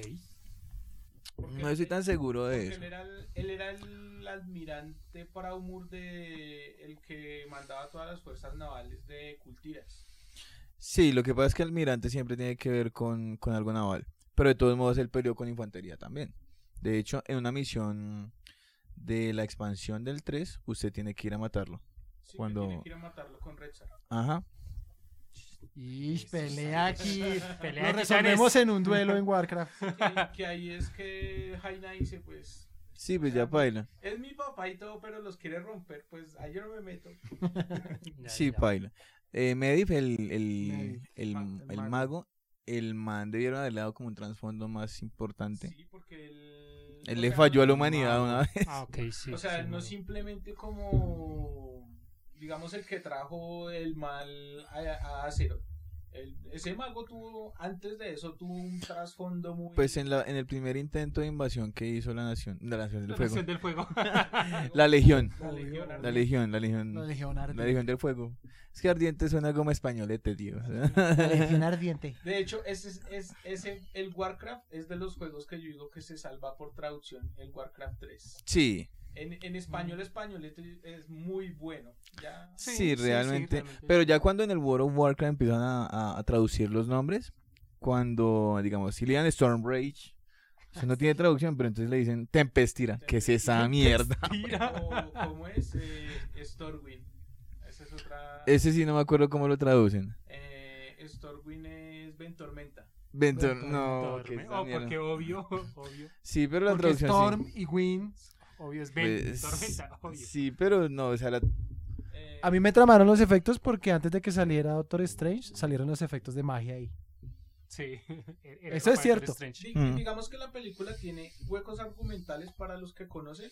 Speaker 4: Porque
Speaker 3: No
Speaker 4: él-
Speaker 3: estoy tan seguro de
Speaker 4: porque
Speaker 3: eso.
Speaker 4: Él era, el, él era el almirante para Umur de el que mandaba todas las fuerzas navales de Cultiras.
Speaker 3: Sí, lo que pasa es que almirante siempre tiene que ver con, con algo naval. Pero de todos modos él peleó con infantería también. De hecho, en una misión de la expansión del 3, usted tiene que ir a matarlo.
Speaker 4: Sí, que
Speaker 3: Cuando-
Speaker 4: tiene que ir a matarlo con Rexar.
Speaker 3: Ajá.
Speaker 2: Y pelea aquí.
Speaker 1: Pelea
Speaker 2: Lo
Speaker 1: de
Speaker 2: resolvemos en un duelo en Warcraft.
Speaker 4: Que, que ahí es que Jaina dice, pues,
Speaker 3: Sí, pues ya baila.
Speaker 4: es mi papá y todo, pero los quiere romper, pues ahí yo no me meto.
Speaker 1: titanes. Ya,
Speaker 3: Sí,
Speaker 1: ya.
Speaker 3: baila. Eh, Medivh, el, el,
Speaker 2: Medivh,
Speaker 3: el,
Speaker 2: ma- el
Speaker 3: el
Speaker 2: mago.
Speaker 3: mago, el man debieron haberle dado como un trasfondo más importante.
Speaker 4: Sí, porque él...
Speaker 3: Él
Speaker 4: o
Speaker 3: le
Speaker 4: sea,
Speaker 3: falló a la
Speaker 4: no-
Speaker 3: humanidad una vez.
Speaker 1: Ah, ok, sí.
Speaker 4: O sea,
Speaker 1: sí,
Speaker 4: no
Speaker 1: no.
Speaker 4: simplemente como, digamos, el que trajo el mal a, a Azeroth. El- ese mago tuvo, antes de eso, tuvo un trasfondo muy...
Speaker 3: Pues en, la, en el primer intento de invasión que hizo la nación, la nación del
Speaker 1: La
Speaker 3: fuego.
Speaker 1: nación del fuego.
Speaker 3: La legión.
Speaker 4: La legión
Speaker 2: Obvio.
Speaker 3: La
Speaker 4: ardiente.
Speaker 3: legión, la legión.
Speaker 2: La Legión
Speaker 3: La
Speaker 2: Ardiente.
Speaker 3: Legión del Fuego. Es que ardiente suena como españolete, tío.
Speaker 2: La Legión Ardiente.
Speaker 4: De hecho, ese es, es- ese, el Warcraft es de los juegos que yo digo que se salva por traducción, el Warcraft 3.
Speaker 3: Sí,
Speaker 4: En, en español, español es, es muy bueno. Ya,
Speaker 1: Sí,
Speaker 3: sí,
Speaker 1: sí, sí,
Speaker 3: realmente.
Speaker 1: realmente.
Speaker 3: Pero ya cuando en el World of Warcraft empiezan a, a- a traducir los nombres, cuando, digamos, si le dan Storm Rage, eso no tiene traducción, pero entonces le dicen Tempestira, que es esa mierda.
Speaker 1: Mira.
Speaker 4: o, ¿Cómo es? Eh, Stormwind. Esa es otra.
Speaker 3: Ese sí no me acuerdo cómo lo traducen.
Speaker 4: Eh, Stormwind es Ventormenta.
Speaker 3: Ventor,
Speaker 2: Ventor-
Speaker 3: no,
Speaker 1: Dorme.
Speaker 3: que esa
Speaker 1: Oh, porque
Speaker 3: mierda.
Speaker 1: obvio, obvio.
Speaker 3: Sí, pero la
Speaker 2: Porque
Speaker 3: traducción
Speaker 2: Storm y Wind.
Speaker 1: Obvio es
Speaker 3: sí.
Speaker 1: Ben,
Speaker 3: Pues,
Speaker 1: tormenta, obvio.
Speaker 3: sí, pero no, o sea, la-
Speaker 4: Eh,
Speaker 2: A mí me tramaron los efectos porque antes de que saliera Doctor Strange, salieron los efectos de magia ahí.
Speaker 1: Sí. E-, Era- era
Speaker 2: Eso es
Speaker 1: para
Speaker 2: cierto.
Speaker 1: Doctor Strange.
Speaker 4: di-
Speaker 3: Mm.
Speaker 4: Digamos que la película tiene huecos argumentales para los que conocen.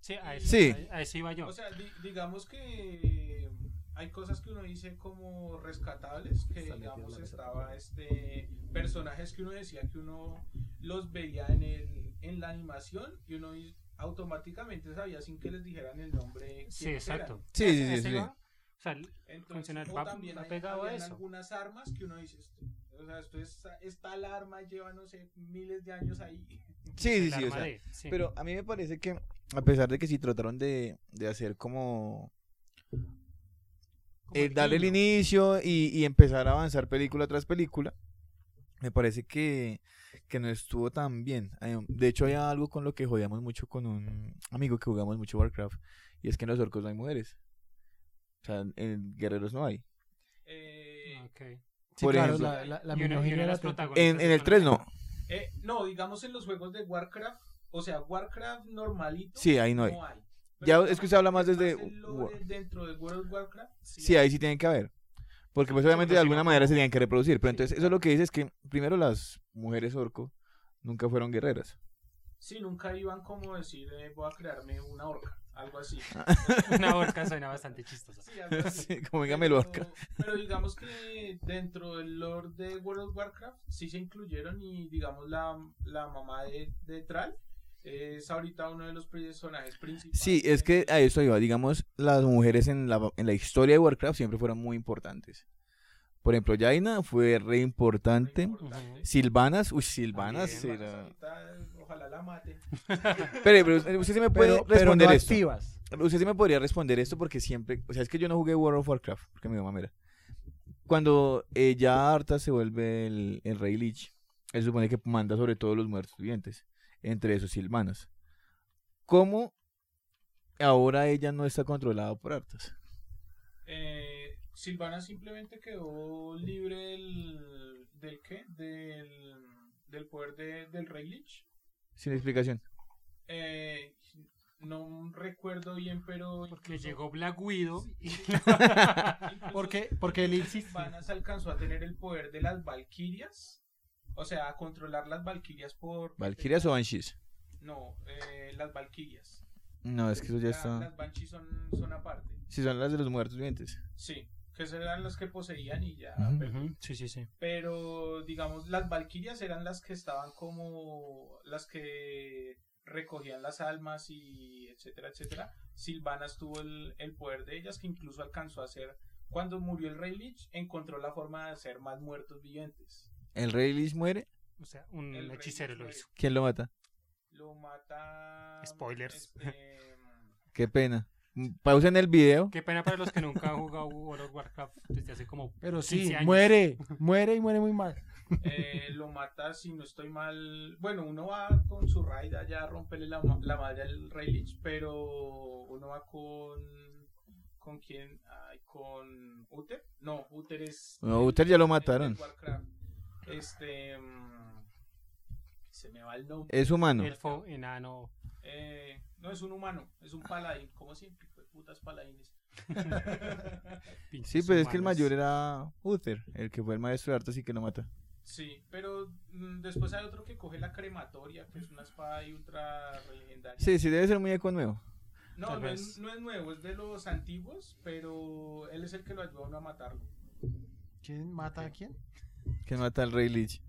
Speaker 1: Sí, a eso,
Speaker 3: Sí.
Speaker 1: a- a eso iba yo.
Speaker 4: O sea, di- digamos que hay cosas que uno dice como rescatables, que
Speaker 2: Está metido en
Speaker 4: digamos
Speaker 2: la mesa.
Speaker 4: estaba este personajes que uno decía que uno los veía en el en la animación y uno i- automáticamente sabía sin que les dijeran el nombre.
Speaker 1: sí,
Speaker 4: quiénes eran.
Speaker 1: exacto.
Speaker 3: Sí,
Speaker 1: A- a
Speaker 3: sí, sí,
Speaker 1: eso
Speaker 3: sí.
Speaker 1: iba. O sea,
Speaker 4: Entonces,
Speaker 1: Funcionar,
Speaker 4: o
Speaker 1: va-
Speaker 4: también
Speaker 1: va
Speaker 4: hay,
Speaker 1: pegado a
Speaker 4: habían
Speaker 1: eso.
Speaker 4: algunas armas que uno dice, esto, o sea, esto es esta alarma lleva no sé miles de años ahí.
Speaker 3: sí, sí,
Speaker 1: el
Speaker 3: sí, o
Speaker 1: arma
Speaker 3: sea,
Speaker 1: de- sí.
Speaker 3: Pero a mí me parece que, a pesar de que sí trataron de, de hacer como,
Speaker 1: Como
Speaker 3: eh, darle el
Speaker 1: guiño.
Speaker 3: inicio y, y empezar a avanzar película tras película, me parece que, que no estuvo tan bien. Eh, De hecho, hay algo con lo que jodíamos mucho con un amigo que jugamos mucho Warcraft, y es que en los orcos no hay mujeres. O sea, en guerreros no hay.
Speaker 4: Eh,
Speaker 1: Ok.
Speaker 2: Sí,
Speaker 3: Por
Speaker 2: claro,
Speaker 3: ejemplo.
Speaker 2: la, la, la
Speaker 1: Y una- y una de
Speaker 2: misoginia
Speaker 1: las
Speaker 2: latente.
Speaker 1: protagonistas
Speaker 3: En, en el
Speaker 1: son-
Speaker 3: 3 no.
Speaker 4: Eh, no, digamos en los juegos de Warcraft, o sea, Warcraft normalito.
Speaker 3: Sí, ahí no hay.
Speaker 4: Pero
Speaker 3: Ya,
Speaker 4: digamos
Speaker 3: es que se habla más
Speaker 4: que
Speaker 3: desde
Speaker 4: el
Speaker 3: War-
Speaker 4: lore Dentro de World of Warcraft.
Speaker 3: Sí, ahí sí tienen que haber. Porque pues obviamente
Speaker 1: pero
Speaker 3: de
Speaker 1: si no,
Speaker 3: alguna manera se tenían que reproducir. Pero
Speaker 1: Sí,
Speaker 3: entonces eso es
Speaker 1: claro.
Speaker 3: lo que dice es que primero las mujeres orco nunca fueron guerreras.
Speaker 4: Sí, nunca iban como decir, eh, voy a crearme una orca, algo así.
Speaker 3: Ah.
Speaker 1: Una orca suena bastante chistosa.
Speaker 4: Sí, algo así.
Speaker 3: Sí, como dígame lo orca.
Speaker 4: Pero, pero digamos que dentro del lore de World of Warcraft sí se incluyeron y digamos la, la mamá de, de Thrall es ahorita uno de los personajes principales.
Speaker 3: Sí, es que a eso iba. Digamos, las mujeres en la, en la historia de Warcraft siempre fueron muy importantes. Por ejemplo, Jaina fue re importante.
Speaker 4: Importante.
Speaker 3: Silvanas, uy, Silvanas.
Speaker 1: También.
Speaker 3: sí,
Speaker 4: Silvanas
Speaker 3: la-
Speaker 4: ahorita, Ojalá la mate.
Speaker 3: Pero, pero usted sí me puede
Speaker 2: Pero, pero
Speaker 3: responder
Speaker 2: no
Speaker 3: esto.
Speaker 2: activas.
Speaker 3: Usted sí me podría responder esto porque siempre, o sea, es que yo no jugué World of Warcraft, porque mi mamá mira. Cuando eh, ya Arta se vuelve el, el rey Lich, él supone que manda sobre todos los muertos vivientes, entre esos silvanas. ¿Cómo ahora ella no está controlada por Artas?
Speaker 4: Eh, Silvana simplemente quedó libre del, del qué? Del, del poder de- del Rey Lich.
Speaker 3: Sin explicación.
Speaker 4: Eh, no recuerdo bien, pero
Speaker 1: Porque
Speaker 4: incluso-
Speaker 1: llegó Black Widow y
Speaker 4: incluso
Speaker 2: Porque, porque él insiste.
Speaker 4: Silvana se alcanzó a tener el poder de las Valquirias. O sea, a controlar las Valquirias por...
Speaker 3: ¿Valkyrias o Banshees?
Speaker 4: No, eh, las Valquirias.
Speaker 3: No, es que eso ya
Speaker 4: La-
Speaker 3: está.
Speaker 4: Las Banshees son, son aparte.
Speaker 3: Si son las de los muertos vivientes.
Speaker 4: Sí, que eran las que poseían y ya.
Speaker 3: Ujú.
Speaker 4: pero-
Speaker 1: Ujú, Sí, sí, sí.
Speaker 4: Pero, digamos, las valquirias eran las que estaban como las que recogían las almas y etcétera, etcétera. Silvanas tuvo el, el poder de ellas que incluso alcanzó a ser, cuando murió el rey Lich, encontró la forma de hacer más muertos vivientes.
Speaker 3: El rey Lich muere.
Speaker 1: O sea, un
Speaker 4: El rey
Speaker 1: Mm, hechicero
Speaker 4: Lich
Speaker 1: lo
Speaker 4: muere.
Speaker 1: hizo.
Speaker 3: ¿Quién lo mata?
Speaker 4: Lo mata...
Speaker 1: Spoilers.
Speaker 4: este,
Speaker 3: Qué pena. Mm, Pausen el video.
Speaker 1: Qué pena para los que nunca han jugado World of Warcraft desde hace como.
Speaker 2: Pero
Speaker 1: 15
Speaker 2: sí,
Speaker 1: años.
Speaker 2: muere, muere y muere muy mal.
Speaker 4: eh, lo mata, si no estoy mal... Bueno, uno va con su raid allá a romperle la, ma- la madre al rey Lich, pero uno va con... ¿Con quién? Ay, ¿Con Uther? No, Uther es...
Speaker 3: No, Uther ya lo
Speaker 4: en- en
Speaker 3: mataron.
Speaker 4: Warcraft. Este. mm, Se me va el nombre.
Speaker 3: Es humano.
Speaker 1: Elfo, enano.
Speaker 4: Eh, no, es un humano, es un paladín. ¿Cómo siempre? hijo de Putas paladines.
Speaker 3: Sí, pero es que el mayor era Uther, el que fue el maestro de artes y que lo mata.
Speaker 4: Sí, pero mm, después hay otro que coge la crematoria, que es una espada y ultra legendaria.
Speaker 3: Sí, sí, debe ser muy eco nuevo.
Speaker 4: no,
Speaker 1: tal
Speaker 4: no es,
Speaker 1: vez.
Speaker 4: no es nuevo, es de los antiguos, pero él es el que lo ayuda a uno a matarlo.
Speaker 2: ¿Quién mata a quién?
Speaker 3: Que mata al rey Lich.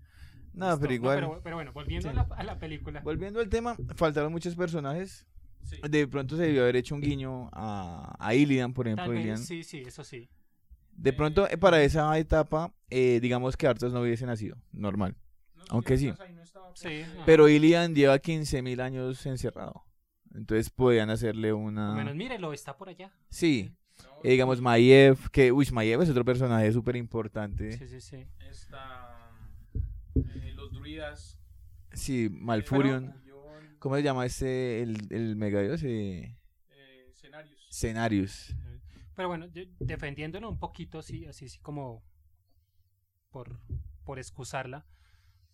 Speaker 3: No, pero igual.
Speaker 1: pero, pero bueno, volviendo
Speaker 3: Sí.
Speaker 1: a, la, a la película.
Speaker 3: Volviendo al tema, faltaron muchos personajes.
Speaker 4: Sí.
Speaker 3: Ah, De pronto se debió haber hecho un guiño a, a Illidan, por
Speaker 1: Tal
Speaker 3: ejemplo.
Speaker 1: vez,
Speaker 3: Illidan.
Speaker 1: sí, sí, eso sí.
Speaker 3: De pronto, eh, para esa etapa, eh, digamos que Arthas no hubiese nacido, normal.
Speaker 4: No,
Speaker 3: Aunque sí.
Speaker 4: Kratos ahí no estaba, pues,
Speaker 1: Sí, ajá.
Speaker 3: Pero Illidan lleva 15.000 años encerrado. Entonces podían hacerle
Speaker 1: Al menos
Speaker 3: una...
Speaker 1: mírelo, está por allá.
Speaker 3: Sí,
Speaker 4: no,
Speaker 3: eh, digamos Maiev, que... Uy, Maiev es otro personaje súper importante.
Speaker 1: Sí, sí, sí.
Speaker 4: está, eh, los druidas.
Speaker 3: Sí,
Speaker 1: Eh,
Speaker 4: el
Speaker 3: Malfurion. ¿Cómo se llama ese, el, el megadios? Eh,
Speaker 4: eh, escenarios.
Speaker 1: Ah,
Speaker 3: Cenarius.
Speaker 1: Pero bueno, yo- defendiéndolo un poquito, sí, así sí como por, por excusarla,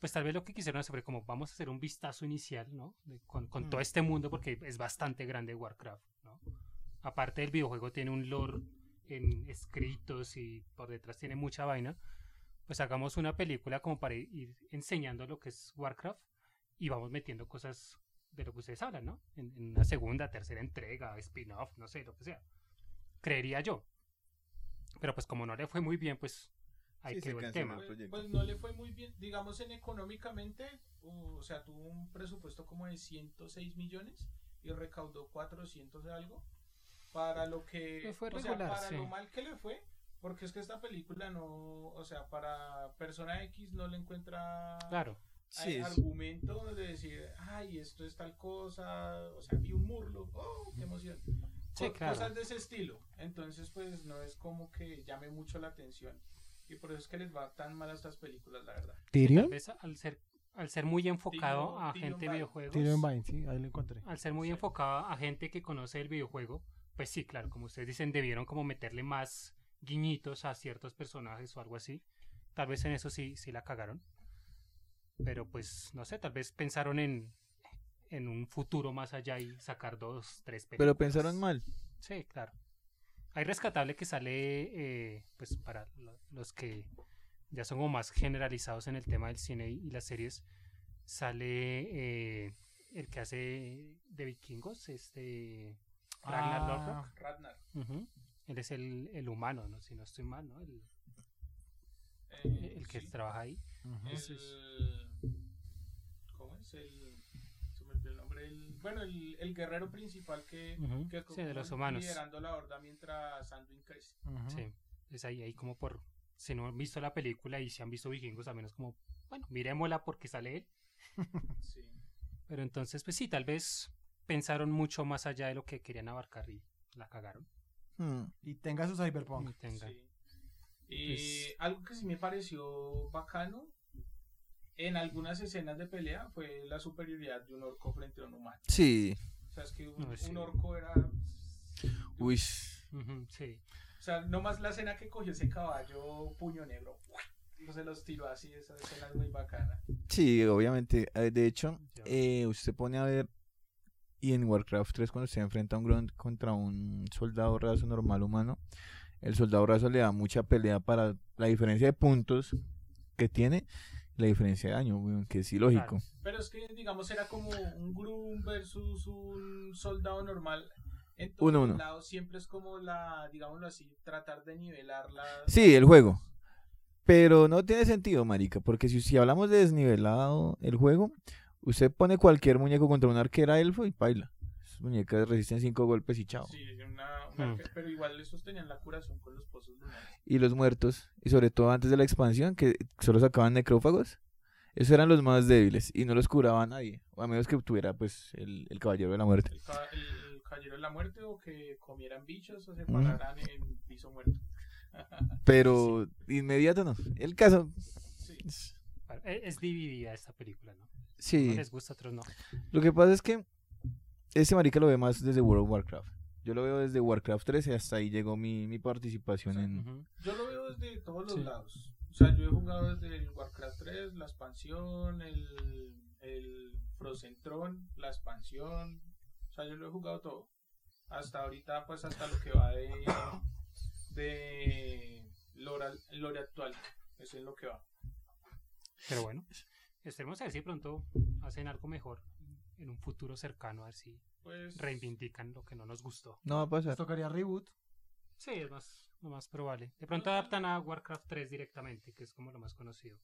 Speaker 1: pues tal vez lo que quisieron hacer fue como vamos a hacer un vistazo inicial, ¿no? De- con con todo este mundo, porque es bastante grande Warcraft, ¿no? Aparte del videojuego tiene un lore en escritos y por detrás tiene mucha vaina, pues hagamos una película como para ir- ir enseñando lo que es Warcraft y vamos metiendo cosas de lo que ustedes hablan, ¿no? En, en una segunda, tercera entrega, spin-off, no sé, lo que sea creería yo. Pero pues como no le fue muy bien, pues ahí
Speaker 3: Sí, se
Speaker 1: quedó el
Speaker 3: canceló.
Speaker 1: tema.
Speaker 3: el
Speaker 4: Pues,
Speaker 3: Ah, proyecto.
Speaker 4: pues no le fue muy bien, digamos en económicamente, uh, o sea, tuvo un presupuesto como de 106 millones y recaudó 400 de algo, para lo que,
Speaker 1: Le fue
Speaker 4: o sea,
Speaker 1: regular,
Speaker 4: para
Speaker 1: sí.
Speaker 4: lo mal que le fue, porque es que esta película no, o sea, para persona X no le encuentra
Speaker 1: Claro.
Speaker 4: hay
Speaker 3: Sí, es-
Speaker 4: argumento de decir, ay, esto es tal cosa, o sea, vi un murlo, oh, qué emoción.
Speaker 1: Sí,
Speaker 4: Co-
Speaker 1: claro.
Speaker 4: Cosas de ese estilo. Entonces, pues no es como que llame mucho la atención. Y por eso es que les va tan mal a estas películas, la verdad.
Speaker 1: Tal
Speaker 2: ¿Tyrion?
Speaker 1: vez al ser, al ser muy enfocado
Speaker 4: Tyrion-
Speaker 1: a
Speaker 4: Tyrion
Speaker 1: gente de
Speaker 4: Vine.
Speaker 1: videojuegos,
Speaker 2: Tyrion Vine, sí, ahí lo encontré.
Speaker 1: al ser muy
Speaker 4: Sí.
Speaker 1: enfocado a gente que conoce el videojuego, pues sí, claro, como ustedes dicen, debieron como meterle más guiñitos a ciertos personajes o algo así. Tal vez en eso sí, sí la cagaron. Pero pues, no sé, tal vez pensaron en, en un futuro más allá y sacar dos, tres películas.
Speaker 3: Pero pensaron mal.
Speaker 1: Sí, claro. Hay rescatable que sale, eh, pues para lo- los que ya son como más generalizados en el tema del cine y, y las series, sale eh, el que hace de vikingos, este Ragnar
Speaker 2: Ah.
Speaker 1: Lothbrok.
Speaker 4: Ragnar.
Speaker 1: Ujú. Él es el, el humano, ¿no? si no estoy mal, ¿no? El,
Speaker 4: eh,
Speaker 1: el que
Speaker 4: sí.
Speaker 1: trabaja ahí.
Speaker 2: Ujú.
Speaker 4: El-
Speaker 1: Sí, sí.
Speaker 4: ¿Cómo es? El. se me olvidó el nombre. El, bueno, el, el guerrero principal que.
Speaker 1: Ujú.
Speaker 4: que
Speaker 1: Mm. Sí, de los
Speaker 4: estuvo
Speaker 1: humanos.
Speaker 4: Liderando la horda mientras Anduin crece.
Speaker 2: Ujú.
Speaker 1: Sí, es ahí, ahí como por, si no han visto la película y si han visto vikingos, al menos como, bueno, miremosla porque sale él.
Speaker 4: Sí.
Speaker 1: Pero entonces, pues sí, tal vez pensaron mucho más allá de lo que querían abarcar y la cagaron.
Speaker 3: Hmm.
Speaker 2: Y tenga su cyberpunk.
Speaker 1: Y tenga.
Speaker 4: Sí. Y
Speaker 1: Pues-
Speaker 4: algo que sí me pareció bacano en algunas escenas de pelea fue la superioridad de un orco frente a un humano.
Speaker 3: Sí.
Speaker 4: O sea, es que un,
Speaker 1: No, sí.
Speaker 4: un orco era.
Speaker 3: Uy.
Speaker 1: Ujú, sí.
Speaker 4: O sea, nomás la escena que cogió ese caballo puño negro. No se los tiró así, esa escena es muy bacana.
Speaker 3: Sí, obviamente. Eh, De hecho,
Speaker 1: Ya.
Speaker 3: eh, usted pone a ver. Y en Warcraft 3, cuando se enfrenta a un grunt contra un soldado raso normal humano, el soldado raso le da mucha pelea para la diferencia de puntos que tiene y la diferencia de daño, weón, que es ilógico.
Speaker 4: Pero es que, digamos, era como un Groom versus un soldado normal. En todos
Speaker 3: Uno, uno.
Speaker 4: lados siempre es como la, digámoslo así, tratar de nivelar la...
Speaker 3: Sí, el juego. Pero no tiene sentido, marica, porque si, si hablamos de desnivelado el juego, usted pone cualquier muñeco contra una arquera elfo y paila. Esas muñecas resisten cinco golpes y chao.
Speaker 4: Sí, una- una-
Speaker 1: Hmm.
Speaker 4: pero igual esos tenían la curación con los pozos lunares.
Speaker 3: Y los muertos, y sobre todo antes de la expansión, que solo sacaban necrófagos, esos eran los más débiles y no los curaba nadie, a menos que tuviera pues el, el caballero de la muerte.
Speaker 4: El, ca- el- el caballero de la muerte o que comieran bichos o
Speaker 3: Mm.
Speaker 4: se pararan en piso muerto.
Speaker 3: Pero inmediato no. El caso...
Speaker 4: Sí.
Speaker 3: es-
Speaker 1: Bueno, e- Es dividida esta película, ¿no?
Speaker 3: Sí.
Speaker 1: Unos les gusta, otros no.
Speaker 3: Lo que pasa es que este marica lo ve más desde World of Warcraft. Yo lo veo desde Warcraft 13, hasta ahí llegó mi, mi participación en...
Speaker 1: Ujú.
Speaker 4: Yo lo veo desde todos los
Speaker 1: Sí.
Speaker 4: lados. O sea, yo he jugado desde el Warcraft 3, la expansión, el, el Frozen Throne, la expansión. O sea, yo lo he jugado todo. Hasta ahorita, pues hasta lo que va de, de lore, al- lore actual. Eso es lo que va.
Speaker 1: Pero bueno, esperemos a ver si pronto hacen algo mejor en un futuro cercano, a ver si
Speaker 4: Pues,
Speaker 1: reivindican lo que no nos gustó.
Speaker 3: No va a pasar.
Speaker 2: Nos tocaría reboot.
Speaker 1: Sí, es más, lo más probable. De pronto adaptan a Warcraft 3 directamente, que es como lo más conocido.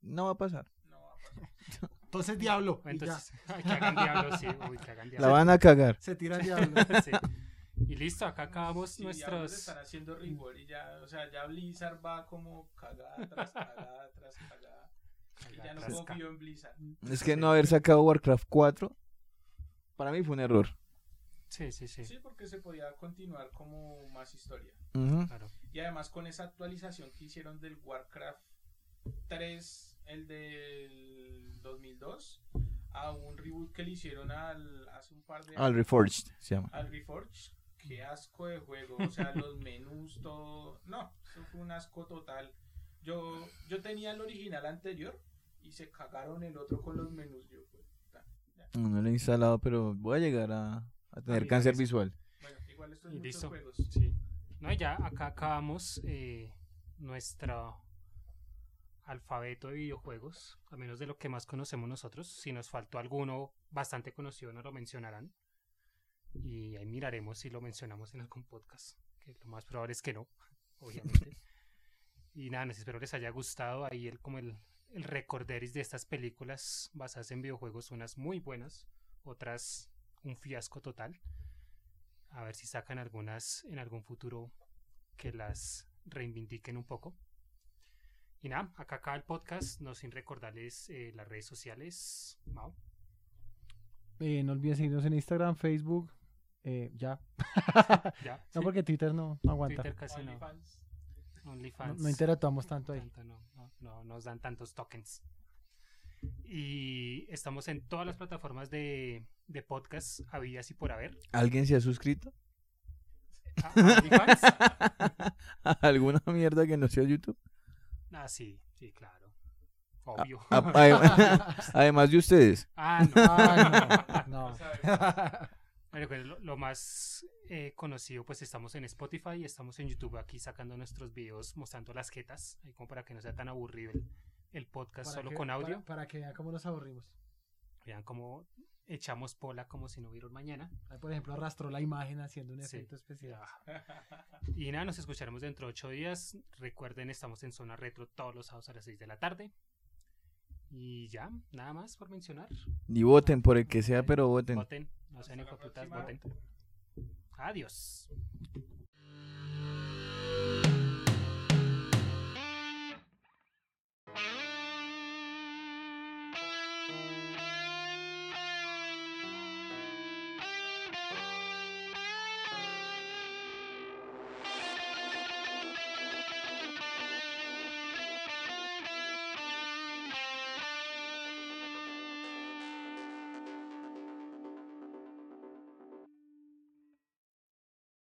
Speaker 3: No va a pasar.
Speaker 4: no pues, va a pasar.
Speaker 2: Entonces, diablo. y
Speaker 1: Entonces, ay, que hagan diablo, sí, uy, que hagan
Speaker 3: La
Speaker 1: diablo.
Speaker 3: van a cagar.
Speaker 2: ya. Se tira el diablo.
Speaker 1: Sí. Y listo, acá acabamos
Speaker 4: Sí, ya ahora le
Speaker 1: nuestros...
Speaker 4: están haciendo rigor y ya, o sea, ya Blizzard va como cagada tras cagada tras cagada. Y ya no
Speaker 1: Rasca.
Speaker 4: confío en Blizzard.
Speaker 3: Es que no haber sacado Warcraft 4, para mí fue un error.
Speaker 1: Sí, sí, sí.
Speaker 4: Sí, porque se podía continuar como más historia.
Speaker 3: Ujú.
Speaker 1: Claro.
Speaker 4: Y además con esa actualización que hicieron del Warcraft 3, el del 2002, a un reboot que le hicieron al, hace un par de
Speaker 3: Al Reforged se llama.
Speaker 4: al Reforge. Qué asco de juego, o sea, los menús, todo. No, eso fue un asco total. Yo, yo tenía el original anterior y se cagaron el otro con los menús. Yo, pues, puta.
Speaker 3: No lo he instalado, pero voy a llegar a, a tener
Speaker 1: mira,
Speaker 3: cáncer
Speaker 1: es-
Speaker 3: visual.
Speaker 4: bueno, igual estos
Speaker 1: Y
Speaker 4: muchos
Speaker 1: listo.
Speaker 4: juegos.
Speaker 1: Sí. No, y ya acá acabamos eh, nuestro alfabeto de videojuegos, a menos de lo que más conocemos nosotros. Si nos faltó alguno bastante conocido, nos lo mencionarán. Y ahí miraremos si lo mencionamos en algún podcast, que lo más probable es que no, obviamente. y nada, les espero les haya gustado ahí el, como el, el recorderis de estas películas basadas en videojuegos, unas muy buenas, otras un fiasco total a ver si sacan algunas en algún futuro que las reivindiquen un poco. Y nada, acá acaba el podcast, no sin recordarles eh, las redes sociales. Mao,
Speaker 2: Eh, no olviden seguirnos en Instagram, Facebook. eh, ya.
Speaker 1: ya.
Speaker 2: No, porque Twitter no, no aguanta.
Speaker 1: Twitter casi no.
Speaker 4: OnlyFans.
Speaker 2: No,
Speaker 1: OnlyFans.
Speaker 2: no interactuamos tanto ahí.
Speaker 1: Tanto no, no- no nos dan tantos tokens. Y estamos en todas las plataformas de, de podcast habidas y por haber.
Speaker 3: ¿Alguien se ha suscrito?
Speaker 1: A- a Ah, OnlyFans.
Speaker 3: ¿Alguna mierda que no sea YouTube?
Speaker 1: ah, sí, sí, claro. Obvio.
Speaker 3: A- adem- Además de ustedes.
Speaker 1: Ah, no.
Speaker 2: Ah, no,
Speaker 4: O
Speaker 2: no.
Speaker 4: sea,
Speaker 1: Bueno, pues, lo, lo más eh, conocido, pues estamos en Spotify y estamos en YouTube aquí sacando nuestros videos mostrando las jetas, ahí como para que no sea tan aburrido el, el podcast
Speaker 2: Para
Speaker 1: solo
Speaker 2: que-
Speaker 1: con audio.
Speaker 2: Para, para que vean cómo nos aburrimos.
Speaker 1: Vean cómo echamos pola como si no hubiera un mañana.
Speaker 2: Ahí, por ejemplo, arrastró la imagen haciendo un
Speaker 1: Sí.
Speaker 2: efecto especial.
Speaker 1: Y nada, nos escucharemos dentro de ocho días. Recuerden, estamos en zona retro todos los sábados a las 6 de la tarde. Y ya, nada más por mencionar.
Speaker 3: Y voten por el que sea, pero voten.
Speaker 1: Voten, no sean
Speaker 4: Hasta la
Speaker 1: hijueputas,
Speaker 4: próxima.
Speaker 1: voten. Adiós.